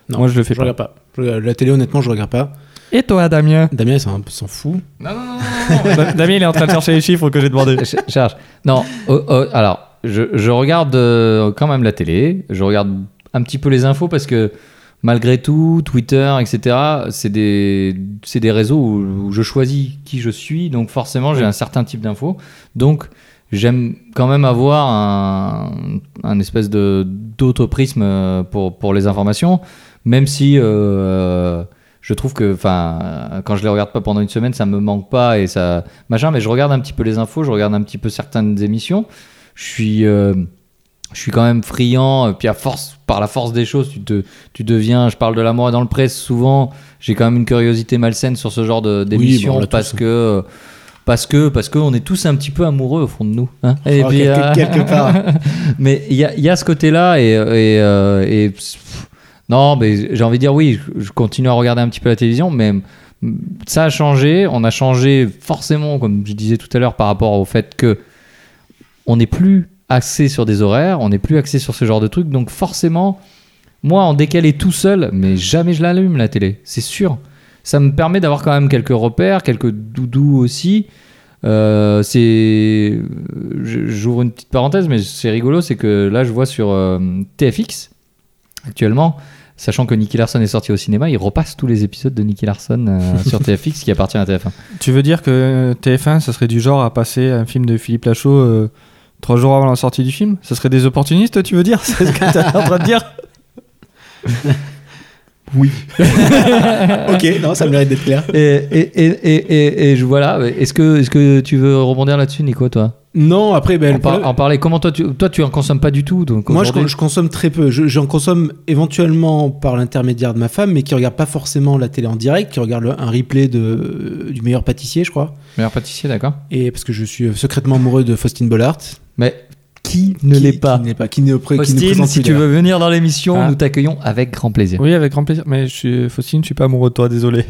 Speaker 1: Non,
Speaker 3: Moi, je le fais
Speaker 1: Je
Speaker 3: pas.
Speaker 1: regarde pas. Je regarde- La télé, honnêtement, je regarde pas.
Speaker 3: Et toi, Damien
Speaker 1: Damien, ça, on s'en fout.
Speaker 3: Damien, il est en train de chercher les chiffres que j'ai demandé.
Speaker 2: Ch- Charge. Non, euh, euh, alors, je, je regarde euh, quand même la télé, je regarde un petit peu les infos parce que malgré tout, Twitter, etc., c'est des, c'est des réseaux où, où je choisis qui je suis, donc forcément j'ai un certain type d'infos. Donc j'aime quand même avoir un, un espèce de d'autre prisme euh, pour, pour les informations, même si. euh, je trouve que, enfin, euh, quand je les regarde pas pendant une semaine, ça me manque pas et ça, machin, mais je regarde un petit peu les infos, je regarde un petit peu certaines émissions. Je suis, euh, je suis quand même friand. Et puis à force, par la force des choses, tu te, tu deviens. Je parle de la mort dans le presse souvent. J'ai quand même une curiosité malsaine sur ce genre de- d'émission
Speaker 1: bon, on l'a tous.
Speaker 2: parce que. euh, Parce que, parce que on est tous un petit peu amoureux au fond de nous. hein. Et
Speaker 1: Oh,
Speaker 2: puis,
Speaker 1: quelque-
Speaker 2: euh,
Speaker 1: quelque part.
Speaker 2: mais il y a, il y a ce côté-là et, et, euh, et, pff, non, mais j'ai envie de dire oui, je- je continue à regarder un petit peu la télévision, mais mm, ça a changé. On a changé forcément, comme je disais tout à l'heure, par rapport au fait que on n'est plus axé sur des horaires, on n'est plus axé sur ce genre de trucs, donc forcément, moi en décalé tout seul, mais jamais je l'allume la télé, c'est sûr. Ça me permet d'avoir quand même quelques repères, quelques doudous aussi. Euh, c'est je- j'ouvre une petite parenthèse mais c'est rigolo c'est que là je vois sur euh, TFX actuellement sachant que Nicky Larson est sorti au cinéma il repasse tous les épisodes de Nicky Larson euh, sur TFX qui appartient à TF1
Speaker 3: Tu veux dire que TF1, ça serait du genre à passer un film de Philippe Lachaud euh, trois jours avant la sortie du film Ça serait des opportunistes, tu veux dire C'est ce que t'es en train de dire
Speaker 1: Oui. ok, non, ça mérite d'être clair.
Speaker 2: et, et, et, et, et, et je voilà est-ce que, est-ce que tu veux rebondir là-dessus Nico toi
Speaker 1: Non, après, ben,
Speaker 2: en,
Speaker 1: le
Speaker 2: par-
Speaker 1: problème-
Speaker 2: en parler comment toi tu, toi tu en consommes pas du tout donc
Speaker 1: moi, je, con-
Speaker 2: aujourd'hui-
Speaker 1: je consomme très peu. Je- J'en consomme éventuellement par l'intermédiaire de ma femme, mais qui regarde pas forcément la télé en direct, qui regarde le- un replay de, du meilleur pâtissier, je crois.
Speaker 2: meilleur pâtissier d'accord
Speaker 1: Et parce que je suis euh, secrètement amoureux de Faustine Bollard.
Speaker 2: mais qui ne
Speaker 1: Qui-
Speaker 2: l'est pas
Speaker 1: Qui n'est pas. Qui n'est auprès- qui ne
Speaker 2: Faustine
Speaker 1: présente
Speaker 2: si
Speaker 1: plus
Speaker 2: tu
Speaker 1: d'ailleurs.
Speaker 2: veux venir dans l'émission
Speaker 3: Ah.
Speaker 2: nous t'accueillons avec grand plaisir
Speaker 3: Oui, avec grand plaisir. Mais je suis, Faustine, je suis pas amoureux de toi, désolé.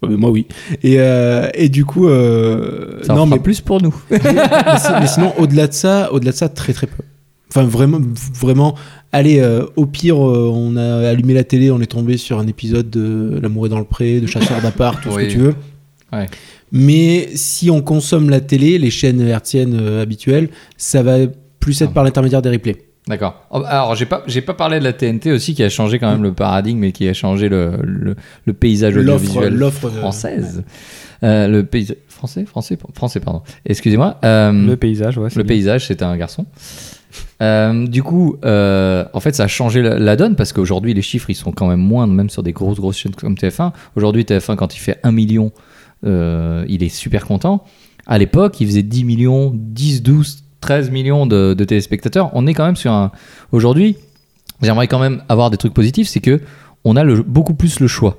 Speaker 1: Ouais, mais moi, oui. Et, euh, et du coup. euh,
Speaker 2: ça en
Speaker 1: non,
Speaker 2: fera
Speaker 1: mais,
Speaker 2: plus pour nous
Speaker 1: mais si- mais sinon, au-delà de ça, au-delà de ça, très très peu. Enfin, vraiment, vraiment. Allez, euh, au pire, euh, on a allumé la télé, on est tombé sur un épisode de L'amour est dans le pré, de Chasseur d'appart, tout ce
Speaker 2: Oui.
Speaker 1: que tu veux.
Speaker 2: Ouais.
Speaker 1: Mais si on consomme la télé, les chaînes hertziennes euh, habituelles, ça va plus être
Speaker 2: Ah.
Speaker 1: par l'intermédiaire des replays.
Speaker 2: D'accord. Oh, Alors, j'ai pas, j'ai pas parlé de la TNT aussi qui a changé quand même le paradigme et qui a changé le, le, le paysage
Speaker 1: L'offre,
Speaker 2: audiovisuel
Speaker 1: l'offre euh,
Speaker 2: française. Euh, le paysage français, français, français, pardon. Excusez-moi. Euh,
Speaker 3: Le
Speaker 2: le,
Speaker 3: paysage, ouais. c'est bien.
Speaker 2: paysage, c'était un garçon. Euh, du coup, euh, en fait, ça a changé la, la donne parce qu'aujourd'hui, les chiffres, ils sont quand même moindres, même sur des grosses grosses chaînes comme TF1. Aujourd'hui, TF1, quand il fait 1 million, euh, il est super content. À l'époque, il faisait 10 millions, 10, 12, 13 millions de, de téléspectateurs. On est quand même sur un. Aujourd'hui, j'aimerais quand même avoir des trucs positifs, c'est que on a le, beaucoup plus le choix.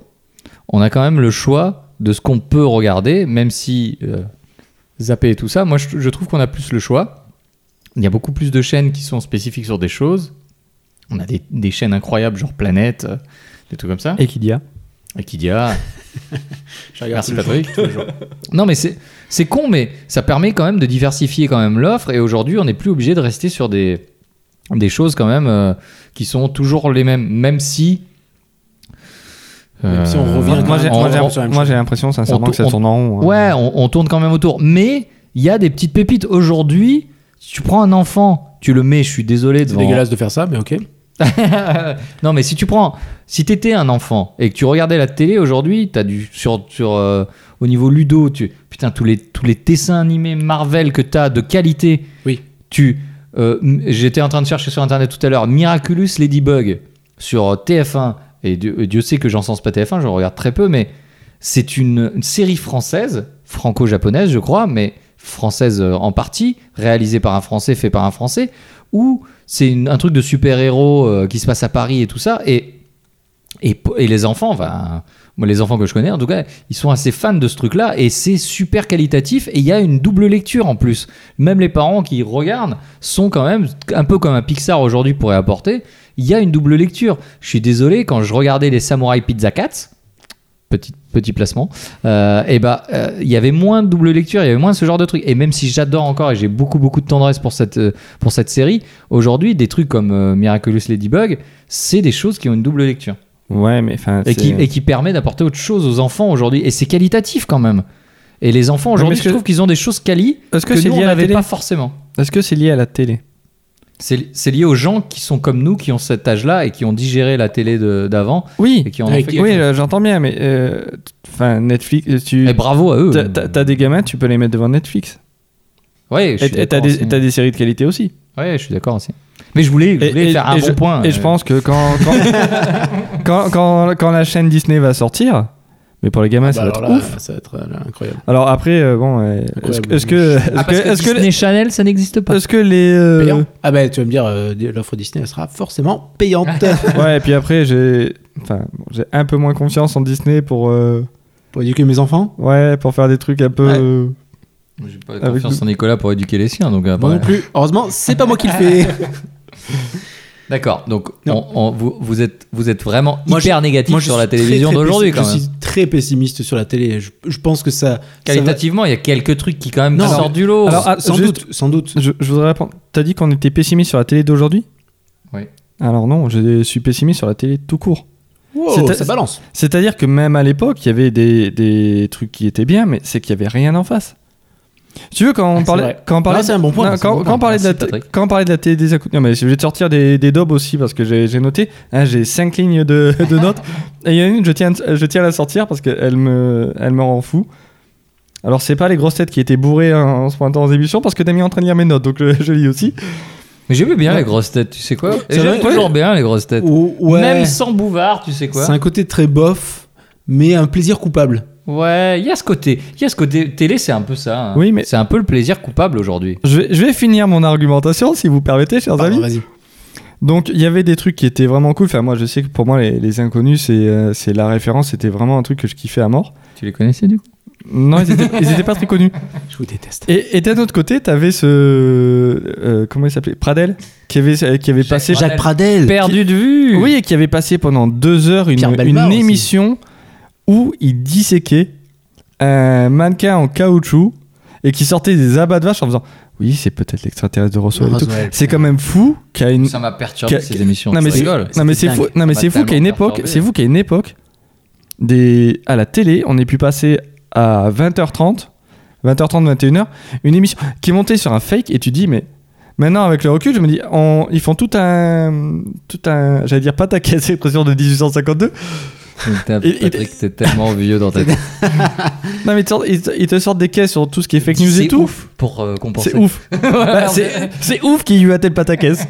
Speaker 2: On a quand même le choix de ce qu'on peut regarder, même si euh, zapper et tout ça. Moi, je, je trouve qu'on a plus le choix. Il y a beaucoup plus de chaînes qui sont spécifiques sur des choses. On a des, des chaînes incroyables, genre Planète, euh, des trucs comme ça.
Speaker 3: Et qu'il y a
Speaker 2: Et Kidia.
Speaker 1: je regarde
Speaker 2: Merci
Speaker 1: tous les
Speaker 2: Patrick.
Speaker 1: jours, tous les jours.
Speaker 2: Non, mais c'est c'est con, mais ça permet quand même de diversifier quand même l'offre. Et aujourd'hui, on n'est plus obligé de rester sur des, des choses quand même euh, qui sont toujours les mêmes, même si.
Speaker 1: Même si on
Speaker 2: Euh,
Speaker 1: revient
Speaker 3: Moi, j'ai-
Speaker 2: on-
Speaker 3: moi,
Speaker 2: on-
Speaker 1: sur la
Speaker 3: j'ai
Speaker 1: même
Speaker 3: moi, j'ai l'impression, sincèrement,
Speaker 2: On
Speaker 3: que ça
Speaker 2: tour-
Speaker 3: tourne en rond. hein.
Speaker 2: Ouais, on, on tourne quand même autour. Mais il y a des petites pépites. Aujourd'hui, si tu prends un enfant tu le mets, je suis désolé.
Speaker 5: C'est
Speaker 2: devant-
Speaker 5: dégueulasse de faire ça, mais ok.
Speaker 2: non, mais si tu prends, si t'étais un enfant et que tu regardais la télé aujourd'hui, t'as du sur sur euh, au niveau ludo, tu putain tous les tous les dessins animés Marvel que t'as de qualité.
Speaker 5: Oui.
Speaker 2: Tu, euh, m- j'étais en train de chercher sur internet tout à l'heure Miraculous Ladybug sur euh, TF1 et Dieu, et Dieu sait que j'en sens pas TF1, je regarde très peu, mais c'est une, une série française, franco-japonaise, je crois, mais française euh, en partie, réalisée par un Français, fait par un Français, où c'est une- un truc de super-héros euh, qui se passe à Paris et tout ça. Et, et, po- et les enfants, enfin, moi, les enfants que je connais, en tout cas, ils sont assez fans de ce truc-là et c'est super qualitatif. Et il y a une double lecture en plus. Même les parents qui regardent sont quand même un peu comme un Pixar aujourd'hui pourrait apporter. Il y a une double lecture. Je suis désolé, quand je regardais les Samurai Pizza Cats, petit, petit placement, euh, et bah, euh, il y avait moins de double lecture, il y avait moins ce genre de truc. Et même si j'adore encore et j'ai beaucoup, beaucoup de tendresse pour cette, euh, pour cette série, aujourd'hui, des trucs comme euh, Miraculous Ladybug, c'est des choses qui ont une double lecture
Speaker 3: Ouais, mais enfin.
Speaker 2: et qui,
Speaker 3: c'est-
Speaker 2: et qui permet d'apporter autre chose aux enfants aujourd'hui. Et c'est qualitatif quand même. Et les enfants
Speaker 3: mais
Speaker 2: aujourd'hui,
Speaker 3: est-ce
Speaker 2: je
Speaker 3: que-
Speaker 2: trouve qu'ils ont des choses quali
Speaker 3: Est-ce
Speaker 2: que,
Speaker 3: que c'est
Speaker 2: nous, on
Speaker 3: lié à la
Speaker 2: n'avait
Speaker 3: télé
Speaker 2: pas forcément.
Speaker 3: Est-ce que c'est lié à la télé
Speaker 2: C'est c'est lié aux gens qui sont comme nous, qui ont cet âge-là et qui ont digéré la télé de- d'avant
Speaker 3: Oui.
Speaker 2: et qui en ont
Speaker 5: Avec-
Speaker 2: fait.
Speaker 3: Oui, euh, j'entends bien, mais euh, enfin Netflix, euh, tu
Speaker 2: Et bravo à eux.
Speaker 3: t'as- t'as t'as des gamins, tu peux les mettre devant Netflix.
Speaker 2: Ouais, je
Speaker 3: Et
Speaker 2: suis
Speaker 3: et t'as
Speaker 2: d'accord
Speaker 3: des,
Speaker 2: aussi.
Speaker 3: t'as des séries de qualité aussi.
Speaker 2: Ouais, je suis d'accord aussi. Mais je voulais, je
Speaker 3: Et-
Speaker 2: voulais
Speaker 3: et-
Speaker 2: faire un
Speaker 3: et
Speaker 2: bon
Speaker 3: je-
Speaker 2: point.
Speaker 3: Et je
Speaker 2: euh,
Speaker 3: pense que quand quand, quand, quand- quand la chaîne Disney va sortir, mais pour les gamins,
Speaker 1: Ah
Speaker 3: ça
Speaker 5: Bah,
Speaker 3: va
Speaker 5: alors
Speaker 3: être
Speaker 5: là,
Speaker 3: ouf.
Speaker 5: ça va être euh, là, incroyable.
Speaker 3: Alors après, euh, bon, euh, est-ce que- est-ce que
Speaker 5: Incroyable.
Speaker 2: Ah,
Speaker 3: est-ce que
Speaker 2: parce que,
Speaker 3: est-ce que
Speaker 2: Disney Channel, ça n'existe pas.
Speaker 3: est-ce que les euh,
Speaker 5: Payant Ah
Speaker 1: bah,
Speaker 5: ben tu vas me dire, euh, l'offre Disney, elle sera forcément payante.
Speaker 3: ouais, et puis après j'ai enfin bon, j'ai un peu moins confiance en Disney pour euh,
Speaker 1: Pour éduquer mes enfants
Speaker 3: ouais pour faire des trucs un peu
Speaker 1: Ouais.
Speaker 3: euh,
Speaker 2: J'ai pas
Speaker 3: Avec
Speaker 2: confiance
Speaker 3: nous.
Speaker 2: en Nicolas pour éduquer les siens, donc euh, après-
Speaker 1: Moi non plus. Heureusement, c'est pas moi qui le fais.
Speaker 2: D'accord, donc
Speaker 1: Non.
Speaker 2: on- on- vous, vous êtes, vous êtes vraiment
Speaker 1: Moi,
Speaker 2: hyper
Speaker 1: je-
Speaker 2: négatif
Speaker 1: Moi, je
Speaker 2: sur
Speaker 1: suis
Speaker 2: la
Speaker 1: très,
Speaker 2: télévision
Speaker 1: très
Speaker 2: d'aujourd'hui
Speaker 1: pessimiste.
Speaker 2: quand même.
Speaker 1: Je suis très pessimiste sur la télé. Je, je pense que ça. ça va-
Speaker 2: Qualitativement, il y a quelques trucs qui quand même
Speaker 1: Non,
Speaker 2: sortent du lot.
Speaker 3: alors, ah,
Speaker 1: sans
Speaker 3: juste-
Speaker 1: doute, sans doute.
Speaker 3: Je, je voudrais répondre. T'as dit qu'on était pessimiste sur la télé d'aujourd'hui
Speaker 2: Oui.
Speaker 3: Alors non, je suis pessimiste sur la télé tout court.
Speaker 1: Wow,
Speaker 3: C'est-
Speaker 1: ça balance.
Speaker 3: C'est-à-dire que même à l'époque, il y avait des, des trucs qui étaient bien, mais c'est qu'il y avait rien en face. Si tu veux, quand on
Speaker 5: c'est
Speaker 3: parlait,
Speaker 5: vrai.
Speaker 3: quand on parlait,
Speaker 1: Non, Ah, c'est un bon point,
Speaker 3: non,
Speaker 1: c'est un
Speaker 3: quand,
Speaker 1: bon
Speaker 3: quand
Speaker 1: point.
Speaker 3: on parlait de la,
Speaker 2: Merci,
Speaker 3: té-
Speaker 2: Patrick.
Speaker 3: quand on parlait de la télé des accou- non mais je vais te sortir des, des dobs aussi parce que j'ai j'ai noté, hein, j'ai cinq lignes de, de notes et il y en a une je tiens je tiens à la sortir parce qu'elle me elle me rend fou. Alors c'est pas les grosses têtes qui étaient bourrées hein, en se pointant aux émissions parce que t'as mis en train de lire mes notes donc je, je lis aussi.
Speaker 2: Mais j'aimais bien les grosses têtes, tu sais quoi Et
Speaker 1: C'est
Speaker 2: J'aime
Speaker 1: vrai
Speaker 2: toujours bien les grosses têtes.
Speaker 1: Ou- ouais.
Speaker 2: Même sans bouvard, tu sais quoi
Speaker 1: c'est un côté très bof, mais un plaisir coupable.
Speaker 2: Ouais, il y a ce côté. Il y a ce côté. Télé, c'est un peu ça. hein.
Speaker 3: Oui, mais-
Speaker 2: C'est un peu le plaisir coupable aujourd'hui.
Speaker 3: Je vais, je vais finir mon argumentation si vous permettez chers
Speaker 1: Pardon,
Speaker 3: amis.
Speaker 1: vas-y.
Speaker 3: Donc il y avait des trucs qui étaient vraiment cool. Enfin moi je sais que pour moi les, les inconnus c'est euh, c'est la référence. C'était vraiment un truc que je kiffais à mort.
Speaker 2: Tu les connaissais du coup
Speaker 3: Non ils étaient, ils étaient pas très connus.
Speaker 1: Je vous déteste.
Speaker 3: Et, et d'un autre côté t'avais ce euh, comment il s'appelait Pradel qui avait euh, qui avait passé
Speaker 2: Jacques
Speaker 1: Jacques Pradel.
Speaker 2: Perdu de vue
Speaker 3: oui et qui avait passé pendant deux heures une,
Speaker 1: Pierre
Speaker 3: une
Speaker 1: Bellemare aussi.
Speaker 3: émission où il disséquait un mannequin en caoutchouc et qui sortait des abats de vache en faisant oui c'est peut-être l'extraterrestre de Roswell. et tout.
Speaker 1: Roswell.
Speaker 3: C'est quand même fou qu'à une
Speaker 2: Ça m'a perturbé
Speaker 3: Qu'a-
Speaker 2: ces émissions.
Speaker 3: Non mais
Speaker 2: tu
Speaker 3: c'est
Speaker 2: rigoles.
Speaker 3: non mais
Speaker 1: C'était
Speaker 3: c'est fou,
Speaker 1: dingue.
Speaker 3: non mais
Speaker 2: Ça
Speaker 3: c'est
Speaker 2: m'a
Speaker 3: fou qu'à une
Speaker 2: tellement
Speaker 3: époque,
Speaker 2: perturbé.
Speaker 3: c'est fou qu'à une époque des à la télé, on ait pu passer à 20h30, 20h30 21h, une émission qui est montée sur un fake et tu dis mais maintenant avec le recul, je me dis on- ils font tout un tout un j'allais dire pas ta caisse expression de 1852.
Speaker 2: Putain,
Speaker 3: Et- et-
Speaker 2: Patrick, t'es tellement vieux dans ta tête.
Speaker 3: Non mais ils te sortent, ils te- ils te sortent des caisses sur tout ce qui est fake news
Speaker 2: C'est
Speaker 3: et tout.
Speaker 2: ouf pour euh, compenser.
Speaker 3: C'est ouf. Bah, c'est c'est ouf qu'il y ait eu à telle pataquès.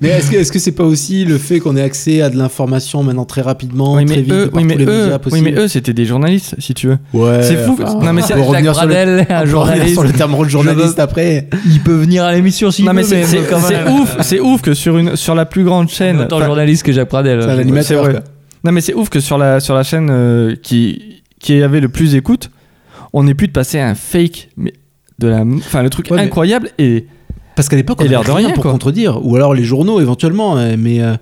Speaker 1: Mais est-ce que est-ce que c'est pas aussi le fait qu'on ait accès à de l'information maintenant très rapidement,
Speaker 3: Oui,
Speaker 1: très
Speaker 3: mais
Speaker 1: vite,
Speaker 3: eux-
Speaker 1: par
Speaker 3: oui,
Speaker 1: tous
Speaker 3: mais
Speaker 1: les
Speaker 3: eux,
Speaker 1: médias
Speaker 3: oui,
Speaker 1: possibles
Speaker 3: mais eux, c'était des journalistes, si tu veux.
Speaker 1: Ouais,
Speaker 3: c'est fou. Non, mais c'est-
Speaker 1: on peut
Speaker 2: Jacques
Speaker 1: revenir sur le-
Speaker 2: Pradel, un
Speaker 1: on peut revenir
Speaker 2: journaliste.
Speaker 1: sur le terme journaliste après.
Speaker 2: Il peut venir à l'émission si
Speaker 3: Non mais c'est c'est- c'est ouf, c'est ouf que sur une sur la plus grande chaîne.
Speaker 2: Autant
Speaker 3: enfin,
Speaker 2: journaliste que Jacques Pradel. hein.
Speaker 1: C'est un animateur.
Speaker 3: vrai.
Speaker 1: quoi.
Speaker 3: non mais c'est ouf que sur la sur la chaîne euh, qui qui avait le plus d'écoute, on ait pu de passer à un fake mais de la enfin le truc
Speaker 1: Ouais, mais-
Speaker 3: incroyable et
Speaker 1: Parce qu'à l'époque, on
Speaker 3: Et l'air
Speaker 1: avait
Speaker 3: de
Speaker 1: rien
Speaker 3: rien,
Speaker 1: pour
Speaker 3: quoi.
Speaker 1: contredire. Ou alors les journaux éventuellement. euh, Mais, euh,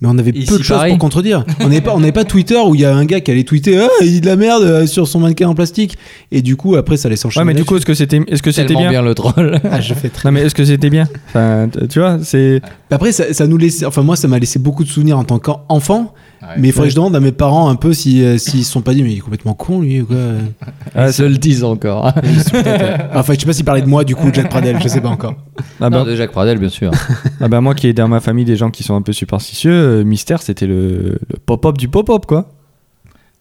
Speaker 1: mais on avait
Speaker 2: Ici,
Speaker 1: peu de choses
Speaker 2: pareil.
Speaker 1: pour contredire. On n'est pas, on n'est pas Twitter où il y a un gars qui allait tweeter ah, il dit de la merde euh, sur son mannequin en plastique et du coup après ça allait s'enchaîner.
Speaker 3: Ouais, mais du
Speaker 1: là-dessus.
Speaker 3: coup, est-ce que c'était, est-ce que c'était
Speaker 2: Tellement
Speaker 3: bien,
Speaker 2: bien le troll.
Speaker 1: Ah, je fais très-
Speaker 3: Non, mais est-ce que c'était bien Enfin, t- Tu vois, c'est.
Speaker 1: Après, ça, ça nous laisse. Enfin, moi, ça m'a laissé beaucoup de souvenirs en tant qu'enfant.
Speaker 2: Ouais.
Speaker 1: mais il faudrait que je demande à mes parents un peu si, euh, s'ils se sont pas dit, mais il est complètement con, lui, ou quoi.
Speaker 2: Ils se Ah, le disent encore.
Speaker 1: Ah, enfin, je sais pas s'ils parlaient de moi, du coup, de Jacques Pradel, je sais pas encore.
Speaker 3: Ah
Speaker 1: bah.
Speaker 2: Non,
Speaker 3: ben,
Speaker 2: de Jacques Pradel, bien sûr.
Speaker 3: ah ben, moi qui ai dans ma famille des gens qui sont un peu superstitieux, euh, mystère, c'était le, le pop-up du pop-up, quoi.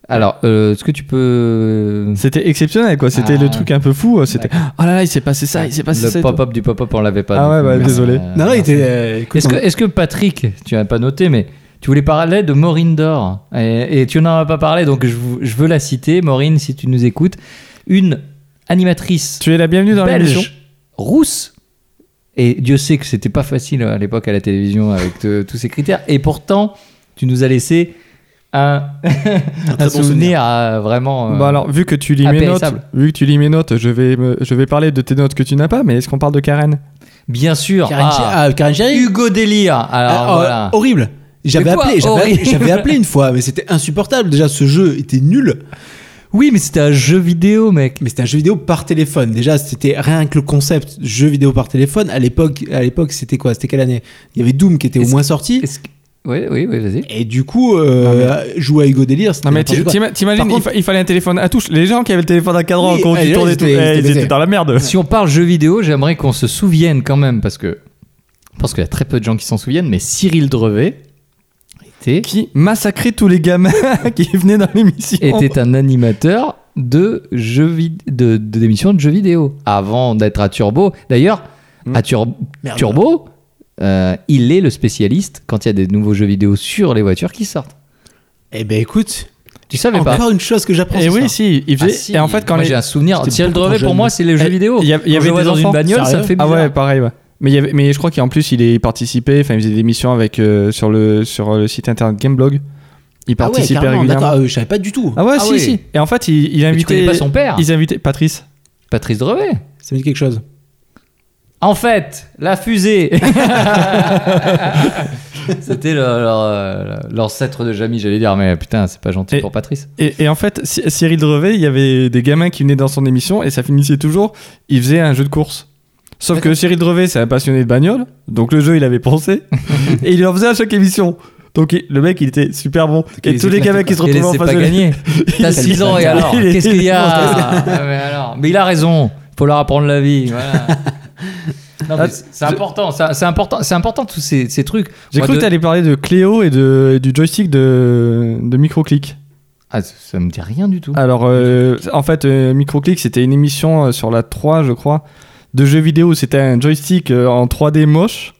Speaker 2: Alors, euh, est-ce que tu peux.
Speaker 3: C'était exceptionnel, quoi. C'était
Speaker 2: Ah.
Speaker 3: le truc un peu fou. euh, C'était. Oh là là, il s'est passé ça, il s'est passé ça.
Speaker 2: Le
Speaker 3: et tout.
Speaker 2: pop-up du pop-up, on l'avait pas.
Speaker 3: Ah
Speaker 2: donc,
Speaker 3: ouais, bah,
Speaker 2: merci.
Speaker 3: désolé.
Speaker 2: Euh,
Speaker 1: non, non, il
Speaker 2: merci.
Speaker 1: était. euh, écoute,
Speaker 2: Est-ce
Speaker 1: on-
Speaker 2: que, est-ce que Patrick, tu n'as pas noté, mais tu voulais parler de Maureen Dor et, et tu n'en as pas parlé, donc je, vou- je veux la citer, Maureen, si tu nous écoutes. Une animatrice
Speaker 3: Tu es la bienvenue dans l'émission.
Speaker 2: belge, rousse. Et Dieu sait que c'était pas facile euh, à l'époque à la télévision avec te- tous ces critères. Et pourtant, tu nous as laissé un, un
Speaker 1: très bon
Speaker 2: souvenir,
Speaker 1: souvenir. Bah
Speaker 2: euh, vraiment. euh,
Speaker 3: Bon Bah alors, vu que tu lis mes notes,
Speaker 2: impérissable.
Speaker 3: vu que tu lis mes notes, je vais, me- je vais parler de tes notes que tu n'as pas, mais est-ce qu'on parle de Karen
Speaker 2: Bien sûr.
Speaker 1: Karen
Speaker 2: ah,
Speaker 1: Ch- ah, Karen Cherry
Speaker 2: Hugo Délire. Alors
Speaker 1: Ah, oh,
Speaker 2: voilà.
Speaker 1: Horrible. J'avais
Speaker 2: Mais quoi,
Speaker 1: appelé, j'avais,
Speaker 2: horrible
Speaker 1: j'avais appelé une fois, mais c'était insupportable. Déjà, ce jeu était nul,
Speaker 2: Oui, mais c'était un jeu vidéo, mec.
Speaker 1: mais c'était un jeu vidéo par téléphone. Déjà, c'était rien que le concept jeu vidéo par téléphone. À l'époque, à l'époque, c'était quoi C'était quelle année Il y avait Doom qui était au
Speaker 2: Est-ce-
Speaker 1: moins sorti.
Speaker 2: Est-ce que- Oui, oui, oui, vas-y.
Speaker 1: Et du coup, euh, jouer à Hugo Délire, c'était
Speaker 3: Non mais
Speaker 1: n'importe
Speaker 3: t'im-
Speaker 1: quoi.
Speaker 3: t'im- t'imagines,
Speaker 1: Par
Speaker 3: il,
Speaker 1: contre-
Speaker 3: fa- il fallait un téléphone à touche. Les gens qui avaient le téléphone à cadran,
Speaker 1: Oui,
Speaker 3: quand
Speaker 1: ah,
Speaker 3: tu
Speaker 1: là,
Speaker 3: tournais
Speaker 1: ils
Speaker 3: tout,
Speaker 1: étaient- ils
Speaker 3: eh,
Speaker 1: étaient
Speaker 3: ils étaient
Speaker 1: baisés.
Speaker 3: dans la merde.
Speaker 2: Si on parle jeu vidéo, j'aimerais qu'on se souvienne quand même, parce que je pense qu'il y a très peu de gens qui s'en souviennent, mais Cyril Drevet était,
Speaker 3: Qui massacrait tous les gamins qui venaient dans l'émission.
Speaker 2: était un animateur de jeux vid- de, de- d'émissions de jeux vidéo avant d'être à Turbo. D'ailleurs,
Speaker 3: Hmm.
Speaker 2: à Tur-
Speaker 1: Merde.
Speaker 2: Turbo, euh, il est le spécialiste quand il y a des nouveaux jeux vidéo sur les voitures qui sortent.
Speaker 1: Eh ben écoute,
Speaker 2: Tu savais pas
Speaker 1: encore une chose que j'apprends.
Speaker 3: Et
Speaker 1: ce
Speaker 3: Eh oui,
Speaker 1: soir.
Speaker 3: si, il
Speaker 2: Ah
Speaker 3: faisait.
Speaker 2: si,
Speaker 3: et en fait, quand
Speaker 2: moi
Speaker 3: les-
Speaker 2: j'ai un souvenir.
Speaker 1: J'étais
Speaker 2: Cyril
Speaker 1: beaucoup
Speaker 2: Drevet,
Speaker 1: trop
Speaker 2: pour
Speaker 1: jeune.
Speaker 2: moi, c'est les jeux
Speaker 3: Eh,
Speaker 2: vidéo.
Speaker 3: il y a- il y
Speaker 2: Quand
Speaker 3: avait
Speaker 2: je vois
Speaker 3: des
Speaker 2: dans une
Speaker 3: enfants
Speaker 2: bagnole, ça
Speaker 1: Sérieux
Speaker 2: me fait
Speaker 3: Ah
Speaker 2: bizarre.
Speaker 3: ouais, pareil. ouais. Mais, il y avait- mais je crois qu'en plus, il est participé. Enfin, il faisait des missions avec euh, sur le sur le site internet Gameblog. Il
Speaker 1: Ah ouais,
Speaker 3: participait
Speaker 1: carrément,
Speaker 3: régulièrement.
Speaker 1: d'accord, euh, je savais pas du tout.
Speaker 3: Ah ouais,
Speaker 2: Ah
Speaker 3: si,
Speaker 2: ouais.
Speaker 3: si. Et en fait, il, il
Speaker 2: Mais tu connais
Speaker 3: invitait.
Speaker 2: pas son père,
Speaker 3: Ils invitaient Patrice.
Speaker 2: Patrice Drevet.
Speaker 1: Ça me dit quelque chose.
Speaker 2: En fait, la fusée. C'était leur, leur, euh, l'ancêtre de Jamie, j'allais dire, mais putain, c'est pas gentil
Speaker 3: Et-
Speaker 2: pour Patrice.
Speaker 3: Et, et en fait, Cy- Cyril Drevet, il y avait des gamins qui venaient dans son émission et ça finissait toujours. Il faisait un jeu de course. Sauf que Cyril Drevet, c'est un passionné de bagnole, donc le jeu, il avait pensé. et il en faisait à chaque émission. Donc il- le mec, il était super bon. Et tous les gamins qui se retrouvaient en face
Speaker 2: pas
Speaker 3: de lui-
Speaker 2: gagner. T'as 6 ans et alors
Speaker 3: Il est-
Speaker 2: Qu'est-ce qu'il y a Ah, mais, alors mais il a raison, faut leur apprendre la vie. voilà. Non, mais c'est c'est important, ça- c'est important, c'est important tous ces, ces trucs.
Speaker 3: J'ai
Speaker 2: Moi,
Speaker 3: cru
Speaker 2: de-
Speaker 3: que t'allais parler de Cléo et, de, et du joystick de, de MicroClick.
Speaker 2: Ah, ça- ça me dit rien du tout.
Speaker 3: Alors, euh, en fait, euh, MicroClick, c'était une émission euh, sur la 3, je crois, de jeux vidéo. C'était un joystick euh, en 3D moche.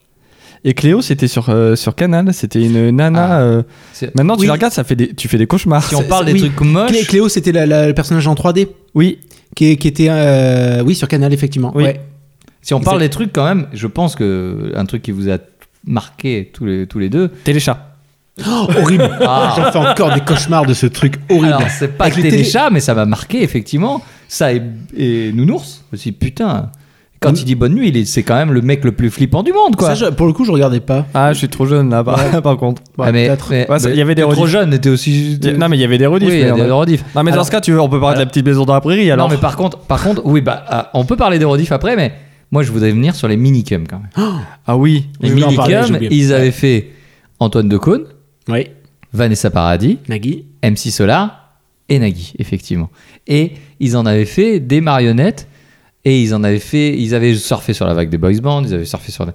Speaker 3: Et Cléo, c'était sur, euh, sur Canal. C'était une nana.
Speaker 2: Ah.
Speaker 3: euh,
Speaker 2: C'est-
Speaker 3: Maintenant, tu
Speaker 1: Oui.
Speaker 3: la regardes, ça fait des, tu fais des cauchemars.
Speaker 2: si on
Speaker 1: c'est-
Speaker 2: parle des
Speaker 1: oui.
Speaker 2: trucs moches,
Speaker 1: Clé- Cléo, c'était la- la- le personnage en 3D
Speaker 3: Oui,
Speaker 1: qui, qui était, euh, oui, sur Canal, effectivement.
Speaker 3: Oui.
Speaker 1: Ouais.
Speaker 2: si on parle
Speaker 1: Exact.
Speaker 2: des trucs quand même, je pense que un truc qui vous a marqué tous les, tous les deux,
Speaker 3: Téléchat.
Speaker 1: Oh, horrible.
Speaker 2: Ah.
Speaker 1: J'en fais encore des cauchemars de ce truc horrible.
Speaker 2: Alors, c'est pas
Speaker 1: Avec
Speaker 2: que
Speaker 1: les télé-
Speaker 2: téléchat, mais ça m'a marqué, effectivement. Ça et, et Nounours aussi, putain. Quand il dit bonne nuit, il est- c'est quand même le mec le plus flippant du monde, quoi.
Speaker 1: Ça, je- pour le coup, je regardais pas.
Speaker 3: Ah, je suis trop jeune là, par, par contre.
Speaker 1: Bon,
Speaker 2: Ah, mais,
Speaker 1: peut-être.
Speaker 2: mais-
Speaker 3: Bah, Ouais, ça-
Speaker 2: mais
Speaker 3: il y avait des
Speaker 2: t'es trop
Speaker 3: rediffs.
Speaker 2: jeune, t'es aussi.
Speaker 3: Il y a- Non, mais il y avait des
Speaker 2: Oui,
Speaker 3: rediffs.
Speaker 2: il y
Speaker 3: mais
Speaker 2: a
Speaker 3: on a-
Speaker 2: des rediffs.
Speaker 3: Non, mais dans
Speaker 2: Alors-
Speaker 3: ce cas, tu veux, on peut parler de la petite maison dans la prairie alors.
Speaker 2: Non, mais par contre, par contre, oui, bah, ah, on peut parler des rediffs après, mais moi, je voudrais venir sur les minicums quand même.
Speaker 3: Ah oui.
Speaker 2: Les
Speaker 1: je voulais en parler,
Speaker 2: minicums,
Speaker 1: j'ai oublié.
Speaker 2: ils avaient fait Antoine Decaune,
Speaker 1: Oui.
Speaker 2: Vanessa Paradis,
Speaker 1: Nagui.
Speaker 2: MC Solar et Nagui, effectivement. Et ils en avaient fait des marionnettes et ils en avaient fait, ils avaient surfé sur la vague des boys bands, ils avaient surfé sur. la-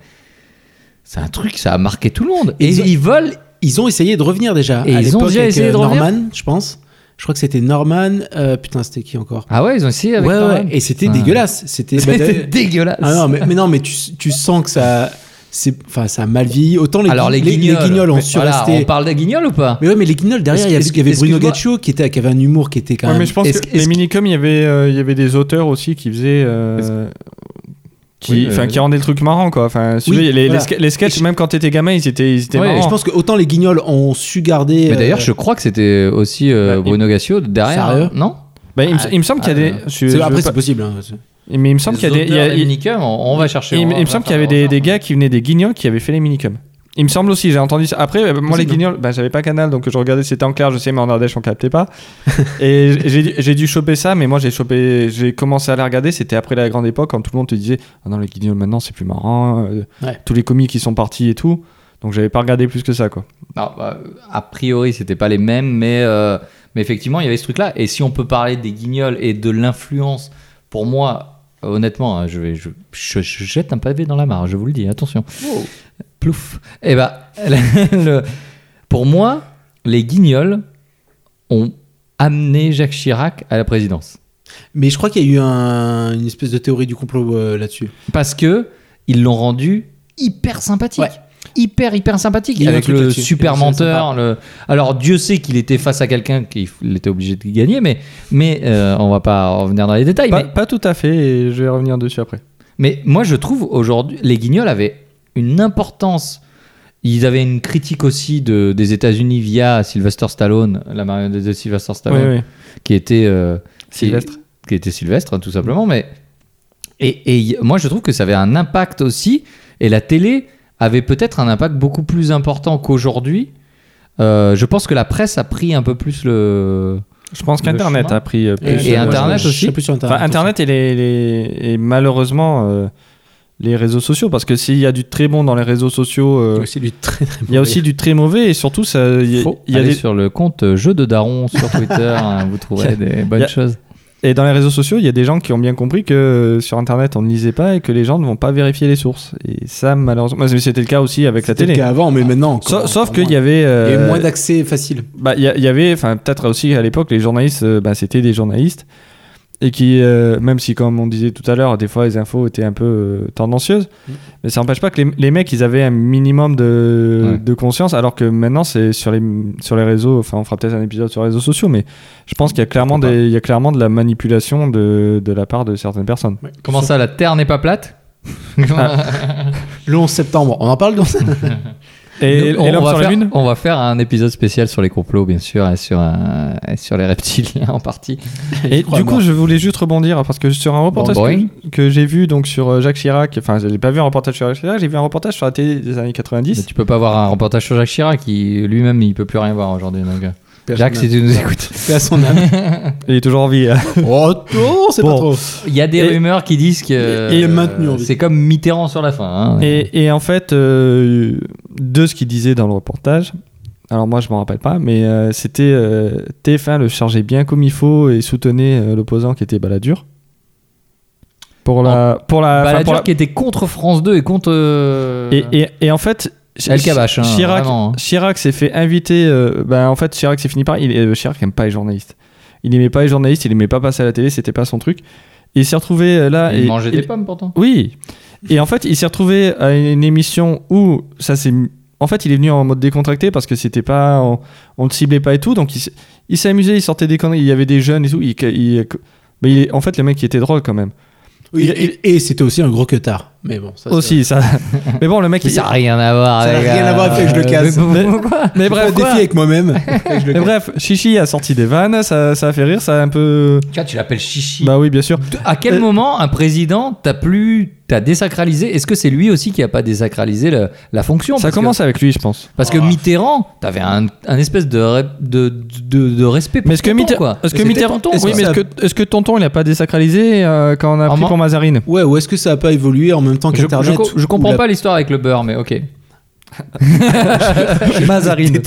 Speaker 2: C'est un truc, ça a marqué tout le monde. Et
Speaker 1: Ils
Speaker 2: ils,
Speaker 1: ont-
Speaker 2: veulent.
Speaker 1: Ils ont essayé de revenir déjà.
Speaker 2: Et
Speaker 1: à
Speaker 2: ils ont
Speaker 1: l'époque
Speaker 2: déjà
Speaker 1: avec,
Speaker 2: essayé
Speaker 1: euh,
Speaker 2: de revenir
Speaker 1: Norman, je pense. Je crois que c'était Norman. euh, putain, c'était qui encore
Speaker 2: Ah ouais, ils ont essayé avec.
Speaker 1: Ouais,
Speaker 2: Norman.
Speaker 1: ouais. Et c'était
Speaker 2: Putain.
Speaker 1: dégueulasse. C'était. bah,
Speaker 2: C'était
Speaker 1: d'ailleurs-
Speaker 2: dégueulasse.
Speaker 1: Ah non, mais, mais non, mais tu, tu sens que ça, c'est, enfin, ça a mal vieilli. Autant les,
Speaker 2: Alors les
Speaker 1: les-
Speaker 2: guignols,
Speaker 1: ont
Speaker 2: mais voilà,
Speaker 1: surresté.
Speaker 2: on parle des guignols ou pas
Speaker 1: Mais ouais, mais les guignols derrière, il y avait,
Speaker 2: Est-ce-
Speaker 1: il y avait Bruno
Speaker 2: excuse-moi.
Speaker 1: Gaccio qui était, qui avait un humour qui était quand
Speaker 3: Ouais,
Speaker 1: même.
Speaker 3: mais je pense
Speaker 2: est-ce-
Speaker 3: que les
Speaker 2: est-ce-
Speaker 3: minicoms, il y avait, euh, il y avait des auteurs aussi qui faisaient. euh,
Speaker 2: Oui,
Speaker 3: Qui,
Speaker 2: euh,
Speaker 3: enfin, qui rendaient le truc marrant quoi. Enfin, si tu
Speaker 1: Oui,
Speaker 3: veux, les, les
Speaker 1: voilà.
Speaker 3: ske- les sketchs,
Speaker 1: Et je-
Speaker 3: même quand t'étais gamin, ils étaient, ils étaient
Speaker 2: Ouais,
Speaker 1: Et je
Speaker 3: marrants.
Speaker 1: pense que autant les guignols ont su garder.
Speaker 2: Mais d'ailleurs,
Speaker 1: euh,
Speaker 2: je crois que c'était aussi euh,
Speaker 3: bah,
Speaker 2: Bruno Gassio derrière,
Speaker 1: Sérieux
Speaker 2: non
Speaker 3: Bah, il, me, il me semble qu'il y a des. je- je
Speaker 1: c'est-
Speaker 3: veux
Speaker 1: après,
Speaker 3: pas-
Speaker 1: c'est possible. hein.
Speaker 3: Mais il me semble
Speaker 2: Les
Speaker 3: qu'il y a des. il y a-
Speaker 2: auteurs des
Speaker 3: il-
Speaker 2: minicums, on, on va chercher.
Speaker 3: il
Speaker 2: on
Speaker 3: me-
Speaker 2: va
Speaker 3: il me
Speaker 2: faire
Speaker 3: semble qu'il y avait
Speaker 2: des
Speaker 3: des, des
Speaker 2: recherches.
Speaker 3: gars qui venaient des guignols qui avaient fait les minicums. Il me semble aussi, j'ai entendu ça. Après, euh, moi, les
Speaker 6: Possible.
Speaker 3: guignols, bah, j'avais pas canal, donc je regardais, c'était en clair, je sais, mais en Ardèche, on captait pas. et j'ai j'ai dû choper ça, mais moi, j'ai chopé, j'ai commencé à la regarder, c'était après la grande époque, quand tout le monde te disait, ah non, les guignols, maintenant, c'est plus marrant, euh,
Speaker 1: Ouais.
Speaker 3: tous les comiques qui sont partis et tout. Donc, j'avais pas regardé plus que ça, quoi.
Speaker 2: Non, bah, a priori, c'était pas les mêmes, mais, euh, mais effectivement, il y avait ce truc-là. Et si on peut parler des guignols et de l'influence, pour moi, honnêtement, hein, je, vais, je, je- je jette un pavé dans la mare, je vous le dis, attention. Plouf. Et bah, le- pour moi, les guignols ont amené Jacques Chirac à la présidence.
Speaker 1: Mais je crois qu'il y a eu un- une espèce de théorie du complot euh, là-dessus.
Speaker 2: Parce que ils l'ont rendu hyper sympathique.
Speaker 1: Ouais.
Speaker 2: Hyper, hyper sympathique.
Speaker 1: Il y a eu un
Speaker 2: avec
Speaker 1: truc
Speaker 2: le
Speaker 1: là-dessus.
Speaker 2: super
Speaker 1: Il y a eu un
Speaker 2: menteur. Le... Alors, Dieu sait qu'il était face à quelqu'un qu'il était obligé de gagner, mais, mais euh, on va pas revenir dans les détails.
Speaker 3: Pas,
Speaker 2: mais-
Speaker 3: pas tout à fait, et je vais revenir dessus après.
Speaker 2: mais moi, je trouve aujourd'hui, les Guignols avaient une importance. Ils avaient une critique aussi de, des États-Unis via Sylvester Stallone, la marionnette de Sylvester Stallone,
Speaker 3: Oui, oui.
Speaker 2: qui était euh, qui-
Speaker 3: Sylvestre.
Speaker 2: qui était Sylvestre, hein, tout simplement. Mais et, et y- moi, je trouve que ça avait un impact aussi, et la télé avait peut-être un impact beaucoup plus important qu'aujourd'hui. Euh, je pense que la presse a pris un peu plus le.
Speaker 3: Je pense
Speaker 2: Le
Speaker 3: qu'Internet
Speaker 2: chemin.
Speaker 3: a pris. euh,
Speaker 2: Et-
Speaker 3: plus,
Speaker 2: et
Speaker 3: euh,
Speaker 2: Internet
Speaker 1: je- je
Speaker 2: aussi
Speaker 1: sais plus sur Internet.
Speaker 3: Enfin, Internet et, les, les- et malheureusement euh, les réseaux sociaux, parce que s'il y a du très bon dans les réseaux sociaux, euh,
Speaker 1: Il y a aussi du très très
Speaker 3: il y a aussi du très mauvais et surtout ça, il y a-
Speaker 2: Faut
Speaker 3: il y a
Speaker 2: aller
Speaker 3: des-
Speaker 2: sur le compte euh, Jeu de Daron sur Twitter, hein, vous trouverez des bonnes
Speaker 3: y a-
Speaker 2: choses.
Speaker 3: et dans les réseaux sociaux, il y a des gens qui ont bien compris que euh, sur Internet on ne lisait pas et que les gens ne vont pas vérifier les sources. Et ça malheureusement, moi, c'était le cas aussi avec la
Speaker 1: C'était le
Speaker 3: télé.
Speaker 1: cas avant, mais maintenant. encore-
Speaker 3: Sa- sauf
Speaker 1: encore
Speaker 3: qu'il
Speaker 1: moins.
Speaker 3: y avait,
Speaker 1: Il y a eu
Speaker 3: euh,
Speaker 1: moins d'accès facile.
Speaker 3: bah, il y, a- il y avait, enfin peut-être aussi à l'époque les journalistes, euh, bah, c'était des journalistes et qui, euh, même si comme on disait tout à l'heure, des fois les infos étaient un peu euh, tendancieuses,
Speaker 2: Mm.
Speaker 3: mais ça n'empêche pas que les, les mecs ils avaient un minimum de,
Speaker 2: Ouais.
Speaker 3: de conscience, alors que maintenant c'est sur les sur les réseaux, enfin on fera peut-être un épisode sur les réseaux sociaux, mais je pense qu'il y a clairement
Speaker 2: Pourquoi
Speaker 3: des, il y a clairement de la manipulation de, de la part de certaines personnes.
Speaker 2: Comment ça, la Terre n'est pas plate
Speaker 3: Ah,
Speaker 1: Le 11 septembre, on en parle dans
Speaker 3: Et, et
Speaker 2: on,
Speaker 3: l'homme
Speaker 2: va
Speaker 3: sur
Speaker 2: faire,
Speaker 3: la lune
Speaker 2: on va faire un épisode spécial sur les complots, bien sûr, et sur, euh, et sur les reptiliens en partie.
Speaker 3: Et
Speaker 1: crois,
Speaker 3: du coup,
Speaker 1: moi.
Speaker 3: je voulais juste rebondir hein, parce que sur un reportage
Speaker 2: Bon, boing.
Speaker 3: que, que j'ai vu donc sur euh, Jacques Chirac, enfin, j'ai pas vu un reportage sur Jacques Chirac, j'ai vu un reportage sur la télé des années
Speaker 2: Mais
Speaker 3: 90.
Speaker 2: tu peux pas voir un reportage sur Jacques Chirac, qui lui-même, il peut plus rien voir aujourd'hui. donc, euh, Jacques, si tu nous écoutes.
Speaker 1: à son âme.
Speaker 3: Il est toujours en vie. hein.
Speaker 1: oh, non, c'est
Speaker 3: Bon.
Speaker 1: pas trop.
Speaker 2: Il y a des
Speaker 3: Et-
Speaker 2: rumeurs qui disent que
Speaker 1: et
Speaker 2: euh,
Speaker 1: maintenu en vie.
Speaker 2: c'est comme Mitterrand sur la fin. hein.
Speaker 3: Et, et en fait, euh, de ce qu'il disait dans le reportage, alors moi je m'en rappelle pas, mais euh, c'était euh, TF1 le chargeait bien comme il faut et soutenait euh, l'opposant qui était Balladur. Pour la. Pour la, enfin,
Speaker 2: Balladur
Speaker 3: pour la-
Speaker 2: Bah, qui était contre France 2 et contre euh,
Speaker 3: et, et- et en fait.
Speaker 2: El Kabash. hein,
Speaker 3: Chirac,
Speaker 2: vraiment, hein.
Speaker 3: Chirac s'est fait inviter. euh, ben, en fait, Chirac s'est fini par. Il, euh, Chirac aime pas les journalistes. Il aimait pas les journalistes, il aimait pas passer à la télé, c'était pas son truc. Et il s'est retrouvé euh, là.
Speaker 2: Il
Speaker 3: et,
Speaker 2: mangeait des
Speaker 3: il-
Speaker 2: pommes pourtant.
Speaker 3: Oui. Et en fait, il s'est retrouvé à une émission où ça s'est. En fait, il est venu en mode décontracté parce que c'était pas. On, on le ciblait pas et tout. Donc, il s'est- il s'est amusé, il sortait des conneries. Il y avait des jeunes et tout. Il, il- mais il est- en fait, le mec, il était drôle quand même.
Speaker 1: Oui, et- et c'était aussi un gros cutard. Mais bon, ça. c'est-
Speaker 3: Aussi, ça. mais bon, le mec,
Speaker 2: Mais
Speaker 3: il.
Speaker 2: Ça n'a rien à voir.
Speaker 1: Ça n'a
Speaker 2: avec, euh,
Speaker 1: rien à voir avec que je le casse.
Speaker 2: mais-
Speaker 3: Mais- Mais bref,
Speaker 1: défi
Speaker 3: quoi.
Speaker 1: avec moi-même.
Speaker 3: Mais bref, Chichi a sorti des vannes, ça, ça a fait rire, ça a un peu.
Speaker 2: Tu vois, tu l'appelles Chichi.
Speaker 3: Bah oui, bien sûr.
Speaker 2: à quel
Speaker 3: euh,
Speaker 2: moment un président t'a plus t'a désacralisé Est-ce que c'est lui aussi qui a pas désacralisé le- la fonction
Speaker 3: Ça
Speaker 2: Parce que-
Speaker 3: commence avec lui, je pense.
Speaker 2: parce que
Speaker 1: Ah.
Speaker 2: Mitterrand, t'avais un, un espèce de, ré- de, de, de respect pour
Speaker 3: Mais est-ce que
Speaker 2: tonton,
Speaker 3: Mitterrand.
Speaker 2: quoi.
Speaker 3: Est-ce que
Speaker 2: C'était
Speaker 3: Mitterrand.
Speaker 2: tonton,
Speaker 1: est-ce
Speaker 2: quoi.
Speaker 3: Oui, mais est-ce que, est-ce que Tonton, il a pas désacralisé euh, quand on a
Speaker 2: En
Speaker 3: pris
Speaker 2: man-
Speaker 3: pour Mazarine
Speaker 1: Ouais, ou est-ce que ça a pas évolué en même temps
Speaker 2: Je, je
Speaker 1: qu'Internet
Speaker 2: co- je
Speaker 1: ou
Speaker 2: comprends
Speaker 1: la-
Speaker 2: pas l'histoire avec le beurre, mais ok.
Speaker 3: Mazarine.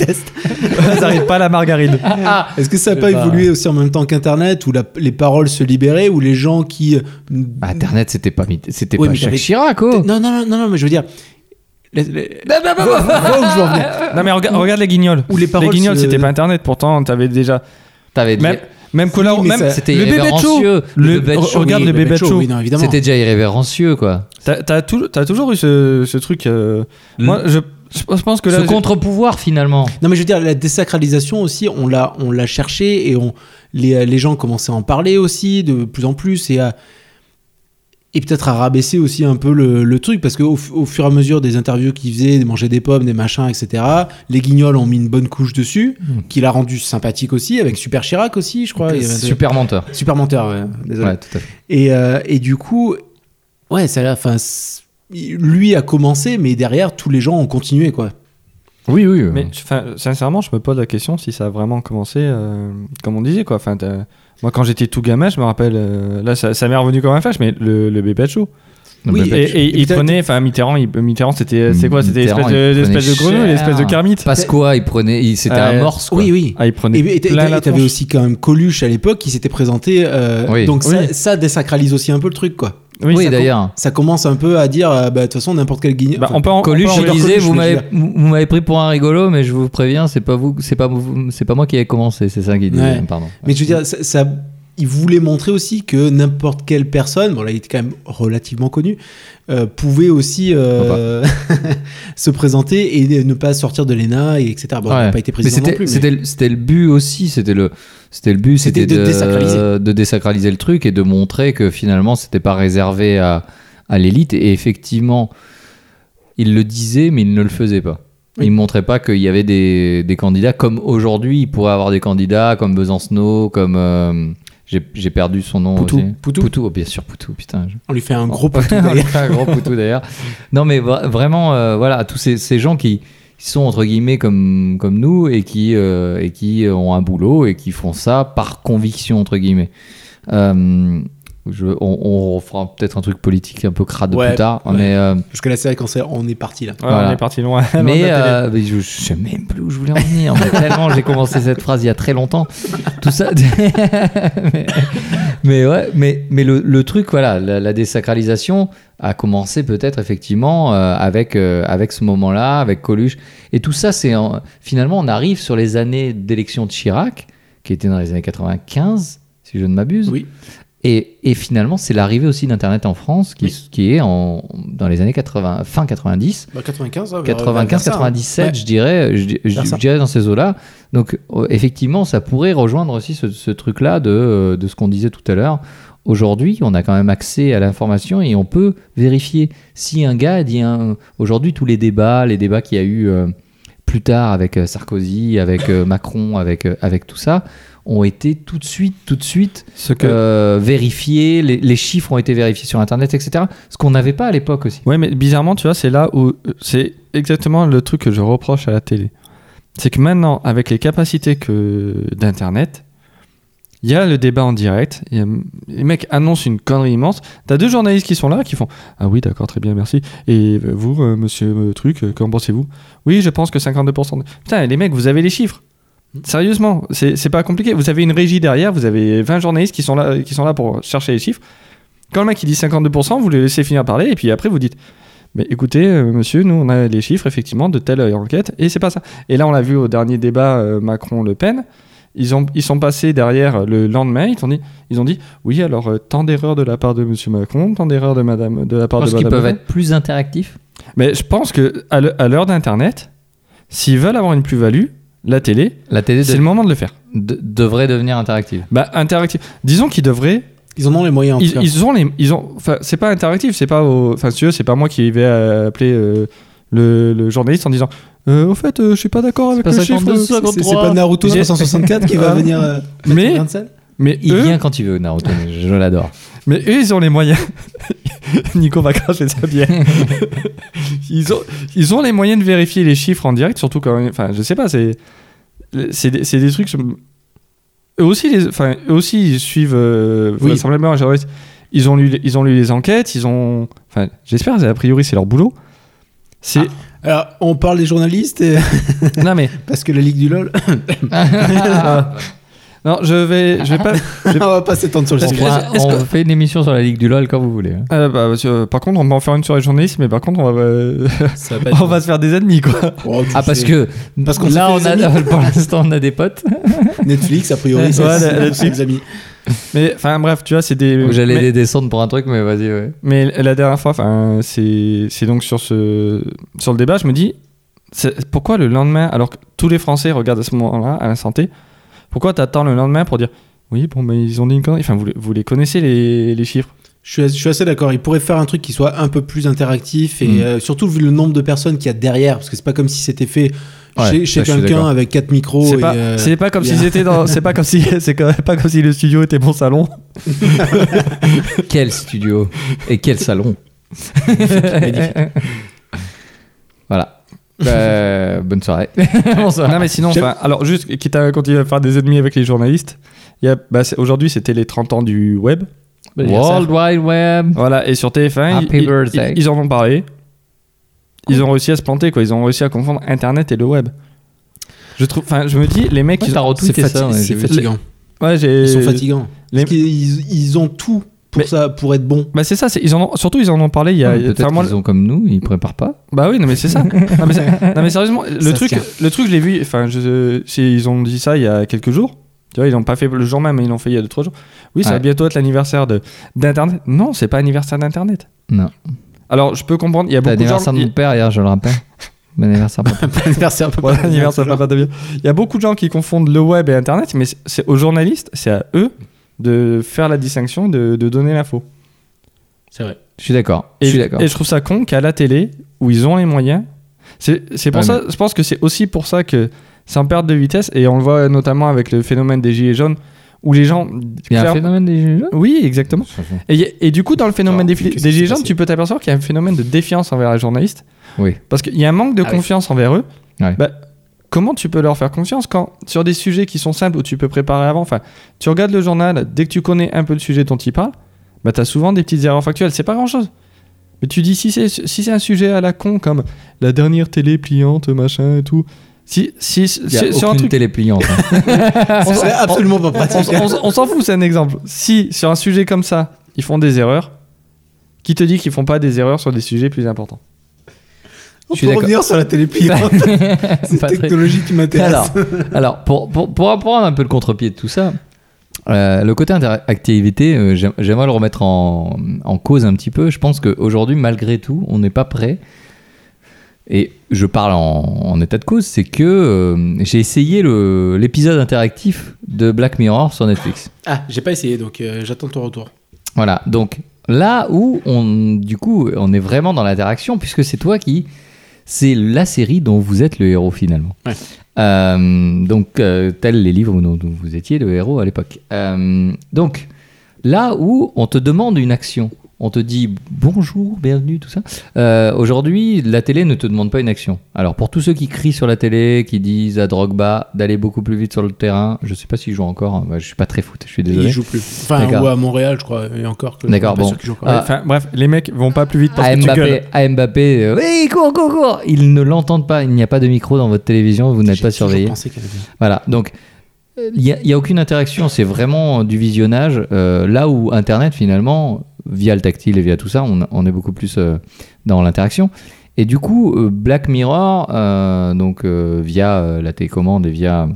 Speaker 3: Mazarine, pas la margarine.
Speaker 2: Ah,
Speaker 1: Est-ce que ça a pas
Speaker 2: pas.
Speaker 1: évolué aussi en même temps qu'Internet où la- les paroles se libéraient ou les gens qui. euh,
Speaker 2: ah. Internet, c'était pas, Mitt- c'était
Speaker 1: Oui,
Speaker 2: pas
Speaker 1: mais
Speaker 2: Jacques
Speaker 1: t'avais-
Speaker 2: Chirac, oh. Bah,
Speaker 1: Non, non, non, non, non, mais je veux dire. les- les- Là où je veux en venir.
Speaker 3: Non mais rega- regarde les guignols.
Speaker 1: Ou les paroles,
Speaker 3: guignols,
Speaker 1: c'est-
Speaker 3: c'était pas internet pourtant, t'avais déjà
Speaker 2: T'avais
Speaker 3: même même Colaro,
Speaker 1: mais
Speaker 3: même
Speaker 1: ça-
Speaker 2: c'était
Speaker 3: le bébé Cho.
Speaker 2: irrévérencieux.
Speaker 3: Le-
Speaker 2: Le bébé
Speaker 3: re-
Speaker 2: Cho,
Speaker 3: regarde
Speaker 2: oui,
Speaker 3: le bébé
Speaker 1: Becho,
Speaker 3: Cho.
Speaker 1: Oui, non, évidemment.
Speaker 2: C'était déjà irrévérencieux, quoi.
Speaker 3: T'as t'as toujours t'as toujours eu ce, ce truc. euh,
Speaker 2: Le-
Speaker 3: Moi, je, je pense que là,
Speaker 2: Ce contre-pouvoir, finalement.
Speaker 1: Non, mais je veux dire, la désacralisation aussi, on l'a, on l'a cherché et on, les, les gens commençaient à en parler aussi de plus en plus et à. Et peut-être à rabaisser aussi un peu le, le truc, parce qu'au au fur et à mesure des interviews qu'ils faisaient, des manger des pommes, des machins, etc., les guignols ont mis une bonne couche dessus, qui l'a rendu sympathique aussi, avec Super Chirac aussi, je crois. il y avait-
Speaker 2: Super menteur.
Speaker 1: Super menteur, ouais, désolé.
Speaker 2: Ouais, tout à fait.
Speaker 1: Et, euh, et du coup, ouais, ça, enfin, c- lui a commencé, mais derrière, tous les gens ont continué, quoi.
Speaker 2: Oui, oui.
Speaker 3: Mais enfin, sincèrement, je me pose la question si ça a vraiment commencé, euh, comme on disait, quoi. Enfin, t'as- moi, quand j'étais tout gamin, je me rappelle, euh, là, ça, ça m'est revenu comme un flash, mais le, le bébé de chou.
Speaker 1: oui,
Speaker 3: Et, et
Speaker 1: Et
Speaker 3: il
Speaker 1: t'as-
Speaker 3: prenait, enfin, Mitterrand, il- Mitterrand, c'était, c'est quoi C'était
Speaker 2: Mitterrand,
Speaker 3: l'espèce de,
Speaker 2: il prenait
Speaker 3: l'espèce de grenouille,
Speaker 2: cher.
Speaker 3: l'espèce de carmite.
Speaker 2: Parce quoi, il prenait, il- c'était
Speaker 3: Euh,
Speaker 2: un morse. Quoi.
Speaker 1: Oui, oui.
Speaker 3: Ah, il prenait
Speaker 1: Et et- et
Speaker 3: plein la
Speaker 1: t'avais t'avais
Speaker 3: tronche.
Speaker 1: aussi quand même Coluche à l'époque qui s'était présenté. euh,
Speaker 2: Oui.
Speaker 1: Donc Ça,
Speaker 3: Oui.
Speaker 1: ça désacralise aussi un peu le truc, quoi.
Speaker 2: Oui,
Speaker 1: ça
Speaker 2: d'ailleurs.
Speaker 1: Ça commence un peu à dire, euh, bah, de toute façon, n'importe quel guignol.
Speaker 3: Bah, on peut en- on peut
Speaker 2: Coluche
Speaker 3: en-
Speaker 2: il
Speaker 1: j'adore
Speaker 2: disait
Speaker 1: Coluche,
Speaker 2: vous
Speaker 1: mais
Speaker 2: m'avez
Speaker 1: je
Speaker 2: vous vous m'avez pris pour un rigolo mais je vous préviens c'est pas vous c'est pas vous- c'est pas moi qui ai commencé c'est ça qu'il disait
Speaker 1: Ouais.
Speaker 2: pardon.
Speaker 1: Mais je veux dire, ça, ça- il voulait montrer aussi que n'importe quelle personne, bon là il était quand même relativement connu, euh, pouvait aussi euh, se présenter et ne pas sortir de l'ENA, et etc. Bon, il n'a
Speaker 2: Ouais.
Speaker 1: pas été
Speaker 2: Mais
Speaker 1: président
Speaker 2: c'était
Speaker 1: non plus. mais-
Speaker 2: c'était le- c'était le but aussi c'était le c'était le but
Speaker 1: C'était
Speaker 2: c'était
Speaker 1: de désacraliser.
Speaker 2: de désacraliser le truc et de montrer que finalement c'était pas réservé à à l'élite et effectivement il le disait mais il ne le faisait pas.
Speaker 1: Oui.
Speaker 2: Il montrait pas qu'il y avait des, des candidats comme aujourd'hui il pourrait avoir des candidats comme Besancenot comme euh, j'ai j'ai perdu son nom
Speaker 1: Poutou,
Speaker 2: aussi.
Speaker 1: Poutou.
Speaker 2: oh, bien sûr Poutou putain je-
Speaker 1: On lui fait un gros poutou
Speaker 2: Ouais,
Speaker 1: d'ailleurs.
Speaker 2: un gros poutou d'ailleurs. Non, mais vra- vraiment, euh, voilà, tous ces, ces gens qui qui sont entre guillemets comme, comme nous et qui, euh, et qui ont un boulot et qui font ça par conviction entre guillemets. Euh, je- on, on refera peut-être un truc politique un peu crade
Speaker 1: Ouais,
Speaker 2: plus tard,
Speaker 1: ouais.
Speaker 2: mais, euh,
Speaker 1: Parce que là c'est vrai qu'on s'est- on est parti là.
Speaker 3: Ouais, On
Speaker 2: Voilà.
Speaker 3: est parti loin. loin de
Speaker 2: mais,
Speaker 3: la télé.
Speaker 2: euh, mais je, je sais même plus où je voulais en venir. mais tellement j'ai commencé cette phrase il y a très longtemps. Tout ça. mais, mais ouais, mais, mais le, le truc, voilà, la, la désacralisation a commencé peut-être effectivement euh, avec, euh, avec ce moment-là, avec Coluche. Et tout ça, c'est en- finalement, on arrive sur les années d'élection de Chirac, qui était dans les années 95, si je ne m'abuse.
Speaker 1: Oui.
Speaker 2: Et, et finalement, c'est l'arrivée aussi d'Internet en France, qui, qui est en, dans les années 80, fin 90.
Speaker 1: Bah, 95, ouais, vers- vers
Speaker 2: 95,
Speaker 1: ça, hein.
Speaker 2: 97,
Speaker 1: Ouais.
Speaker 2: je dirais, je, di- je-
Speaker 1: Vers ça.
Speaker 2: je dirais dans ces eaux-là. Donc, euh, effectivement, ça pourrait rejoindre aussi ce, ce truc-là de, euh, de ce qu'on disait tout à l'heure. Aujourd'hui, on a quand même accès à l'information et on peut vérifier si un gars dit un. Aujourd'hui, tous les débats, les débats qu'il y a eu euh, plus tard avec euh, Sarkozy, avec euh, Macron, avec, euh, avec tout ça, ont été tout de suite, tout de suite
Speaker 3: ce que.
Speaker 2: euh, vérifiés. Les, les chiffres ont été vérifiés sur Internet, etc. Ce qu'on n'avait pas à l'époque aussi.
Speaker 3: Ouais, mais bizarrement, tu vois, c'est là où euh, c'est exactement le truc que je reproche à la télé. C'est que maintenant, avec les capacités que d'internet, il y a le débat en direct. il y a- les mecs annoncent une connerie immense. T'as deux journalistes qui sont là qui font ah oui d'accord très bien merci. Et euh, vous euh, monsieur euh, truc euh, qu'en pensez-vous Oui je pense que 52%. de- Putain les mecs vous avez les chiffres. Sérieusement c'est c'est pas compliqué. Vous avez une régie derrière. Vous avez 20 journalistes qui sont là qui sont là pour chercher les chiffres. Quand le mec il dit 52%, vous le laissez finir parler et puis après vous dites mais écoutez, euh, monsieur, nous on a les chiffres effectivement de telle euh, enquête et c'est pas ça. Et là on l'a vu au dernier débat euh, Macron-Le Pen, ils, ont, ils sont passés derrière euh, le lendemain, ils ont dit, ils ont dit oui alors euh, tant d'erreurs de la part de monsieur Macron, tant d'erreurs de, madame, de la part
Speaker 2: Je pense
Speaker 3: de
Speaker 2: qu'ils
Speaker 3: madame.
Speaker 2: peuvent
Speaker 3: Le Pen.
Speaker 2: être plus interactifs.
Speaker 3: Mais je pense que à l'he- à l'heure d'Internet, s'ils veulent avoir une plus-value, la télé,
Speaker 2: La télé
Speaker 3: c'est le moment de le faire.
Speaker 2: de- devrait devenir interactive.
Speaker 3: Bah interactif. Disons qu'ils devraient
Speaker 1: Ils en ont les moyens en tout
Speaker 3: ils,
Speaker 1: cas.
Speaker 3: ils ont les ils ont enfin c'est pas interactif c'est pas au- enfin si tu veux c'est pas moi qui vais euh, appeler euh, le, le journaliste en disant euh, au fait euh, je suis pas d'accord avec
Speaker 2: pas
Speaker 3: le
Speaker 2: 52,
Speaker 3: chiffre euh,
Speaker 1: C'est c'est pas Naruto
Speaker 3: J'ai-
Speaker 1: 364 qui va
Speaker 3: Ah.
Speaker 1: venir. euh,
Speaker 3: mais
Speaker 1: Vincent
Speaker 3: mais
Speaker 2: Il
Speaker 3: eux,
Speaker 2: vient quand il veut, Naruto. mais je je l'adore.
Speaker 3: mais eux ils ont les moyens Nico va cracher sa bière ils ont ils ont les moyens de vérifier les chiffres en direct surtout quand enfin je sais pas c'est c'est des, c'est des trucs sur- eux aussi les enfin eux aussi ils suivent euh,
Speaker 1: Oui.
Speaker 3: vraisemblablement un journaliste. ils ont lu les- ils ont lu les enquêtes ils ont enfin j'espère a priori c'est leur boulot c'est
Speaker 1: Alors, on parle des journalistes euh,
Speaker 3: non mais
Speaker 1: parce que la Ligue du LOL,
Speaker 3: non je vais je vais pas
Speaker 1: on va pas s'étendre sur le
Speaker 2: on
Speaker 1: sujet.
Speaker 2: fera- on fait une émission sur la Ligue du LoL quand vous voulez. hein.
Speaker 3: Euh, bah, parce que, euh, par contre on va en faire une sur les journalistes mais par contre on va euh, on va se faire des ennemis quoi
Speaker 1: Oh, tu
Speaker 2: Ah, parce
Speaker 1: sais,
Speaker 2: que
Speaker 1: Parce qu'on
Speaker 2: là,
Speaker 1: se
Speaker 2: on
Speaker 1: fait des
Speaker 2: a, pour l'instant, on a des potes.
Speaker 1: Netflix, a priori,
Speaker 3: Ouais,
Speaker 1: ça, c'est
Speaker 3: Netflix.
Speaker 1: c'est des amis.
Speaker 3: mais enfin bref tu vois c'est des
Speaker 2: J'allais
Speaker 3: Euh, mais,
Speaker 2: les descendre pour un truc, mais vas-y, ouais.
Speaker 3: mais la dernière fois enfin c'est c'est donc sur ce sur le débat je me dis c'est- pourquoi le lendemain alors que tous les Français regardent à ce moment-là à la santé pourquoi t'attends le lendemain pour dire oui bon mais ils ont dit une connerie enfin vous, les- vous les connaissez les, les chiffres
Speaker 1: Je suis, je suis assez d'accord. Ils pourraient faire un truc qui soit un peu plus interactif et
Speaker 2: Mm.
Speaker 1: euh, surtout vu le nombre de personnes qu'il y a derrière, parce que c'est pas comme si c'était fait
Speaker 2: Ouais,
Speaker 1: chez, chez
Speaker 2: ça, je suis
Speaker 1: quelqu'un
Speaker 2: d'accord.
Speaker 1: avec quatre micros.
Speaker 3: c'est
Speaker 1: et,
Speaker 3: pas
Speaker 1: euh,
Speaker 3: c'est pas comme
Speaker 1: il y a-
Speaker 3: s'ils étaient dans c'est pas comme si c'est quand- pas comme si le studio était mon salon
Speaker 2: Quel studio et quel salon. voilà. Euh, bonne soirée. Bonsoir.
Speaker 3: Non, mais sinon,
Speaker 1: J'aime-
Speaker 3: enfin, alors juste, quitte à continuer à faire des ennemis avec les journalistes, il y a- bah, c'est- aujourd'hui c'était les 30 ans du web.
Speaker 2: World Wide Web.
Speaker 3: Voilà, et sur TF1,
Speaker 2: Happy
Speaker 3: ils, ils-
Speaker 2: birthday.
Speaker 3: ils en ont parlé. Ils ont réussi à se planter, quoi. Ils ont réussi à confondre Internet et le web. Je trouve, enfin, je me dis, les mecs,
Speaker 2: Ouais,
Speaker 3: ils
Speaker 2: t'as
Speaker 3: ont-
Speaker 2: retweeté
Speaker 3: c'est
Speaker 2: ça,
Speaker 3: fati-
Speaker 2: ouais,
Speaker 3: c'est
Speaker 2: j'ai vu.
Speaker 3: fati-
Speaker 5: fatigants.
Speaker 3: Ouais, j'ai-
Speaker 5: Ils sont fatigants.
Speaker 3: les-
Speaker 5: Parce qu'ils ils ont tout pour
Speaker 3: Mais-
Speaker 5: ça, pour être bon.
Speaker 3: Bah c'est ça, c'est- ils en ont- surtout ils en ont parlé il y a...
Speaker 2: Ouais,
Speaker 3: il y a-
Speaker 2: Peut-être
Speaker 3: enfin, moi,
Speaker 2: qu'ils ont comme nous, ils préparent pas.
Speaker 3: Bah oui, non mais c'est ça. non, mais c'est- non, mais sérieusement, le
Speaker 5: Ça se
Speaker 3: truc,
Speaker 5: tient.
Speaker 3: le truc je l'ai vu, enfin je- si ils ont dit ça il y a quelques jours, tu vois, ils l'ont pas fait le jour même, ils l'ont fait il y a 2-3 jours. Oui, ça va
Speaker 2: Ouais.
Speaker 3: bientôt être l'anniversaire de- d'Internet. Non, c'est pas anniversaire d'Internet.
Speaker 2: Non.
Speaker 3: Alors je peux comprendre, il y a
Speaker 2: T'as
Speaker 3: beaucoup de gens...
Speaker 2: l'anniversaire de mon père hier, je le rappelle. Bon anniversaire, papa.
Speaker 5: L'anniversaire peut pas
Speaker 3: Voilà,
Speaker 5: être
Speaker 3: l'anniversaire de
Speaker 5: meilleur.
Speaker 3: papa Damien. Il y a beaucoup de gens qui confondent le web et Internet, mais c'est- c'est aux journalistes, c'est à eux de faire la distinction, de, de donner l'info.
Speaker 5: C'est vrai.
Speaker 2: Je suis d'accord. Je
Speaker 3: Et,
Speaker 2: suis d'accord.
Speaker 3: et je trouve ça con qu'à la télé, où ils ont les moyens, c'est c'est pour
Speaker 2: Ouais,
Speaker 3: ça, je pense que c'est aussi pour ça que c'est en perte de vitesse, et on le voit notamment avec le phénomène des gilets jaunes, où les gens...
Speaker 2: Il y a un
Speaker 3: clairement-
Speaker 2: phénomène des gilets jaunes
Speaker 3: Oui, exactement. Et, y a- et du coup, dans le phénomène des,
Speaker 5: qu'est-ce qui
Speaker 3: des
Speaker 5: s'est
Speaker 3: gilets jaunes,
Speaker 5: passé
Speaker 3: tu peux t'apercevoir qu'il y a un phénomène de défiance envers les journalistes.
Speaker 2: Oui.
Speaker 3: Parce qu'il y a un manque de
Speaker 5: Ah oui.
Speaker 3: confiance envers eux.
Speaker 2: Ouais.
Speaker 3: Bah, comment tu peux leur faire confiance quand, sur des sujets qui sont simples où tu peux préparer avant, enfin, tu regardes le journal, dès que tu connais un peu le sujet dont il parle, bah, tu as souvent des petites erreurs factuelles. C'est pas grand chose. Mais tu dis, si c'est si c'est un sujet à la con, comme la dernière télé pliante, machin et tout. Si, si,
Speaker 2: Il y a
Speaker 3: sur- sur un
Speaker 2: aucune
Speaker 3: truc
Speaker 2: télé pliante. hein.
Speaker 3: on s'en-
Speaker 5: Ah, C'est absolument pas
Speaker 3: on,
Speaker 5: pratique.
Speaker 3: on- on s'en fout, c'est un exemple. Si sur un sujet comme ça, ils font des erreurs, qui te dit qu'ils font pas des erreurs sur des sujets plus importants
Speaker 5: On
Speaker 2: je suis
Speaker 5: peut
Speaker 2: d'accord.
Speaker 5: revenir sur la télé pliante. C'est une
Speaker 2: Patrick.
Speaker 5: technologie qui m'intéresse.
Speaker 2: Alors, alors pour, pour, pour prendre un peu le contre-pied de tout ça, euh, le côté interactivité, euh, j'aim- j'aimerais le remettre en, en cause un petit peu. Je pense qu'aujourd'hui, malgré tout, on n'est pas prêt. Et je parle en, en état de cause, c'est que euh, j'ai essayé le- l'épisode interactif de Black Mirror sur Netflix.
Speaker 5: Ah, j'ai pas essayé, donc euh, j'attends ton retour.
Speaker 2: Voilà, donc là où on, du coup, on est vraiment dans l'interaction, puisque c'est toi qui, c'est la série dont vous êtes le héros finalement.
Speaker 5: Ouais.
Speaker 2: Euh, donc, euh, tels les livres dont dont vous étiez le héros à l'époque. Euh, donc, là où on te demande une action, on te dit bonjour, bienvenue, tout ça. Euh, Aujourd'hui, la télé ne te demande pas une action. Alors, pour tous ceux qui crient sur la télé, qui disent à Drogba d'aller beaucoup plus vite sur le terrain, je sais pas s'il joue encore, hein, moi, je suis pas très foot, je suis désolé.
Speaker 5: Il joue plus. Enfin,
Speaker 2: D'accord.
Speaker 5: ou à Montréal, je crois. Et encore que.
Speaker 2: D'accord,
Speaker 5: je suis pas
Speaker 2: bon.
Speaker 5: sûr qu'il joue encore.
Speaker 2: Ah,
Speaker 3: Enfin, bref, les mecs vont pas plus vite
Speaker 5: Ah,
Speaker 3: parce
Speaker 2: à
Speaker 3: que tu
Speaker 2: Mbappé,
Speaker 3: gueules.
Speaker 2: à Mbappé, euh, oui, cours, cours, cours. Ils ne l'entendent pas, il n'y a pas de micro dans votre télévision, vous n'êtes
Speaker 5: J'ai
Speaker 2: pas
Speaker 5: toujours
Speaker 2: surveillé.
Speaker 5: pensé qu'elle avait-
Speaker 2: Voilà, donc il n'y a, il y a aucune interaction, c'est vraiment euh, du visionnage. euh, là où Internet, finalement, via le tactile et via tout ça, on, on est beaucoup plus euh, dans l'interaction. Et du coup, euh, Black Mirror, euh, donc euh, via euh, la télécommande et via,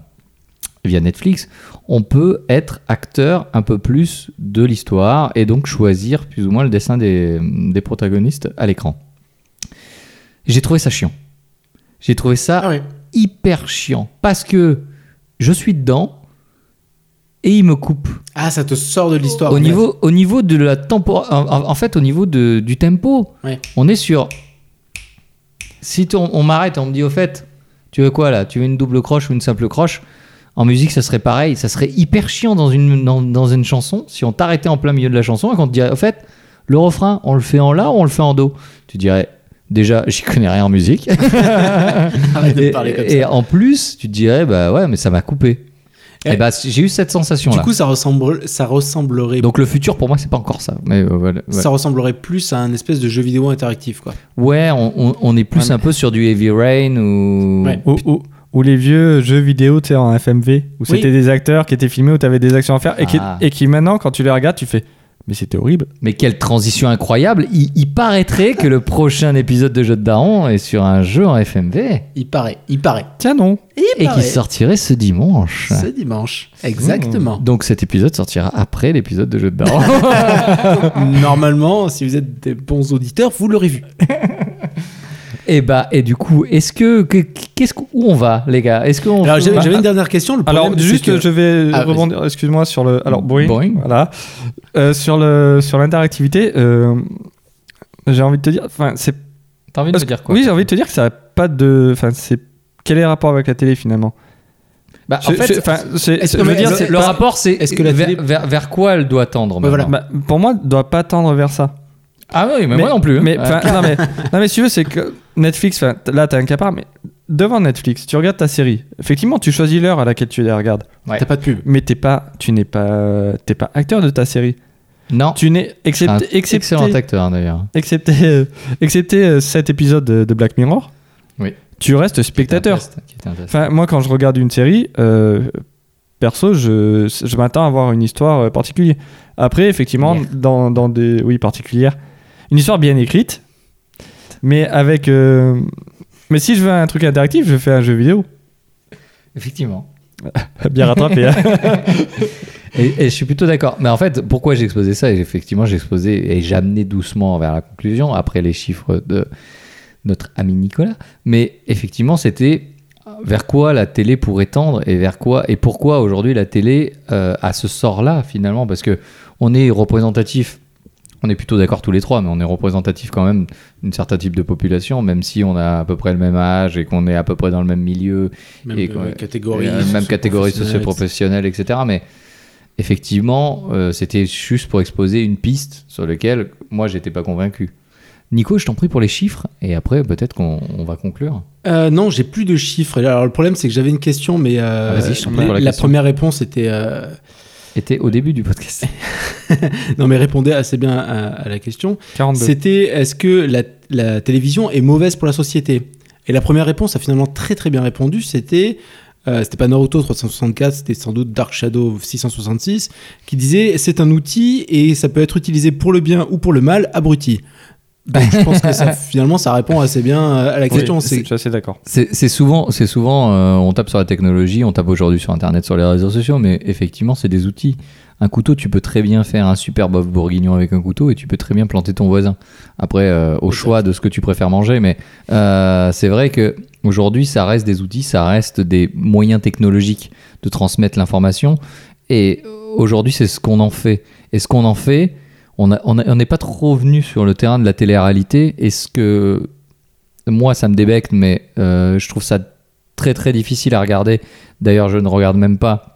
Speaker 2: via Netflix, on peut être acteur un peu plus de l'histoire et donc choisir plus ou moins le dessin des, des protagonistes à l'écran. J'ai trouvé ça chiant. J'ai trouvé ça
Speaker 5: Ah ouais.
Speaker 2: hyper chiant parce que je suis dedans et il me coupe.
Speaker 5: Ah, ça te sort de l'histoire. en
Speaker 2: Au
Speaker 5: fait.
Speaker 2: niveau, au niveau de la tempo, en, en- en fait, au niveau de, du tempo,
Speaker 5: Ouais.
Speaker 2: on est sur. Si t- on, on m'arrête, on me dit au fait, tu veux quoi là Tu veux une double croche ou une simple croche En musique, ça serait pareil, ça serait hyper chiant dans une, dans, dans une chanson si on t'arrêtait en plein milieu de la chanson et qu'on te dirait au fait, le refrain, on le fait en la ou on le fait en do Tu dirais. Déjà, j'y connais rien en musique.
Speaker 5: Arrête de me
Speaker 2: Et,
Speaker 5: parler comme
Speaker 2: et en plus, tu te dirais, bah ouais, mais ça m'a coupé.
Speaker 5: Et-
Speaker 2: Et, bah, j'ai eu cette
Speaker 5: ça. Du
Speaker 2: sensation-là.
Speaker 5: coup, ça ressemble, ça ressemblerait.
Speaker 2: Donc le futur, pour moi, c'est pas encore ça. Mais euh, voilà, ouais.
Speaker 5: Ça ressemblerait plus à un espèce de jeu vidéo interactif, quoi.
Speaker 2: Ouais, on, on- on est plus
Speaker 3: Ouais,
Speaker 2: un peu sur du Heavy Rain ou.
Speaker 5: Ouais.
Speaker 3: Ou, ou- ou les vieux jeux vidéo, tu sais, en FMV, où c'était des acteurs qui étaient filmés, où t'avais des actions à faire, et, qui,
Speaker 2: Ah.
Speaker 3: et qui maintenant, quand tu les regardes, tu fais Mais c'était horrible.
Speaker 2: Mais quelle transition incroyable il, il paraîtrait que le prochain épisode de Jeu de Daron est sur un jeu en FMV
Speaker 5: Il paraît, il paraît.
Speaker 3: Tiens, non.
Speaker 2: et qui sortirait ce dimanche.
Speaker 5: ce dimanche. Exactement.
Speaker 2: Donc cet épisode sortira après l'épisode de Jeu de Daron.
Speaker 1: Ah.
Speaker 5: Normalement, si vous êtes des bons auditeurs, vous l'aurez vu.
Speaker 2: et bah et du coup, est-ce que que- qu'est-ce que- où on va les gars Est-ce qu'on
Speaker 5: Alors, j'avais
Speaker 1: Ah.
Speaker 5: j'avais une dernière question. Le
Speaker 3: Alors,
Speaker 5: problème, c'est
Speaker 3: juste,
Speaker 5: que-
Speaker 3: je vais
Speaker 5: Ah, vas-y.
Speaker 3: rebondir, excuse-moi, sur le. Alors, bruit.
Speaker 2: Boing.
Speaker 3: Voilà. Euh, sur le- sur l'interactivité, euh, j'ai envie de te dire, enfin, c'est
Speaker 2: T'as envie de
Speaker 3: Parce
Speaker 2: me
Speaker 3: que-
Speaker 2: dire quoi
Speaker 3: Oui, j'ai envie de te dire que ça a pas de. Enfin, c'est quel est le rapport avec la télé finalement
Speaker 2: Bah, en
Speaker 3: Je-
Speaker 2: fait,
Speaker 3: je- enfin, c'est-
Speaker 5: est-ce
Speaker 3: je
Speaker 5: que-
Speaker 3: veux dire,
Speaker 2: le,
Speaker 3: c'est
Speaker 2: le
Speaker 3: pas-
Speaker 2: rapport, c'est
Speaker 5: est-ce que la
Speaker 2: vers,
Speaker 5: télé-
Speaker 2: vers, vers quoi elle doit tendre
Speaker 5: Ouais, voilà.
Speaker 2: maintenant
Speaker 3: bah, pour moi, doit pas tendre vers ça.
Speaker 2: Ah oui, mais, moi non plus. hein.
Speaker 3: Mais,
Speaker 2: Ouais.
Speaker 3: enfin, non, mais, non, mais si tu veux, c'est que Netflix, enfin, t- là, t'as un capard, mais devant Netflix, tu regardes ta série. Effectivement, tu choisis l'heure à laquelle tu la regardes.
Speaker 2: Ouais.
Speaker 1: T'as pas de pub.
Speaker 3: Mais t'es pas, tu n'es pas, t'es pas acteur de ta série.
Speaker 2: non,
Speaker 3: Tu n'es,
Speaker 2: c'est un
Speaker 3: excepté, excepté-
Speaker 2: Ah, excellent acteur d'ailleurs.
Speaker 3: excepté, euh, excepté euh, cet épisode de, de Black Mirror.
Speaker 2: Oui.
Speaker 3: Tu restes spectateur.
Speaker 2: Qui était un test, qui était un test.
Speaker 3: Enfin, moi, quand je regarde une série, euh, perso, je, je m'attends à voir une histoire euh, particulière. Après, effectivement,
Speaker 2: Bien.
Speaker 3: dans, dans des. Oui, particulière. Une histoire bien écrite, mais avec. euh, mais si je veux un truc interactif, je fais un jeu vidéo.
Speaker 2: Effectivement.
Speaker 3: Bien rattrapé. hein.
Speaker 2: Et, et je suis plutôt d'accord. Mais en fait, pourquoi j'ai exposé ça Et Effectivement, j'ai exposé et j'amenais doucement vers la conclusion après les chiffres de notre ami Nicolas. Mais effectivement, c'était euh, vers quoi la télé pourrait tendre et vers quoi et pourquoi aujourd'hui la télé euh, a ce sort-là finalement Parce que on est représentatif. On est plutôt d'accord tous les trois, mais on est représentatif quand même d'un certain type de population, même si on a à peu près le même âge et qu'on est à peu près dans le même milieu
Speaker 1: Même
Speaker 2: Et
Speaker 1: euh,
Speaker 2: quoi,
Speaker 1: catégorie.
Speaker 2: euh, même catégorie
Speaker 1: socio-professionnelle,
Speaker 2: socio-professionnelle, etc. Mais effectivement, euh, c'était juste pour exposer une piste sur laquelle moi, j'étais pas convaincu. Nico, je t'en prie pour les chiffres, et après, peut-être qu'on on va conclure.
Speaker 1: Euh, non, j'ai plus de chiffres. Et Alors le problème, c'est que j'avais une question, mais euh,
Speaker 2: Ah, vas-y, je t'en prie
Speaker 1: la,
Speaker 2: pour la
Speaker 1: la
Speaker 2: question.
Speaker 1: première réponse était euh,
Speaker 2: Était au début du podcast.
Speaker 1: non, mais répondait assez bien à, à la question.
Speaker 3: 42.
Speaker 1: C'était est-ce que la, la télévision est mauvaise pour la société Et la première réponse a finalement très très bien répondu. C'était euh, c'était pas Naruto 364, c'était sans doute Dark Shadow 666 qui disait c'est un outil et ça peut être utilisé pour le bien ou pour le mal, abruti. Donc je pense que ça, finalement ça répond assez bien euh, à la
Speaker 3: Oui,
Speaker 1: question.
Speaker 3: c'est-
Speaker 1: c'est
Speaker 3: je suis assez d'accord.
Speaker 2: C'est c'est souvent, c'est souvent euh, on tape sur la technologie, on tape aujourd'hui sur Internet, sur les réseaux sociaux, mais effectivement, c'est des outils. Un couteau, tu peux très bien faire un super bof bourguignon avec un couteau et tu peux très bien planter ton voisin. Après, euh, au choix de ce que tu préfères manger, mais euh, c'est vrai que aujourd'hui, ça reste des outils, ça reste des moyens technologiques de transmettre l'information. Et aujourd'hui, c'est ce qu'on en fait. Et ce qu'on en fait, on a- on a- on n'est pas trop venu sur le terrain de la télé-réalité. Et ce que moi, ça me débecte, mais euh, je trouve ça très très difficile à regarder. D'ailleurs, je ne regarde même pas.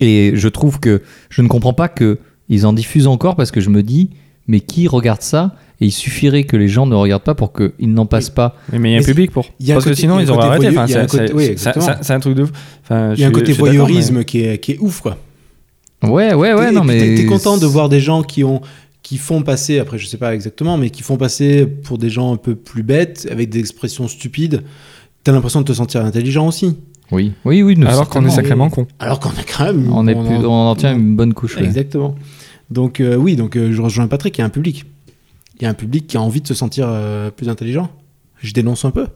Speaker 2: Et je trouve que je ne comprends pas que ils en diffusent encore parce que je me dis, mais qui regarde ça Et il suffirait que les gens ne regardent pas pour qu'ils n'en passent pas.
Speaker 3: Mais mais il y a un
Speaker 1: Mais c'est-
Speaker 3: public pour.
Speaker 1: il y a un
Speaker 3: Parce que
Speaker 1: côté-
Speaker 3: sinon,
Speaker 1: il y a
Speaker 3: ils
Speaker 1: un
Speaker 3: auraient
Speaker 1: côté
Speaker 3: arrêté.
Speaker 1: voyeur-
Speaker 3: Enfin,
Speaker 1: il y a un
Speaker 3: c'est-
Speaker 1: côté- oui,
Speaker 3: c'est- c'est
Speaker 1: exactement.
Speaker 3: c'est- c'est un truc de. ouf. Enfin,
Speaker 1: Il y a
Speaker 3: je
Speaker 1: un
Speaker 3: suis-
Speaker 1: côté
Speaker 3: je suis d'accord,
Speaker 1: voyeurisme qui, est, qui est ouf, quoi.
Speaker 2: Ouais, ouais, Ah ouais.
Speaker 1: Et
Speaker 2: non,
Speaker 1: puis,
Speaker 2: mais
Speaker 1: t'es- T'es content de voir des gens qui ont qui font passer, après je sais pas exactement, mais qui font passer pour des gens un peu plus bêtes, avec des expressions stupides. T'as l'impression de te sentir intelligent aussi.
Speaker 2: Oui, oui, oui. nous,
Speaker 3: mais- Alors qu'on est
Speaker 2: certainement.
Speaker 3: sacrément con.
Speaker 1: Alors qu'on a quand même.
Speaker 2: on est plus, on en tient une bonne couche. ouais.
Speaker 1: Exactement. Donc euh, oui, donc euh, je rejoins Patrick, il y a un public. Il y a un public qui a envie de se sentir euh, plus intelligent. Je dénonce un peu.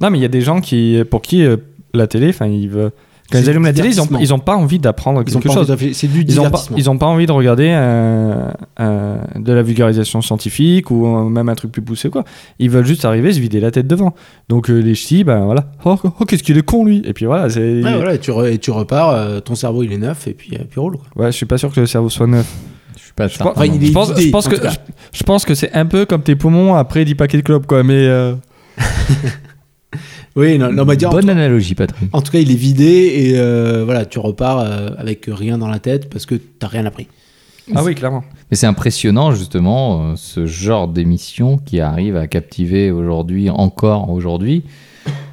Speaker 3: Non, mais il y a des gens qui, pour qui euh, la télé, enfin, ils veulent- quand ils
Speaker 1: C'est
Speaker 3: allument la télé, ils ont,
Speaker 1: divertissement.
Speaker 3: ils ont pas envie d'apprendre
Speaker 1: Ils ont
Speaker 3: quelque
Speaker 1: pas envie
Speaker 3: chose.
Speaker 1: de réfléchir. C'est du
Speaker 3: Ils ont, pas,
Speaker 1: divertissement.
Speaker 3: ils ont pas envie de regarder un- un- de la vulgarisation scientifique ou un- même un truc plus poussé quoi. Ils veulent juste arriver, se vider la tête devant. Donc euh, les ch'tis, ben voilà. Oh, oh, qu'est-ce qu'il est con lui Et puis voilà, c'est.
Speaker 1: Ouais, voilà, et tu, re- et tu repars, euh, ton cerveau il est neuf et puis, euh, puis roule. quoi.
Speaker 3: Ouais, je suis pas sûr que le cerveau soit neuf.
Speaker 2: Je suis pas certain.
Speaker 1: Enfin, il est
Speaker 3: Je pense,
Speaker 1: vidé,
Speaker 3: je pense
Speaker 1: en
Speaker 3: que
Speaker 1: tout cas.
Speaker 3: je, je pense que c'est un peu comme tes poumons après 10 paquets de clopes quoi. Mais euh,
Speaker 1: Oui, non, non, bah, dire-
Speaker 2: Bonne analogie, Patrick.
Speaker 1: En tout cas, il est vidé et euh, voilà, tu repars euh, avec rien dans la tête parce que t'as rien appris.
Speaker 3: ah oui, clairement.
Speaker 2: Mais c'est impressionnant justement euh, ce genre d'émission qui arrive à captiver aujourd'hui, encore aujourd'hui,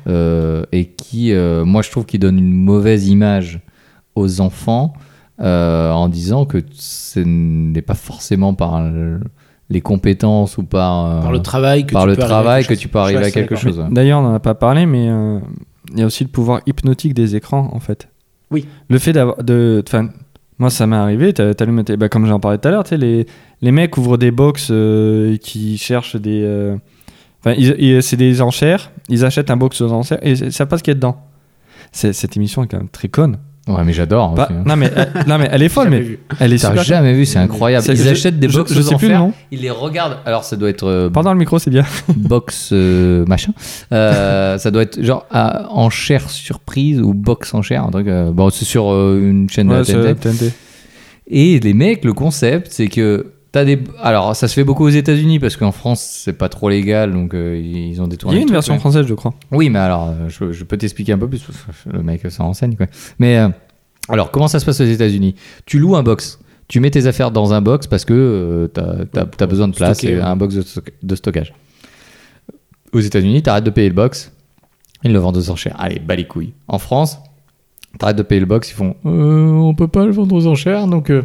Speaker 2: euh, et qui, euh, moi je trouve, qui donne une mauvaise image aux enfants euh, en disant que ce n'est pas forcément par le- les compétences ou par, euh,
Speaker 1: Par le travail que
Speaker 2: par
Speaker 1: tu
Speaker 2: le
Speaker 1: peux arriver à
Speaker 2: travail
Speaker 1: quelque
Speaker 2: que
Speaker 1: chose.
Speaker 2: tu peux
Speaker 1: Je suis
Speaker 2: arriver à
Speaker 1: assez
Speaker 2: quelque
Speaker 1: d'accord.
Speaker 2: chose. ouais.
Speaker 3: D'ailleurs, on n'en a pas parlé, mais euh, il y a aussi le pouvoir hypnotique des écrans, en fait.
Speaker 1: Oui.
Speaker 3: Le fait d'avoir. de- enfin, moi, ça m'est arrivé, t'as- t'allumes tes- bah, comme j'en parlais tout à l'heure, tu sais, les, les mecs ouvrent des box euh, qui cherchent des. euh, Enfin, ils- ils- c'est des enchères, ils achètent un box aux enchères et ils savent pas ce qu'il y a dedans. C'est- Cette émission est quand même très conne.
Speaker 2: Ouais, mais j'adore.
Speaker 3: Pas-
Speaker 2: aussi, hein.
Speaker 3: non, mais, euh, non, mais elle est folle, mais
Speaker 1: J'avais vu.
Speaker 3: elle est
Speaker 2: T'as
Speaker 3: super-
Speaker 2: jamais vu, c'est incroyable.
Speaker 3: C'est-
Speaker 2: Ils
Speaker 3: je-
Speaker 2: achètent des
Speaker 3: je-
Speaker 2: box
Speaker 3: je sais
Speaker 2: aux
Speaker 3: plus le
Speaker 2: enfers,
Speaker 3: nom.
Speaker 2: Ils les regardent. Alors ça doit être euh,
Speaker 3: Pendant le micro, c'est bien.
Speaker 2: box euh, machin. Euh, ça doit être genre à, en chair surprise ou box en chair, un truc. euh, bon, c'est sur euh, une chaîne
Speaker 3: Ouais,
Speaker 2: de la
Speaker 3: c'est
Speaker 2: TNT.
Speaker 3: TNT.
Speaker 2: Et les mecs, le concept, c'est que t'as des. Alors, ça se fait beaucoup aux États-Unis parce qu'en France, c'est pas trop légal, donc euh, ils ont
Speaker 3: Il
Speaker 2: détourné.
Speaker 3: y a
Speaker 2: le
Speaker 3: une
Speaker 2: truc,
Speaker 3: version
Speaker 2: mais-
Speaker 3: française, je crois.
Speaker 2: Oui, mais alors, euh, je, je peux t'expliquer un peu plus. euh, Le mec, ça enseigne quoi. Mais euh, alors, comment ça se passe aux États-Unis Tu loues un box. tu mets tes affaires dans un box parce que euh, tu as, besoin de place,
Speaker 5: stocker,
Speaker 2: et
Speaker 5: ouais.
Speaker 2: un box de, stock- de stockage. Aux États-Unis, tu arrêtes de payer le box, ils le vendent aux enchères. Allez, bas les couilles. En France, tu arrêtes de payer le box, ils font Euh, on peut pas le vendre aux enchères, donc euh,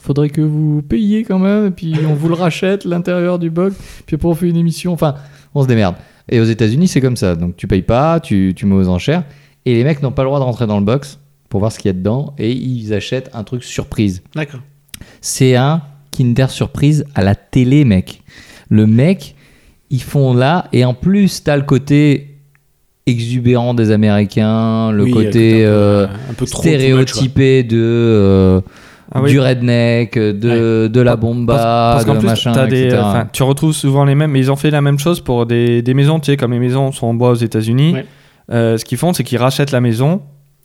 Speaker 2: faudrait que vous payiez quand même, et puis on vous le rachète l'intérieur du box, puis après on fait une émission. Enfin, on se démerde. Et aux États-Unis, c'est comme ça. Donc tu payes pas, tu, tu mets aux enchères, et les mecs n'ont pas le droit de rentrer dans le box pour voir ce qu'il y a dedans, et ils achètent un truc surprise.
Speaker 5: D'accord.
Speaker 2: C'est un Kinder Surprise à la télé, mec. Le mec, ils font là, et en plus, t'as le côté exubérant des Américains, le
Speaker 5: Oui,
Speaker 2: côté,
Speaker 5: un peu,
Speaker 2: euh,
Speaker 5: un peu trop too much, quoi.
Speaker 2: stéréotypé de euh,
Speaker 3: Ah oui.
Speaker 2: du redneck, de, de la bomba,
Speaker 3: Parce qu'en
Speaker 2: de
Speaker 3: plus,
Speaker 2: euh, machin,
Speaker 3: t'as des- euh,
Speaker 2: etc.
Speaker 3: enfin, tu retrouves souvent les mêmes, mais ils ont fait la même chose pour des, des maisons. Tu sais, comme les maisons sont en bois aux États-Unis,
Speaker 5: Ouais.
Speaker 3: euh, ce qu'ils font, c'est qu'ils rachètent la maison,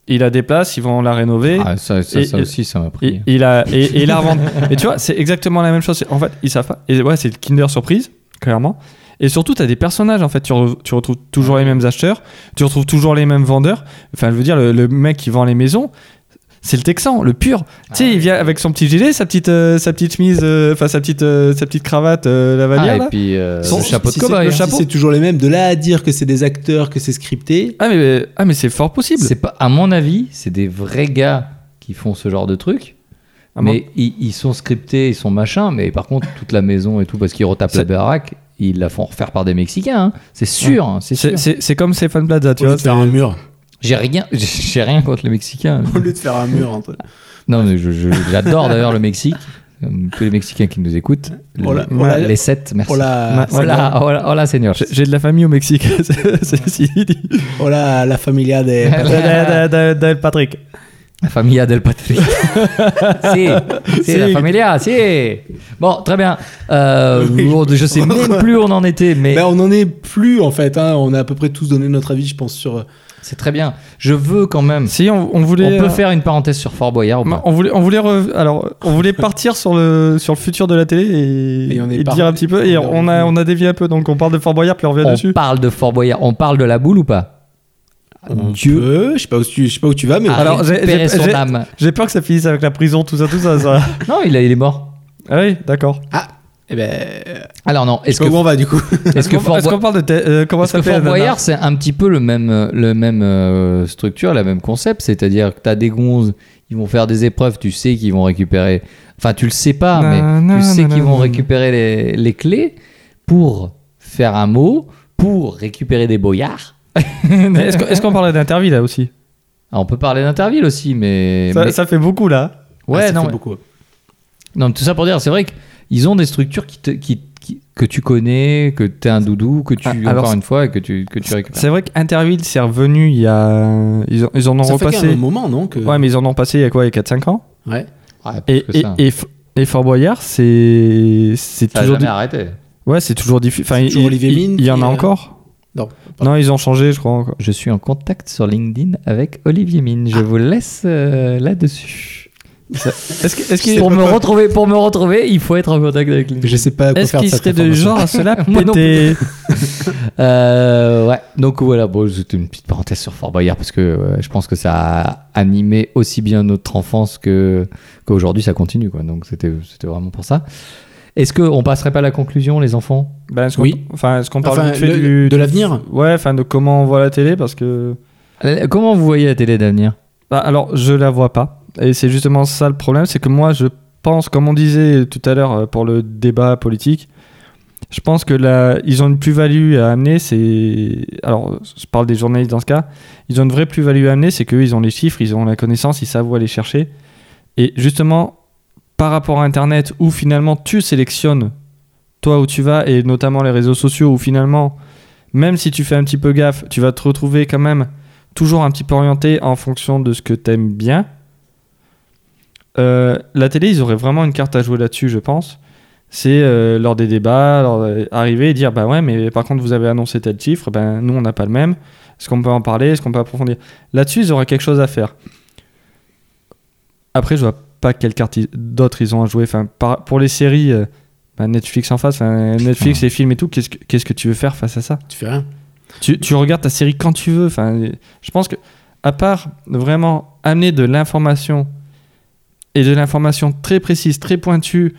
Speaker 3: ils la déplacent, ils vont la rénover.
Speaker 2: Ah, ça, ça-
Speaker 3: et-
Speaker 2: ça
Speaker 3: et-
Speaker 2: aussi, ça m'a
Speaker 3: Et,
Speaker 2: pris.
Speaker 3: et la, et, et la revendent. Et tu vois, c'est exactement la même chose. C'est- En fait, ils savent pas. Et ouais, c'est le Kinder Surprise, clairement. Et surtout, tu as des personnages, en fait. Tu, re- tu retrouves toujours les mêmes acheteurs, tu retrouves toujours les mêmes vendeurs. Enfin, je veux dire, le, le mec qui vend les maisons, c'est le Texan, le pur. Tu sais, il vient avec son petit gilet, sa petite, euh, sa petite chemise, euh, enfin, sa, petite, euh, sa petite cravate, euh, la
Speaker 2: Ah,
Speaker 3: valière,
Speaker 2: et
Speaker 3: là.
Speaker 2: puis euh,
Speaker 3: Son-
Speaker 2: le chapeau de
Speaker 5: si c'est-
Speaker 2: cow-boy.
Speaker 5: le
Speaker 2: hein.
Speaker 5: chapeau, si c'est toujours les mêmes, de là à dire que c'est des acteurs, que c'est scripté.
Speaker 3: Ah, mais, ah, mais c'est fort possible.
Speaker 2: C'est pas, à mon avis, c'est des vrais gars qui font ce genre de truc.
Speaker 3: Ah, moi-
Speaker 2: mais ils, ils sont scriptés, ils sont machin. Mais par contre, toute la maison et tout, parce qu'ils retapent la
Speaker 3: C'est-
Speaker 2: baraque, ils la font refaire par des Mexicains. hein. C'est sûr, hein, c'est
Speaker 3: C'est-
Speaker 2: sûr.
Speaker 3: C'est c'est comme Stéphane Plaza, tu
Speaker 5: Au lieu
Speaker 3: vois.
Speaker 5: de faire un mur.
Speaker 2: J'ai rien, j'ai rien contre les Mexicains.
Speaker 3: Oh,
Speaker 5: Au lieu de faire un mur, Antoine.
Speaker 2: Non, mais je- je- j'adore d'ailleurs le Mexique. Comme Tous les Mexicains qui nous écoutent,
Speaker 3: Oh
Speaker 5: Hola-
Speaker 2: les,
Speaker 5: hola-
Speaker 2: les sept, merci.
Speaker 5: Oh la,
Speaker 3: Ma-
Speaker 2: hola, hola, hola, oh Seigneur.
Speaker 3: J'ai- J'ai de la famille au Mexique. c'est- c'est- c'est-
Speaker 5: oh la, la familia des.
Speaker 4: Da- da- da- da- Patrick.
Speaker 2: La familia del Patrick. si, si, la familia, si. Bon, très bien. Euh, on- Je sais même plus où on en était, mais
Speaker 5: Ben, on n'en est plus en fait. hein. On a à peu près tous donné notre avis, je pense, sur. euh,
Speaker 2: c'est très bien. Je veux quand même.
Speaker 3: si, on, on voulait.
Speaker 2: On peut
Speaker 3: euh,
Speaker 2: faire une parenthèse sur Fort Boyard ou
Speaker 3: Ma-
Speaker 2: pas
Speaker 3: On voulait, on voulait, re- alors, on voulait partir sur le, sur le futur de la télé et,
Speaker 5: Et on est
Speaker 3: et
Speaker 5: par-
Speaker 3: dire un petit peu. Et
Speaker 5: on est
Speaker 3: on a, on a dévié un peu, donc on parle de Fort Boyard puis on revient
Speaker 2: On
Speaker 3: dessus.
Speaker 2: parle de Fort Boyard. On parle de la boule ou pas
Speaker 5: On peut, je sais pas où tu, je sais pas où tu vas, mais.
Speaker 2: Alors,
Speaker 3: Alors, j'ai- j'ai-
Speaker 2: son
Speaker 3: j'ai-
Speaker 2: âme.
Speaker 3: J'ai peur que ça finisse avec la prison, tout ça, tout ça. ça.
Speaker 2: Non, il, a- il est mort.
Speaker 3: ah oui, d'accord.
Speaker 5: Eh ben, je sais
Speaker 2: Alors non, est-ce
Speaker 5: pas
Speaker 2: que,
Speaker 5: où on va du coup
Speaker 2: est-ce que
Speaker 3: qu'on-
Speaker 2: Fort,
Speaker 3: est-ce qu'on parle de te- euh, comment
Speaker 2: Parce
Speaker 3: ça
Speaker 2: que
Speaker 3: s'appelle
Speaker 2: Fort
Speaker 3: la
Speaker 2: Boyard, c'est un petit peu le même, le même euh, structure, le même concept. C'est-à-dire que tu as des gonzes, ils vont faire des épreuves, tu sais qu'ils vont récupérer. Enfin, tu le sais pas,
Speaker 3: Na,
Speaker 2: mais
Speaker 3: na,
Speaker 2: tu sais
Speaker 3: na,
Speaker 2: qu'ils
Speaker 3: na,
Speaker 2: vont
Speaker 3: na.
Speaker 2: récupérer les, les clés pour faire un mot, pour récupérer des boyards.
Speaker 3: nana Mais Est-ce qu'on est-ce qu'on parlait d'interview là aussi
Speaker 2: Ah, on peut parler d'Interville aussi, mais.
Speaker 3: ça,
Speaker 2: mais-
Speaker 3: ça fait beaucoup là.
Speaker 2: ouais,
Speaker 5: Ah, ça
Speaker 2: non,
Speaker 5: fait
Speaker 2: mais-
Speaker 5: beaucoup.
Speaker 2: non, mais tout ça pour dire, c'est vrai qu'ils ont des structures qui te- qui- qui- que tu connais, que tu es un doudou, que tu.
Speaker 3: Ah, alors,
Speaker 2: encore une fois, que tu, que tu récupères.
Speaker 3: C'est vrai qu'Interville, c'est revenu il y a. Ils, ont- ils en ont
Speaker 5: Ça fait quand même un
Speaker 3: repassé.
Speaker 5: moment, non que...
Speaker 3: Ouais, mais ils en ont passé il y a quoi Il y a 4-5 ans
Speaker 5: Ouais.
Speaker 2: Ouais, plus
Speaker 3: et,
Speaker 2: que
Speaker 3: et,
Speaker 2: ça.
Speaker 3: et, F- et Fort Boyard, c'est. C'est
Speaker 2: ça a
Speaker 3: toujours.
Speaker 2: jamais arrêté.
Speaker 3: Ouais, c'est toujours difficile. Enfin,
Speaker 5: C'est
Speaker 3: il,
Speaker 5: toujours Olivier
Speaker 3: il-
Speaker 5: Mine
Speaker 3: il y en
Speaker 5: qui,
Speaker 3: a
Speaker 5: euh,
Speaker 3: encore.
Speaker 5: Non.
Speaker 3: Non, ils ont changé, je crois. Encore.
Speaker 2: Je suis en contact sur LinkedIn avec Olivier Mine. Je vous laisse euh, là-dessus.
Speaker 3: Est-ce que- est-ce qu'il
Speaker 2: Pour me retrouver, pour me retrouver, il faut être en contact avec LinkedIn.
Speaker 5: Je sais pas quoi
Speaker 3: est-ce
Speaker 5: faire
Speaker 3: qu'il
Speaker 5: de cette
Speaker 3: serait de
Speaker 5: information.
Speaker 3: genre à cela
Speaker 2: Moi non
Speaker 3: péter
Speaker 2: Euh, ouais. Donc voilà, bon, c'était une petite parenthèse sur Fort Boyard parce que euh, je pense que ça a animé aussi bien notre enfance que qu'aujourd'hui ça continue quoi. Donc c'était c'était vraiment pour ça. Est-ce que on passerait pas à la conclusion, les enfants
Speaker 3: ben, est-ce qu'on-
Speaker 5: Oui.
Speaker 3: Enfin, est-ce qu'on parle
Speaker 5: Enfin,
Speaker 3: vite fait
Speaker 5: le-
Speaker 3: du-
Speaker 5: de l'avenir
Speaker 3: Ouais, enfin, de comment on voit la télé, parce que...
Speaker 2: Euh, Comment vous voyez la télé d'avenir
Speaker 3: Bah, alors, je la vois pas. Et c'est justement ça le problème, c'est que moi, je pense, comme on disait tout à l'heure euh, pour le débat politique, je pense que là, ils ont une plus-value à amener, c'est... Alors, je parle des journalistes dans ce cas. Ils ont une vraie plus-value à amener, c'est qu'eux, ils ont les chiffres, ils ont la connaissance, ils savent où aller chercher. Et justement, par rapport à Internet, où finalement tu sélectionnes toi où tu vas, et notamment les réseaux sociaux, où finalement, même si tu fais un petit peu gaffe, tu vas te retrouver quand même toujours un petit peu orienté en fonction de ce que t'aimes bien. Euh, la télé, ils auraient vraiment une carte à jouer là-dessus, je pense. C'est euh, lors des débats, lors, euh, arriver et dire bah ouais, mais par contre, vous avez annoncé tel chiffre, ben nous on n'a pas le même. Est-ce qu'on peut en parler Est-ce qu'on peut approfondir Là-dessus, ils auraient quelque chose à faire. Après, je vois pas quelle carte ils- d'autres ils ont à jouer. Enfin, par- pour les séries, euh, bah, Netflix en face, enfin, Netflix, les films et tout, qu'est-ce que- qu'est-ce que tu veux faire face à ça
Speaker 5: Tu fais rien.
Speaker 3: tu, tu regardes ta série quand tu veux. Enfin, je pense que, à part vraiment amener de l'information et de l'information très précise, très pointue.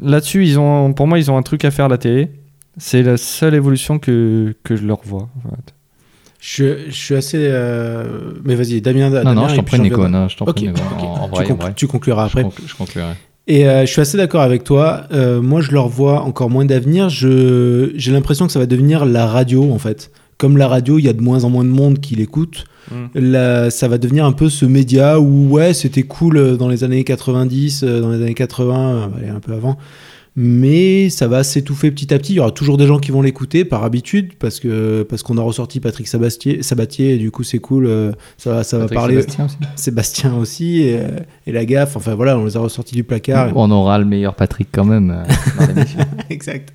Speaker 3: Là-dessus, ils ont, pour moi, ils ont un truc à faire à la télé. C'est la seule évolution que, que je leur vois. en fait.
Speaker 1: Je, je suis assez. euh, Mais vas-y, Damien.
Speaker 2: Non, non, je t'en prie, Nico. non, je t'en
Speaker 1: Ok,
Speaker 2: prie, Nico.
Speaker 1: ok.
Speaker 2: En- en
Speaker 1: tu,
Speaker 2: vrai, en
Speaker 1: conclu-
Speaker 2: vrai.
Speaker 1: tu concluras
Speaker 2: Je
Speaker 1: après.
Speaker 2: conclu- Je conclurai.
Speaker 1: Et euh, je suis assez d'accord avec toi. Euh, moi, je leur vois encore moins d'avenir. Je- J'ai l'impression que ça va devenir la radio, en fait. Comme la radio, il y a de moins en moins de monde qui l'écoute.
Speaker 3: Mm.
Speaker 1: Là, Ça va devenir un peu ce média où, ouais, c'était cool euh, dans les années 90, euh, dans les années 80, euh, allez, un peu avant. Mais ça va s'étouffer petit à petit. Il y aura toujours des gens qui vont l'écouter par habitude parce que parce qu'on a ressorti Patrick Sabatier, Sabatier et du coup c'est cool. euh, Ça va, ça va
Speaker 2: Patrick
Speaker 1: parler.
Speaker 2: Sébastien aussi.
Speaker 1: Sébastien aussi et, euh, et la gaffe. Enfin voilà, on les a ressortis du placard.
Speaker 2: On aura le meilleur Patrick quand même euh, dans l'émission.
Speaker 1: Exact.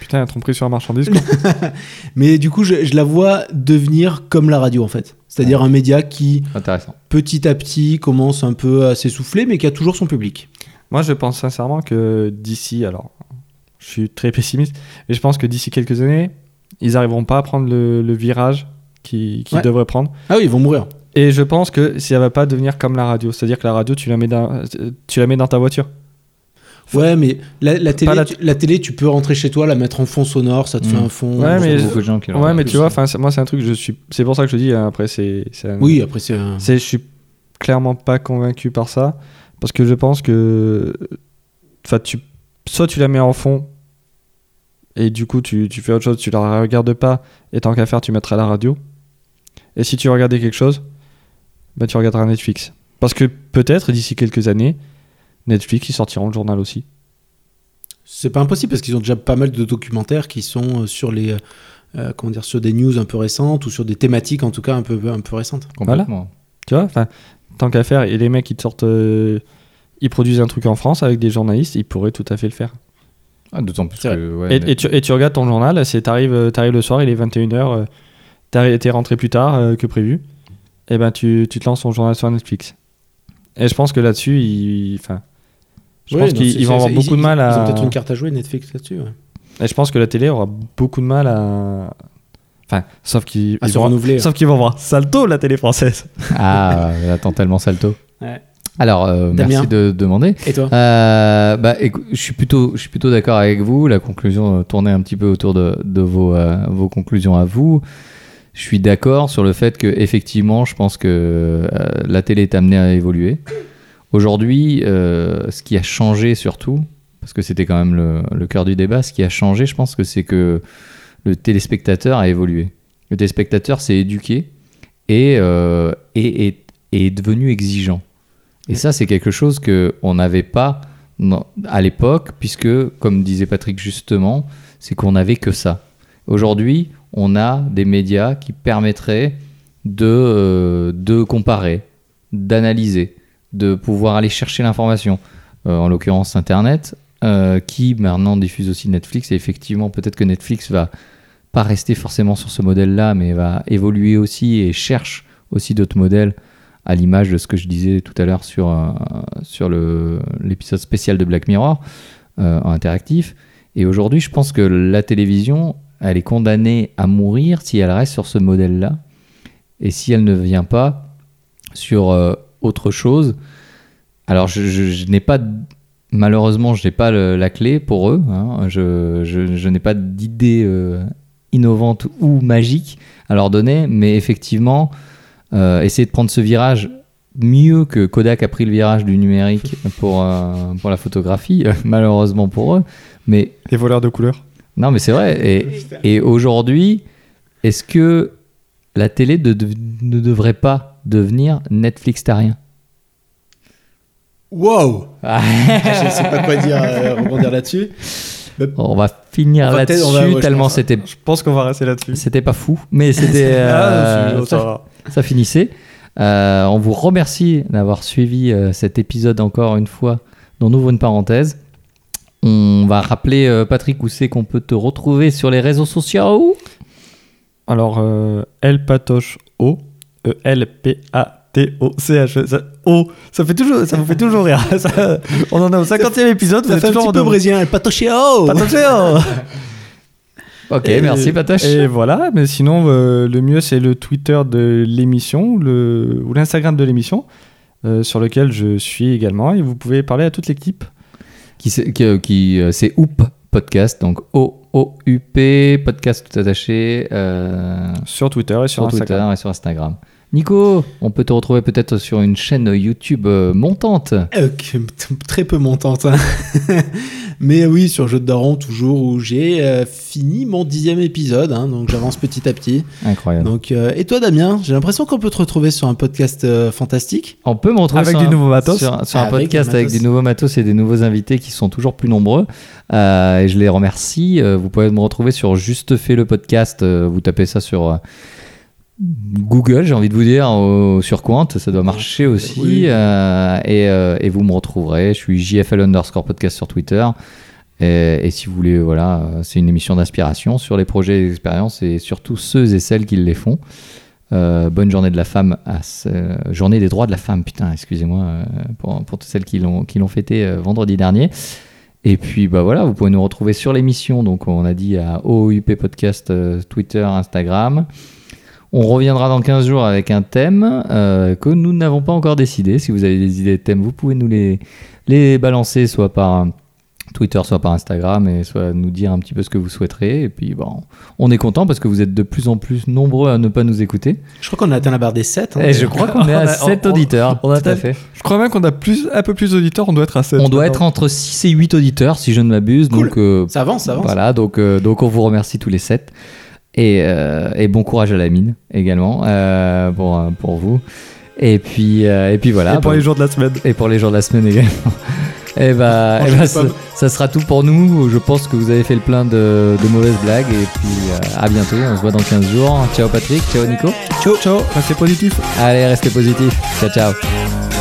Speaker 3: Putain, la tromperie sur la marchandise. quoi.
Speaker 1: Mais du coup, je, je la vois devenir comme la radio en fait. C'est-à-dire un média qui
Speaker 2: Intéressant.
Speaker 1: petit à petit commence un peu à s'essouffler, mais qui a toujours son public.
Speaker 3: moi, je pense sincèrement que d'ici, alors, je suis très pessimiste, mais je pense que d'ici quelques années, ils n'arriveront pas à prendre le, le virage qu'ils qu'ils
Speaker 1: Ouais.
Speaker 3: devraient prendre.
Speaker 1: Ah oui, ils vont mourir.
Speaker 3: Et je pense que ça va pas devenir comme la radio, c'est-à-dire que la radio, tu la mets dans, tu la mets dans ta voiture.
Speaker 1: Ouais, mais la, la télé,
Speaker 3: la-
Speaker 1: tu, la télé, tu peux rentrer chez toi, la mettre en fond sonore, ça te
Speaker 2: Mm.
Speaker 1: fait un fond.
Speaker 3: Ouais,
Speaker 1: un
Speaker 3: mais-
Speaker 1: fond-
Speaker 2: Beaucoup de gens qui le
Speaker 3: ouais,
Speaker 2: regardent.
Speaker 3: mais
Speaker 1: plus,
Speaker 3: tu vois,
Speaker 1: ouais.
Speaker 3: enfin, c'est- moi, c'est un truc, je suis, c'est pour ça que je te dis. hein, Après, c'est, c'est un-
Speaker 1: Oui, après c'est. un-
Speaker 3: c'est, je suis clairement pas convaincu par ça, parce que je pense que, enfin, tu, soit tu la mets en fond, et du coup, tu, tu fais autre chose, tu la regardes pas, et tant qu'à faire, tu mettras la radio. Et si tu regardais quelque chose, bah, tu regarderas Netflix, parce que peut-être d'ici quelques années, Netflix ils sortiront le journal aussi.
Speaker 1: C'est pas impossible parce qu'ils ont déjà pas mal de documentaires qui sont euh, sur les. euh, comment dire, sur des news un peu récentes ou sur des thématiques en tout cas un peu, un peu récentes.
Speaker 2: Complètement.
Speaker 3: Tu vois, enfin, tant qu'à faire, et les mecs ils te sortent, euh, ils produisent un truc en France avec des journalistes, ils pourraient tout à fait le faire.
Speaker 2: Ah, D'autant plus
Speaker 1: C'est vrai.
Speaker 2: que. ouais,
Speaker 3: et, et tu, et tu regardes ton journal, c'est t'arrives, euh, t'arrives le soir, il est 21h, euh, t'arri- t'es rentré plus tard euh, que prévu, et ben tu, tu te lances ton journal sur Netflix. Et je pense que là-dessus, ils, enfin, je
Speaker 1: Oui,
Speaker 3: pense
Speaker 1: non,
Speaker 3: qu'ils
Speaker 1: c'est-
Speaker 3: ils vont
Speaker 1: c'est-
Speaker 3: avoir
Speaker 1: ils-
Speaker 3: beaucoup de mal
Speaker 1: Ils ont
Speaker 3: à.
Speaker 1: peut-être une carte à jouer Netflix là-dessus. ouais.
Speaker 3: Et je pense que la télé aura beaucoup de mal à. Enfin, sauf qu'ils
Speaker 1: À
Speaker 3: ils
Speaker 1: se
Speaker 3: vont-
Speaker 1: renouveler.
Speaker 3: sauf qu'ils vont voir Salto, la télé française.
Speaker 2: Ah, euh, attends, tellement salto.
Speaker 1: Ouais.
Speaker 2: Alors, euh,
Speaker 1: Damien.
Speaker 2: merci de demander.
Speaker 1: hein. Et toi
Speaker 2: Euh, bah, écou- je suis plutôt, je suis plutôt d'accord avec vous. La conclusion euh, tournait un petit peu autour de, de vos, euh, vos conclusions à vous. Je suis d'accord sur le fait que effectivement, je pense que euh, la télé est amenée à évoluer. Aujourd'hui, euh, ce qui a changé surtout, parce que c'était quand même le, le cœur du débat, ce qui a changé, je pense que c'est que le téléspectateur a évolué. Le téléspectateur s'est éduqué et, euh, et, et- et est devenu exigeant. Et ça, c'est quelque chose que on n'avait pas dans- à l'époque, puisque, comme disait Patrick justement, c'est qu'on n'avait que ça. Aujourd'hui, on a des médias qui permettraient de, euh, de comparer, d'analyser, de pouvoir aller chercher l'information, Euh, en l'occurrence Internet, euh, qui maintenant diffuse aussi Netflix. Et effectivement, peut-être que Netflix va pas rester forcément sur ce modèle-là, mais va évoluer aussi et cherche aussi d'autres modèles à l'image de ce que je disais tout à l'heure sur, euh, sur le- l'épisode spécial de Black Mirror euh, en interactif. Et aujourd'hui, je pense que la télévision, elle est condamnée à mourir si elle reste sur ce modèle-là et si elle ne vient pas sur euh, autre chose. Alors, je, je- je n'ai pas, malheureusement, je n'ai pas le- la clé pour eux. hein. Je, je- je n'ai pas d'idée euh, innovante ou magique à leur donner, mais effectivement, euh, essayer de prendre ce virage mieux que Kodak a pris le virage du numérique pour, euh, pour la photographie, malheureusement pour eux, mais
Speaker 3: Les voleurs de couleurs.
Speaker 2: non, mais c'est vrai. Et, et aujourd'hui, est-ce que la télé de- de- ne devrait pas devenir Netflix tarien
Speaker 1: Wow
Speaker 2: Ah.
Speaker 1: Je sais pas quoi dire, euh, rebondir là-dessus.
Speaker 2: On va finir
Speaker 1: On va
Speaker 2: là-dessus
Speaker 1: peut-être- on va- ouais, je
Speaker 2: tellement
Speaker 1: pense,
Speaker 2: c'était
Speaker 3: Je pense qu'on va rester là-dessus.
Speaker 2: c'était pas fou, mais c'était
Speaker 3: Ah,
Speaker 2: euh,
Speaker 3: je suis- ça
Speaker 2: ça,
Speaker 3: va.
Speaker 2: ça finissait. Euh, on vous remercie d'avoir suivi euh, cet épisode encore une fois. dont on ouvre une parenthèse. On va rappeler euh, Patrick où c'est qu'on peut te retrouver sur les réseaux sociaux.
Speaker 3: Alors, euh, L Patoche O, E L P A T O C H E. Ça, o, ça fait toujours, ça vous fait toujours rire. Ça- on en est au 50e épisode.
Speaker 1: Ça
Speaker 3: vous
Speaker 1: fait
Speaker 3: êtes
Speaker 1: un
Speaker 3: toujours
Speaker 1: petit peu
Speaker 3: en-
Speaker 1: brésilien, El
Speaker 5: oh.
Speaker 1: Patochéo
Speaker 3: Patoche O.
Speaker 2: Ok,
Speaker 3: Et-
Speaker 2: merci Patoche.
Speaker 3: Et voilà, mais sinon, euh, le mieux c'est le Twitter de l'émission le- ou l'Instagram de l'émission. euh, sur lequel je suis également. Et vous pouvez parler à toute l'équipe.
Speaker 2: qui c'est qui, euh, qui, euh, c'est Oup Podcast, donc O O U P Podcast tout attaché euh,
Speaker 3: Sur Twitter et sur,
Speaker 2: sur
Speaker 3: Instagram.
Speaker 2: Twitter et sur Instagram. Nico, on peut te retrouver peut-être sur une chaîne YouTube euh, montante.
Speaker 5: Euh, que- t- très peu montante. hein. Mais oui, sur Jeu de Daron, toujours, où j'ai euh, fini mon dixième épisode, hein, donc j'avance petit à petit.
Speaker 2: Incroyable.
Speaker 5: Donc, euh, et toi, Damien, j'ai l'impression qu'on peut te retrouver sur un podcast euh, fantastique.
Speaker 2: On peut me retrouver
Speaker 3: Avec
Speaker 2: sur
Speaker 3: du
Speaker 2: un-
Speaker 3: nouveau matos.
Speaker 2: sur, sur un
Speaker 5: Avec
Speaker 2: podcast
Speaker 5: du
Speaker 2: avec
Speaker 5: matos.
Speaker 2: des nouveaux matos et des nouveaux invités qui sont toujours plus nombreux. Euh, et je les remercie. Euh, vous pouvez me retrouver sur Juste fait le podcast. Euh, vous tapez ça sur euh, Google, j'ai envie de vous dire, ou sur Quant, ça doit marcher aussi.
Speaker 5: Oui.
Speaker 2: Euh, et, euh, et vous me retrouverez. Je suis JFL underscore podcast sur Twitter. Et, et si vous voulez, voilà, euh, c'est une émission d'inspiration sur les projets et les expériences et surtout ceux et celles qui les font. Euh, bonne journée de la femme, à ce- euh, journée des droits de la femme, putain, excusez-moi, euh, pour, pour toutes celles qui l'ont qui l'ont fêté euh, vendredi dernier. Et puis, bah voilà, vous pouvez nous retrouver sur l'émission. Donc, on a dit à OUP Podcast, euh, Twitter, Instagram. On reviendra dans 15 jours avec un thème euh, que nous n'avons pas encore décidé. Si vous avez des idées de thèmes, vous pouvez nous les, les balancer soit par euh, Twitter, soit par Instagram, et soit nous dire un petit peu ce que vous souhaiterez. Et puis, bon, on est content parce que vous êtes de plus en plus nombreux à ne pas nous écouter.
Speaker 5: Je crois qu'on a atteint la barre des hein. 7.
Speaker 2: Et Eh, je crois qu'on est à
Speaker 3: On a-
Speaker 2: 7
Speaker 3: on-
Speaker 2: auditeurs.
Speaker 3: on a
Speaker 2: tout à
Speaker 3: atteint-
Speaker 2: fait.
Speaker 3: Je crois même qu'on a plus, un peu plus d'auditeurs, on doit être à 7.
Speaker 2: On doit être entre 6 et 8 auditeurs, si je ne m'abuse.
Speaker 5: Cool.
Speaker 2: Donc, euh,
Speaker 5: Ça avance, ça avance.
Speaker 2: Voilà, donc, euh, donc on vous remercie tous les sept. Et, euh, et bon courage à la mine également euh, pour, euh, pour vous. Et puis, euh, et puis voilà.
Speaker 3: Et pour
Speaker 2: Bah,
Speaker 3: les jours de la semaine.
Speaker 2: et pour les jours de la semaine également. et bah,
Speaker 5: Oh,
Speaker 2: eh
Speaker 5: je
Speaker 2: bah,
Speaker 5: peux
Speaker 2: ça,
Speaker 5: pas me-
Speaker 2: ça sera tout pour nous. Je pense que vous avez fait le plein de, de mauvaises blagues. Et puis euh, à bientôt. On se voit dans 15 jours. Ciao Patrick, ciao Nico.
Speaker 3: Ciao, ciao, restez positifs.
Speaker 2: Allez, restez positifs. Ciao, ciao.
Speaker 7: Thank